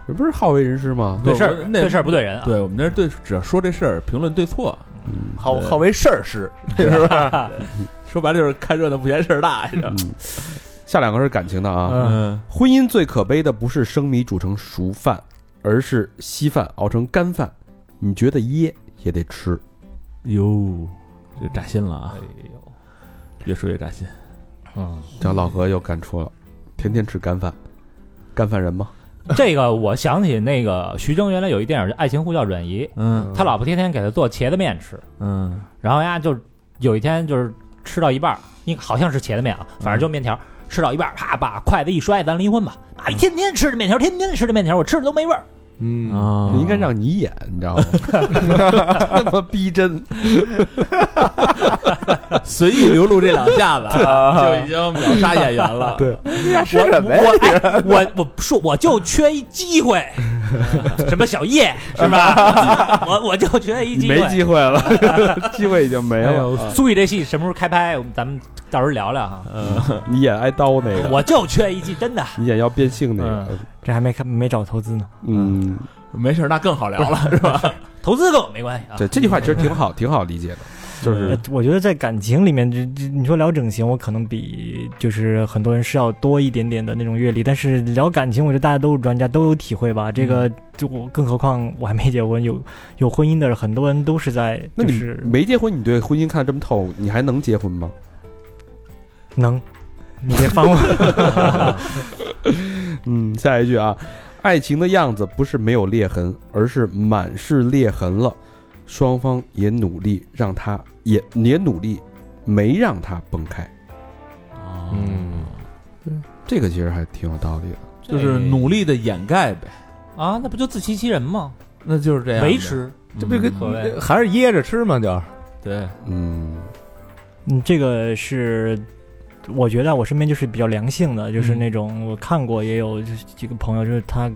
Speaker 4: 这不是好为人师吗？
Speaker 6: 对事
Speaker 5: 我
Speaker 6: 儿
Speaker 5: 那
Speaker 6: 对事儿不对人啊，
Speaker 5: 对我们那是对，只要说这事儿，评论对错，
Speaker 1: 好
Speaker 5: 对
Speaker 1: 好为事儿师，
Speaker 5: 说白了就是看热闹不嫌事儿大，你知道吗
Speaker 4: 嗯，下两个是感情的啊。
Speaker 5: 嗯
Speaker 4: 婚姻最可悲的不是生米煮成熟饭，而是稀饭熬成干饭。你觉得噎也得吃。
Speaker 5: 哟，这扎心了啊
Speaker 6: 哎！呦，
Speaker 5: 越说越扎心。
Speaker 6: 嗯，
Speaker 4: 这老何有感触了，天天吃干饭，干饭人吗？
Speaker 6: 这个我想起那个徐峥原来有一电影叫《爱情呼叫转移》，
Speaker 5: 嗯
Speaker 6: 他老婆天天给他做茄子面吃，
Speaker 5: 嗯
Speaker 6: 然后呀，就有一天就是吃到一半儿，应好像是茄子面啊，反正就面条，吃到一半儿，啪把筷子一摔，咱离婚吧！啊，天天吃这面条，天天吃这面条，我吃的都没味儿。
Speaker 4: 嗯
Speaker 5: 啊
Speaker 4: 你应该让你演，你知道吗？那么逼真，
Speaker 5: 啊随意流露这两下子啊，就已经秒杀演员了。对，
Speaker 1: 吃什么呀？
Speaker 6: 我哎我我说我就缺一机会，什么小叶是吧？我我就缺一机会。
Speaker 4: 会了，机会已啊经没
Speaker 6: 哎。呦苏雨这戏什么时候开拍？我们咱们到时候聊聊哈。
Speaker 4: 你演挨刀那个，
Speaker 6: 我就缺一季，真的。
Speaker 4: 你演要变性那个，
Speaker 3: 这还没看没找投资呢，
Speaker 4: 嗯，
Speaker 5: 没事儿，那更好聊了。
Speaker 6: 投资跟我没关系啊。
Speaker 4: 对，这句话其实挺好，挺好理解的，就是
Speaker 3: 呃我觉得在感情里面，这这你说聊整形，我可能比就是很多人是要多一点点的那种阅历，但是聊感情，我觉得大家都是专家，都有体会吧。这个
Speaker 4: 嗯
Speaker 3: 就我，更何况我还没结婚，有有婚姻的人，很多人都是在
Speaker 4: 那
Speaker 3: 就
Speaker 4: 你
Speaker 3: 是
Speaker 4: 没结婚，你对婚姻看得这么透，你还能结婚吗？
Speaker 3: 能，你别
Speaker 6: (laughs)
Speaker 3: 烦我。
Speaker 4: 嗯，下一句啊，爱情的样子不是没有裂痕，而是满是裂痕了。双方也努力让它也也努力没让它崩开，
Speaker 1: 嗯，
Speaker 4: 这个其实还挺有道理的。
Speaker 5: (laughs)
Speaker 6: 哎
Speaker 5: 就是努力的掩盖呗，
Speaker 6: 啊，那不就自欺欺人吗？
Speaker 5: 那就是
Speaker 1: 啊
Speaker 5: 这样的嗯
Speaker 6: 维，持
Speaker 1: 这不
Speaker 6: 所谓
Speaker 1: 跟还是噎着吃吗？就是。
Speaker 5: 对，
Speaker 4: 嗯，
Speaker 3: 嗯，这个是我觉得我身边就是比较良性的，
Speaker 6: 嗯
Speaker 3: 就是那种我看过也有就是几个朋友，就是她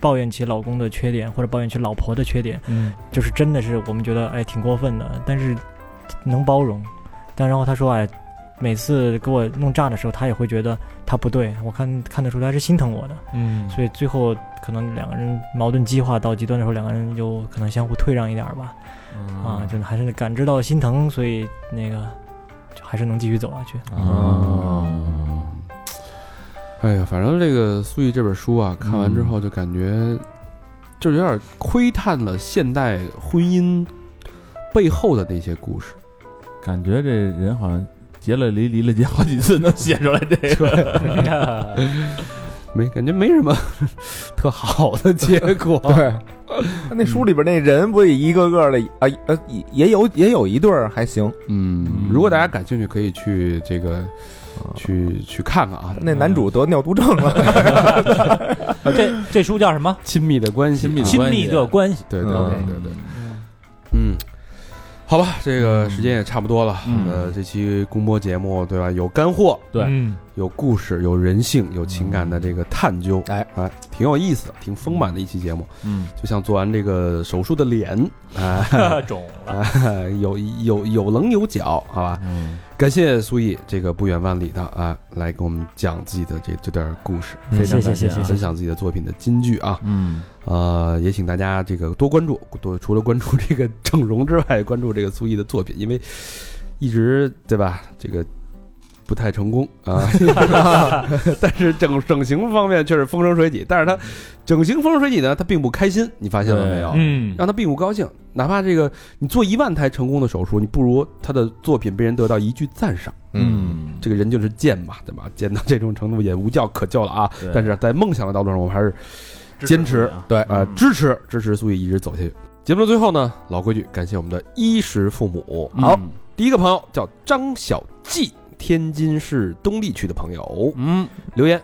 Speaker 3: 抱怨起老公的缺点或者抱怨起老婆的缺点，
Speaker 6: 嗯，
Speaker 3: 就是真的是我们觉得哎挺过分的，但是能包容。但然后她说哎，每次给我弄炸的时候，她也会觉得她不对，我看看得出她是心疼我的，
Speaker 6: 嗯
Speaker 3: 所以最后可能两个人矛盾激化到极端的时候，两个人就可能相互退让一点儿吧。
Speaker 5: 嗯
Speaker 3: 啊，就是还是感知到心疼，所以那个就还是能继续走下去。
Speaker 5: 啊，
Speaker 4: 哎呀，反正这个苏毅这本书啊，看完之后就感觉，就是有点窥探了现代婚姻背后的那些故事。
Speaker 5: 感觉这人好像结了离，离了结好几次，能写出来这个。
Speaker 6: (laughs) 呃
Speaker 4: 没感觉没什么 (laughs) 特好的结 (laughs) 果
Speaker 1: 对，那书里边那人不也一个个的啊呃也也有也有一对儿还行，
Speaker 4: 嗯，如果大家感兴趣，可以去这个去去看看啊。
Speaker 1: 那男主得尿毒症了，
Speaker 6: 这这书叫什么？
Speaker 4: 亲密的关系，
Speaker 5: 亲密的啊
Speaker 4: 啊
Speaker 6: 亲密的关系。
Speaker 4: 对对
Speaker 1: 嗯
Speaker 4: 对对对，嗯，好吧，这个时间也差不多了。
Speaker 5: 嗯
Speaker 4: 呃，这期公播节目对吧？有干货，
Speaker 5: 对
Speaker 6: 嗯
Speaker 4: 有故事，有人性，有情感的这个探究，
Speaker 1: 哎
Speaker 4: 哎，挺有意思的，挺丰满的一期节目。
Speaker 5: 嗯，
Speaker 4: 就像做完这个手术的脸啊、 (laughs)
Speaker 6: 肿了。
Speaker 4: 哎，有有有棱有角，好吧？
Speaker 5: 嗯，
Speaker 4: 感谢苏毅这个不远万里的啊，来给我们讲自己的这这段故事，
Speaker 5: 非常
Speaker 3: 谢谢
Speaker 5: 感谢
Speaker 3: 谢
Speaker 5: 啊
Speaker 3: 谢
Speaker 4: 分享自己的作品的金句啊。
Speaker 5: 嗯，
Speaker 4: 呃，也请大家这个多关注，多除了关注这个整容之外，关注这个苏毅的作品，因为一直对吧，这个不太成功
Speaker 5: (laughs)
Speaker 4: 啊， (laughs) 但是整整形方面确实风生水起，但是他整形风生水起呢，他并不开心，你发现了没有？
Speaker 5: 对
Speaker 6: (laughs) 嗯
Speaker 4: 让他并不高兴，哪怕这个你做一万台成功的手术，你不如他的作品被人得到一句赞赏。
Speaker 5: 嗯，
Speaker 4: 这个人就是贱嘛，对吧？贱到这种程度也无教可教了啊！
Speaker 5: 对
Speaker 4: 但是在梦想的道路上，我们还是坚持，对，呃，
Speaker 5: 嗯
Speaker 4: 支持支持苏毅一直走下去。节目的最后呢，老规矩，感谢我们的衣食父母。
Speaker 5: 嗯
Speaker 4: 好，，第一个朋友叫张小季，天津市东丽区的朋友
Speaker 5: 嗯
Speaker 4: 留言。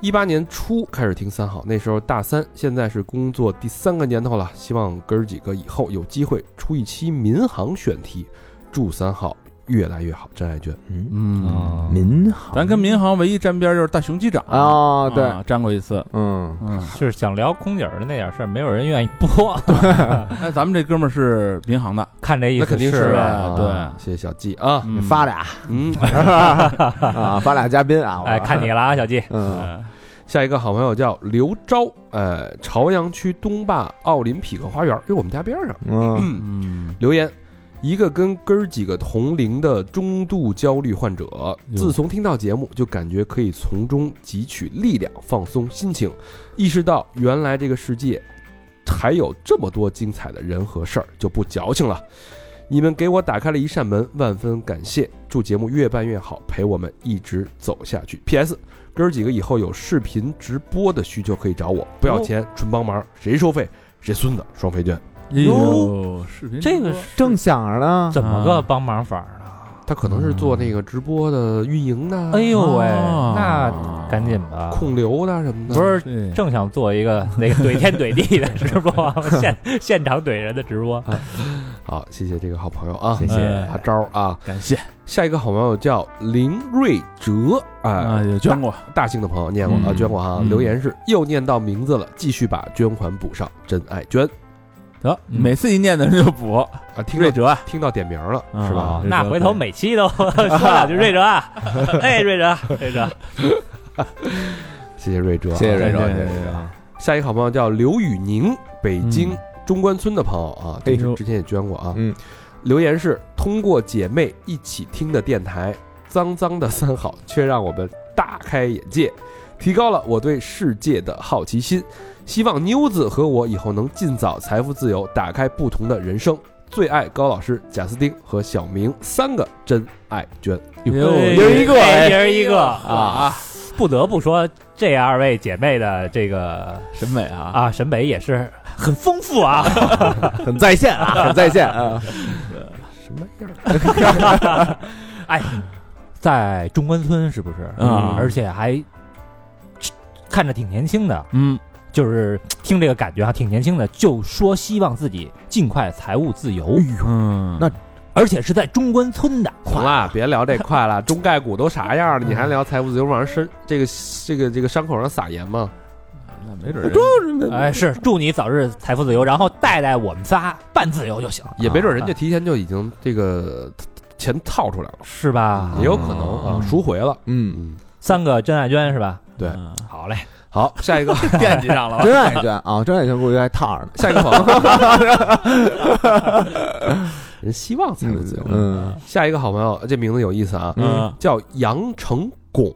Speaker 4: 一八年初开始听三好，那时候大三，现在是工作第三个年头了。希望哥儿几个以后有机会出一期民航选题，祝三好越来越好。真爱娟，
Speaker 1: 嗯，
Speaker 5: 嗯，
Speaker 1: 民航
Speaker 5: 咱跟民航唯一沾边就是大熊机长
Speaker 1: 啊对，
Speaker 5: 啊沾过一次。
Speaker 1: 嗯，
Speaker 5: 嗯，
Speaker 6: (laughs) 就是想聊空姐儿的那点事儿，没有人愿意播。 (laughs)
Speaker 5: 那哎咱们这哥们儿是民航的，
Speaker 6: 看这意
Speaker 4: 那
Speaker 6: 思，
Speaker 4: 肯定
Speaker 6: 是
Speaker 4: 吧？
Speaker 6: 吧
Speaker 4: 啊
Speaker 5: 对
Speaker 4: 谢谢小季啊，
Speaker 5: 嗯
Speaker 1: 发
Speaker 5: (laughs)
Speaker 1: 俩
Speaker 4: 嗯，
Speaker 1: 啊，发俩嘉宾啊，我
Speaker 6: 哎，看你了啊，小季。
Speaker 1: 嗯
Speaker 4: 下一个好朋友叫刘钊，呃，朝阳区东坝奥林匹克花园，就我们家边上。
Speaker 1: 嗯
Speaker 5: 嗯，
Speaker 4: 留言，一个跟哥儿几个同龄的中度焦虑患者，自从听到节目，就感觉可以从中汲取力量，放松心情，意识到原来这个世界还有这么多精彩的人和事儿，就不矫情了。你们给我打开了一扇门，万分感谢！祝节目越办越好，陪我们一直走下去。P.S. 哥儿几个以后有视频直播的需求可以找我，不要钱，纯帮忙，谁收费谁孙子，双飞娟。
Speaker 5: 哟，哎视频
Speaker 6: 这个
Speaker 5: 直
Speaker 1: 正想着呢，
Speaker 6: 怎么个帮忙法呢？
Speaker 4: 他可能是做那个直播的运营的、
Speaker 6: 哎呦喂，
Speaker 5: 哦
Speaker 6: 那赶紧吧。
Speaker 4: 控流的什么的。
Speaker 6: 不是
Speaker 5: 播
Speaker 6: 正想做一个那个怼天怼地的 (laughs) 直播，现现场怼人的直播。
Speaker 4: 好，谢谢这个好朋友啊，
Speaker 6: 谢谢
Speaker 4: 哎大招啊。
Speaker 5: 感谢
Speaker 4: 下一个好朋友叫林瑞哲，哎、
Speaker 5: 啊，有捐过，
Speaker 4: 大兴的朋友念过、啊，
Speaker 5: 嗯
Speaker 4: 捐过啊。
Speaker 5: 嗯
Speaker 4: 留言是又念到名字了，继续把捐款补上，真爱捐
Speaker 5: 得每次一念的人就补，
Speaker 4: 啊，听
Speaker 5: 瑞
Speaker 4: 到
Speaker 5: 哲啊
Speaker 4: 听到点名了、
Speaker 5: 啊
Speaker 4: 是吧？
Speaker 6: 那回头每期都 (laughs) 说两句瑞哲啊，哎，瑞哲，瑞哲，
Speaker 4: 谢谢瑞哲啊，
Speaker 1: 谢谢瑞哲，
Speaker 5: 哎对
Speaker 1: 谢谢
Speaker 5: 对对
Speaker 1: 瑞哲，
Speaker 4: 下一个好朋友叫刘宇宁，北京中关村的朋友
Speaker 1: 嗯
Speaker 4: 啊，
Speaker 1: 哎
Speaker 4: 这是之前也捐过啊。
Speaker 1: 嗯，
Speaker 4: 留言是通过姐妹一起听的电台，脏脏的三好，却让我们大开眼界，提高了我对世界的好奇心。希望妞子和我以后能尽早财富自由，打开不同的人生。最爱高老师、贾斯汀和小明三个真爱捐。
Speaker 6: 哎
Speaker 1: 一人一个哎
Speaker 6: 一人一个啊！
Speaker 5: 啊，
Speaker 6: 不得不说，这二位姐妹的这个
Speaker 5: 审美啊，
Speaker 6: 啊，审美也是很丰富啊。
Speaker 1: 很在线啊，很在线啊，
Speaker 4: 什么样？
Speaker 6: (laughs) 哎，在中关村是不是？
Speaker 5: 嗯
Speaker 6: 而且还看着挺年轻的，
Speaker 5: 嗯，
Speaker 6: 就是听这个感觉啊，挺年轻的，就说希望自己尽快财务自由，
Speaker 5: 嗯，
Speaker 6: 那而且是在中关村的，
Speaker 4: 行了，别聊这块了。中概股都啥样了，你还聊财富自由往上伸？这个这个这个伤口上撒盐吗？
Speaker 5: 那没准儿人
Speaker 6: 哎，是祝你早日财富自由，然后带带我们仨半自由就行，
Speaker 4: 也没准人家提前就已经这个钱套出来了，
Speaker 6: 是吧？
Speaker 4: 也有可能啊，赎回了。
Speaker 1: 嗯，
Speaker 4: 嗯，
Speaker 6: 三个真爱捐是吧？
Speaker 4: 对
Speaker 5: 嗯
Speaker 6: 好嘞，
Speaker 4: 好，下一 (laughs) 个，
Speaker 5: 惦记上了吧，
Speaker 1: 真爱圈啊，真爱圈估计还烫着呢，
Speaker 4: 下一个好朋友，人希望财富自由。
Speaker 1: 嗯，
Speaker 4: 嗯下一个好朋友，这名字有意思啊，
Speaker 5: 嗯
Speaker 4: 叫杨成拱，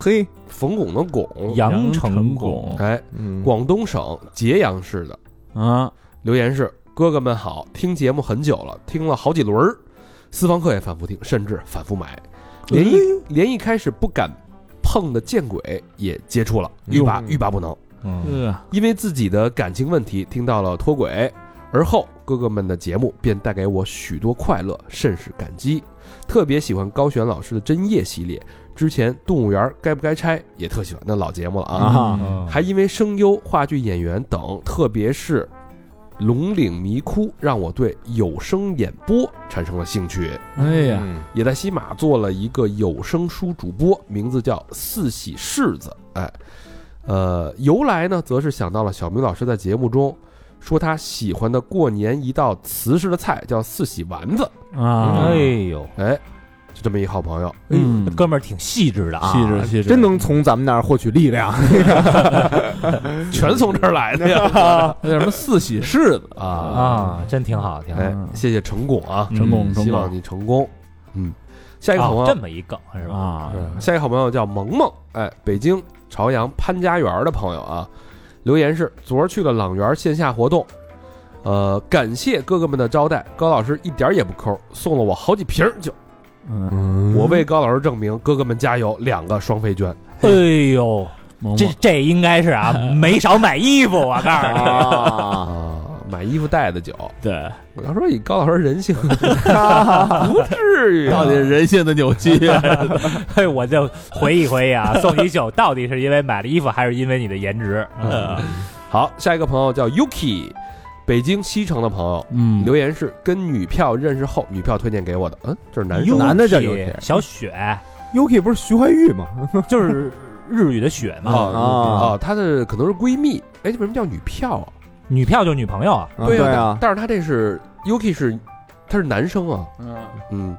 Speaker 1: 嘿，
Speaker 4: 冯巩的巩，
Speaker 6: 阳
Speaker 5: 城
Speaker 6: 拱，
Speaker 4: 哎，
Speaker 1: 嗯
Speaker 4: 广东省揭阳市的
Speaker 5: 啊，
Speaker 4: 留言是：哥哥们好，听节目很久了，听了好几轮儿，私房课也反复听，甚至反复买，连一连一开始不敢碰的见鬼也接触了，欲罢欲罢不能。
Speaker 6: 嗯
Speaker 5: 呃，
Speaker 4: 因为自己的感情问题听到了脱轨，而后哥哥们的节目便带给我许多快乐，甚是感激。特别喜欢高璇老师的针叶系列，之前动物园该不该拆也特喜欢，那老节目了啊。
Speaker 5: 啊
Speaker 4: 还因为声优、话剧演员等，特别是龙岭迷窟，让我对有声演播产生了兴趣。
Speaker 5: 哎呀，
Speaker 1: 嗯
Speaker 4: 也在西马做了一个有声书主播，名字叫四喜柿子。哎，呃，由来呢，则是想到了小明老师在节目中说他喜欢的过年一道瓷式的菜叫四喜丸子。
Speaker 5: 啊，
Speaker 6: 哎呦，哎
Speaker 4: 哎，就这么一好朋友，
Speaker 5: 嗯，
Speaker 6: 这哥们儿挺细致的啊，
Speaker 5: 细
Speaker 6: (laughs)
Speaker 5: 致细致，
Speaker 1: 真能从咱们那儿获取力 (laughs) 量。
Speaker 4: 全从这儿来的
Speaker 6: (laughs)
Speaker 4: 呀
Speaker 5: 那叫什么四喜柿子
Speaker 4: 啊！
Speaker 6: 啊，真挺好，挺好。
Speaker 4: 哎，谢谢成功啊，
Speaker 5: 成功成
Speaker 4: 希望
Speaker 5: 功
Speaker 4: 你成功。嗯，下一个好
Speaker 6: 哦
Speaker 4: 朋友
Speaker 6: 这么一梗是吧？
Speaker 5: 啊，
Speaker 4: 对，下一个好朋友叫萌萌，哎，北京朝阳潘家园的朋友啊，留言是昨儿去了朗园线下活动，呃，感谢哥哥们的招待，高老师一点儿也不抠，送了我好几瓶酒，
Speaker 5: 嗯，
Speaker 4: 我为高老师证明，哥哥们加油，两个双飞娟，
Speaker 6: 哎呦，
Speaker 4: 啊
Speaker 5: 萌
Speaker 6: 这
Speaker 5: 萌
Speaker 6: 这应该是
Speaker 4: (laughs)
Speaker 6: 啊，没少买衣服，我告诉你。
Speaker 1: 啊，
Speaker 4: 啊，买衣服带的酒，
Speaker 5: 对，
Speaker 4: 我要说以高老师人性，不至于啊，
Speaker 5: 到底人性的扭曲，
Speaker 6: 嘿，哎我就回忆回忆啊，
Speaker 4: (laughs)
Speaker 6: 送你酒到底是因为买了衣服，还是因为你的颜值？
Speaker 4: 嗯
Speaker 6: 嗯
Speaker 4: 好，下一个朋友叫 Yuki，北京西城的朋友。
Speaker 5: 嗯
Speaker 4: 留言是跟女票认识后，女票推荐给我的，嗯，这是男
Speaker 1: 哟
Speaker 4: 生
Speaker 1: 男的叫有
Speaker 6: 铁
Speaker 1: 钱
Speaker 6: 小雪，
Speaker 1: Yuki 不是徐怀钰吗？
Speaker 6: 就是日语的雪
Speaker 4: (laughs)
Speaker 6: 嘛，
Speaker 4: 啊
Speaker 1: 啊
Speaker 4: 啊，她的可能是闺蜜，哎，这为什么叫女票啊？
Speaker 6: 女票就是女朋友啊。
Speaker 1: 对
Speaker 4: 啊
Speaker 1: 啊，，
Speaker 4: 但是她这是 Yuki 是他是男生啊，
Speaker 5: 嗯
Speaker 4: 嗯，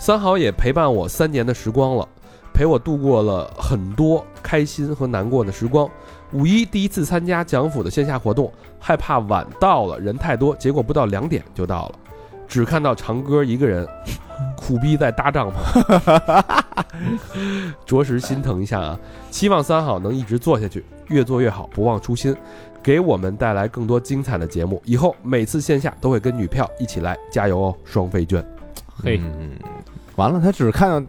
Speaker 4: 三好也陪伴我三年的时光了，陪我度过了很多开心和难过的时光。五一第一次参加蒋府的线下活动，害怕晚到了，人太多，结果不到两点就到了，只看到长歌一个人苦逼在搭帐篷， (laughs) 着实心疼一下啊！希望三好能一直做下去，越做越好，不忘初心，给我们带来更多精彩的节目。以后每次线下都会跟女票一起来，加油哦，双飞娟！
Speaker 6: 嘿
Speaker 1: 嗯，完了，他只看到，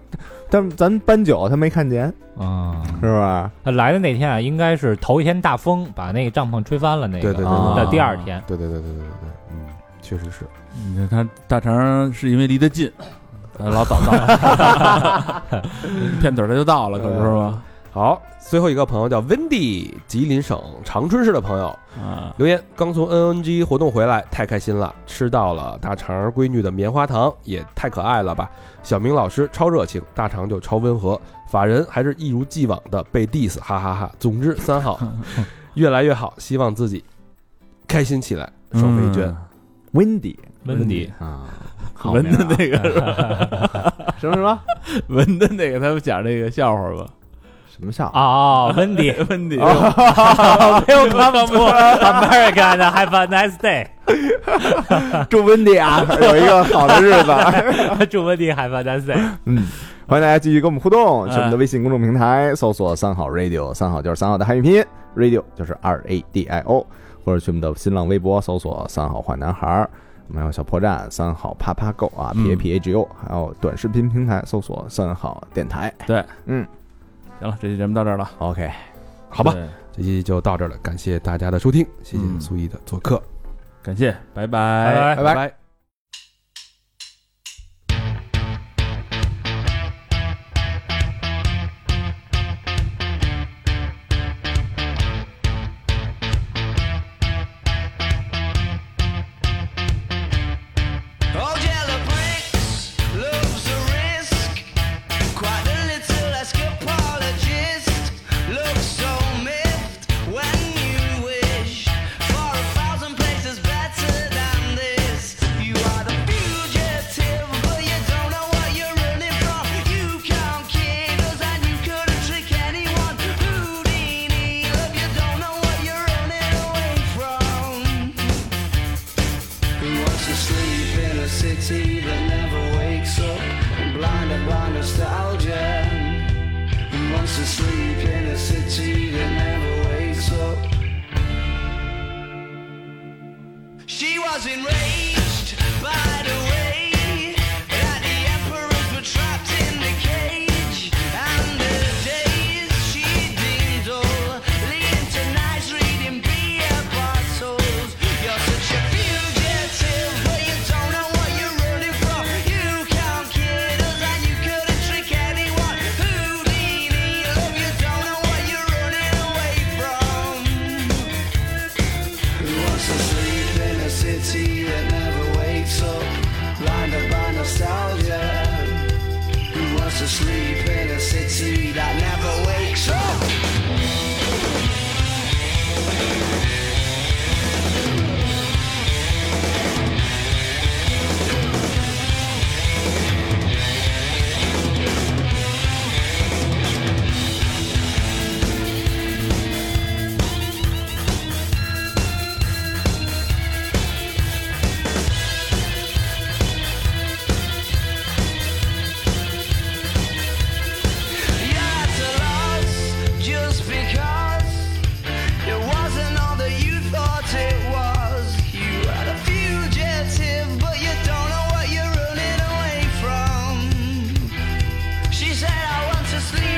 Speaker 1: 但咱搬酒他没看见，
Speaker 6: 啊，
Speaker 1: 是不是？
Speaker 6: 来的那天啊，应该是头一天大风把那个帐篷吹翻了，那个
Speaker 4: 对对对
Speaker 6: 啊
Speaker 1: 对
Speaker 6: 到第二天，
Speaker 4: 对对对对对对对，嗯，确实是。
Speaker 5: 你看他大肠是因为离得近，他老早到，片腿儿他就到了，可不是吗？
Speaker 4: 好，最后一个朋友叫 Wendy，吉林省长春市的朋友
Speaker 5: 啊，
Speaker 4: 留言，刚从 NNG 活动回来，太开心了，吃到了大肠闺女的棉花糖，也太可爱了吧！小明老师超热情，大肠就超温和，法人还是一如既往的被 diss，哈哈哈总之，三 (laughs) 好越来越好，希望自己开心起来。双飞娟，
Speaker 1: Windy
Speaker 6: 温迪，
Speaker 5: (laughs)
Speaker 1: 啊，好
Speaker 5: 闻
Speaker 1: 名
Speaker 5: 的
Speaker 1: 啊
Speaker 5: 那个是吧 (laughs)
Speaker 1: 什么什啊么
Speaker 5: 闻的那个，他们讲这个笑话吧，啊
Speaker 1: 什么笑？
Speaker 6: 哦，温
Speaker 3: (laughs)
Speaker 6: 迪
Speaker 5: 温迪，
Speaker 3: 哎
Speaker 6: ，Welcome to America and have a nice day，
Speaker 1: 祝 Windy 啊 (laughs) 有一个好的日子。
Speaker 6: 祝温迪 have a nice day。
Speaker 1: 欢迎大家继续跟我们互动，去我们的微信公众平台搜索“三好 radio”，三好就是三好的汉语拼音，radio 就是 R A D I O，或者去我们的新浪微博搜索“三好坏男孩儿”，我们还有小破站“三好啪啪购”啊，P A P A G O，还有短视频平台搜索“三好电台
Speaker 5: 行了，这期节目到这儿了，”。
Speaker 1: OK，
Speaker 4: 好吧，
Speaker 5: 对，
Speaker 4: 这期就到这儿了，感谢大家的收听，谢谢
Speaker 5: 嗯
Speaker 4: 苏毅的做客，
Speaker 5: 感谢，拜
Speaker 6: 拜拜
Speaker 4: 哎拜拜。
Speaker 10: All jello bricks loves a risk. Quite a little escapologist. Look so miffed when you wish for a thousand places better than this. was enraged by the way that the emperors were trapped in the cage, and the days she deemed dull, leading to nights reading beer bottles. You're such a fugitive, but you don't know what you're running from. You can't kid us, and you couldn't trick anyone. Houdini, love, you don't know what you're running away from. Who wants to sleep in a city that never wakes up? Blinded by nostalgia. Who wants to sleep in a city that never wakes up? You're at a loss just because it wasn't all that you thought it was. You are a fugitive, but you don't know what you're running away from. She said, I want to sleep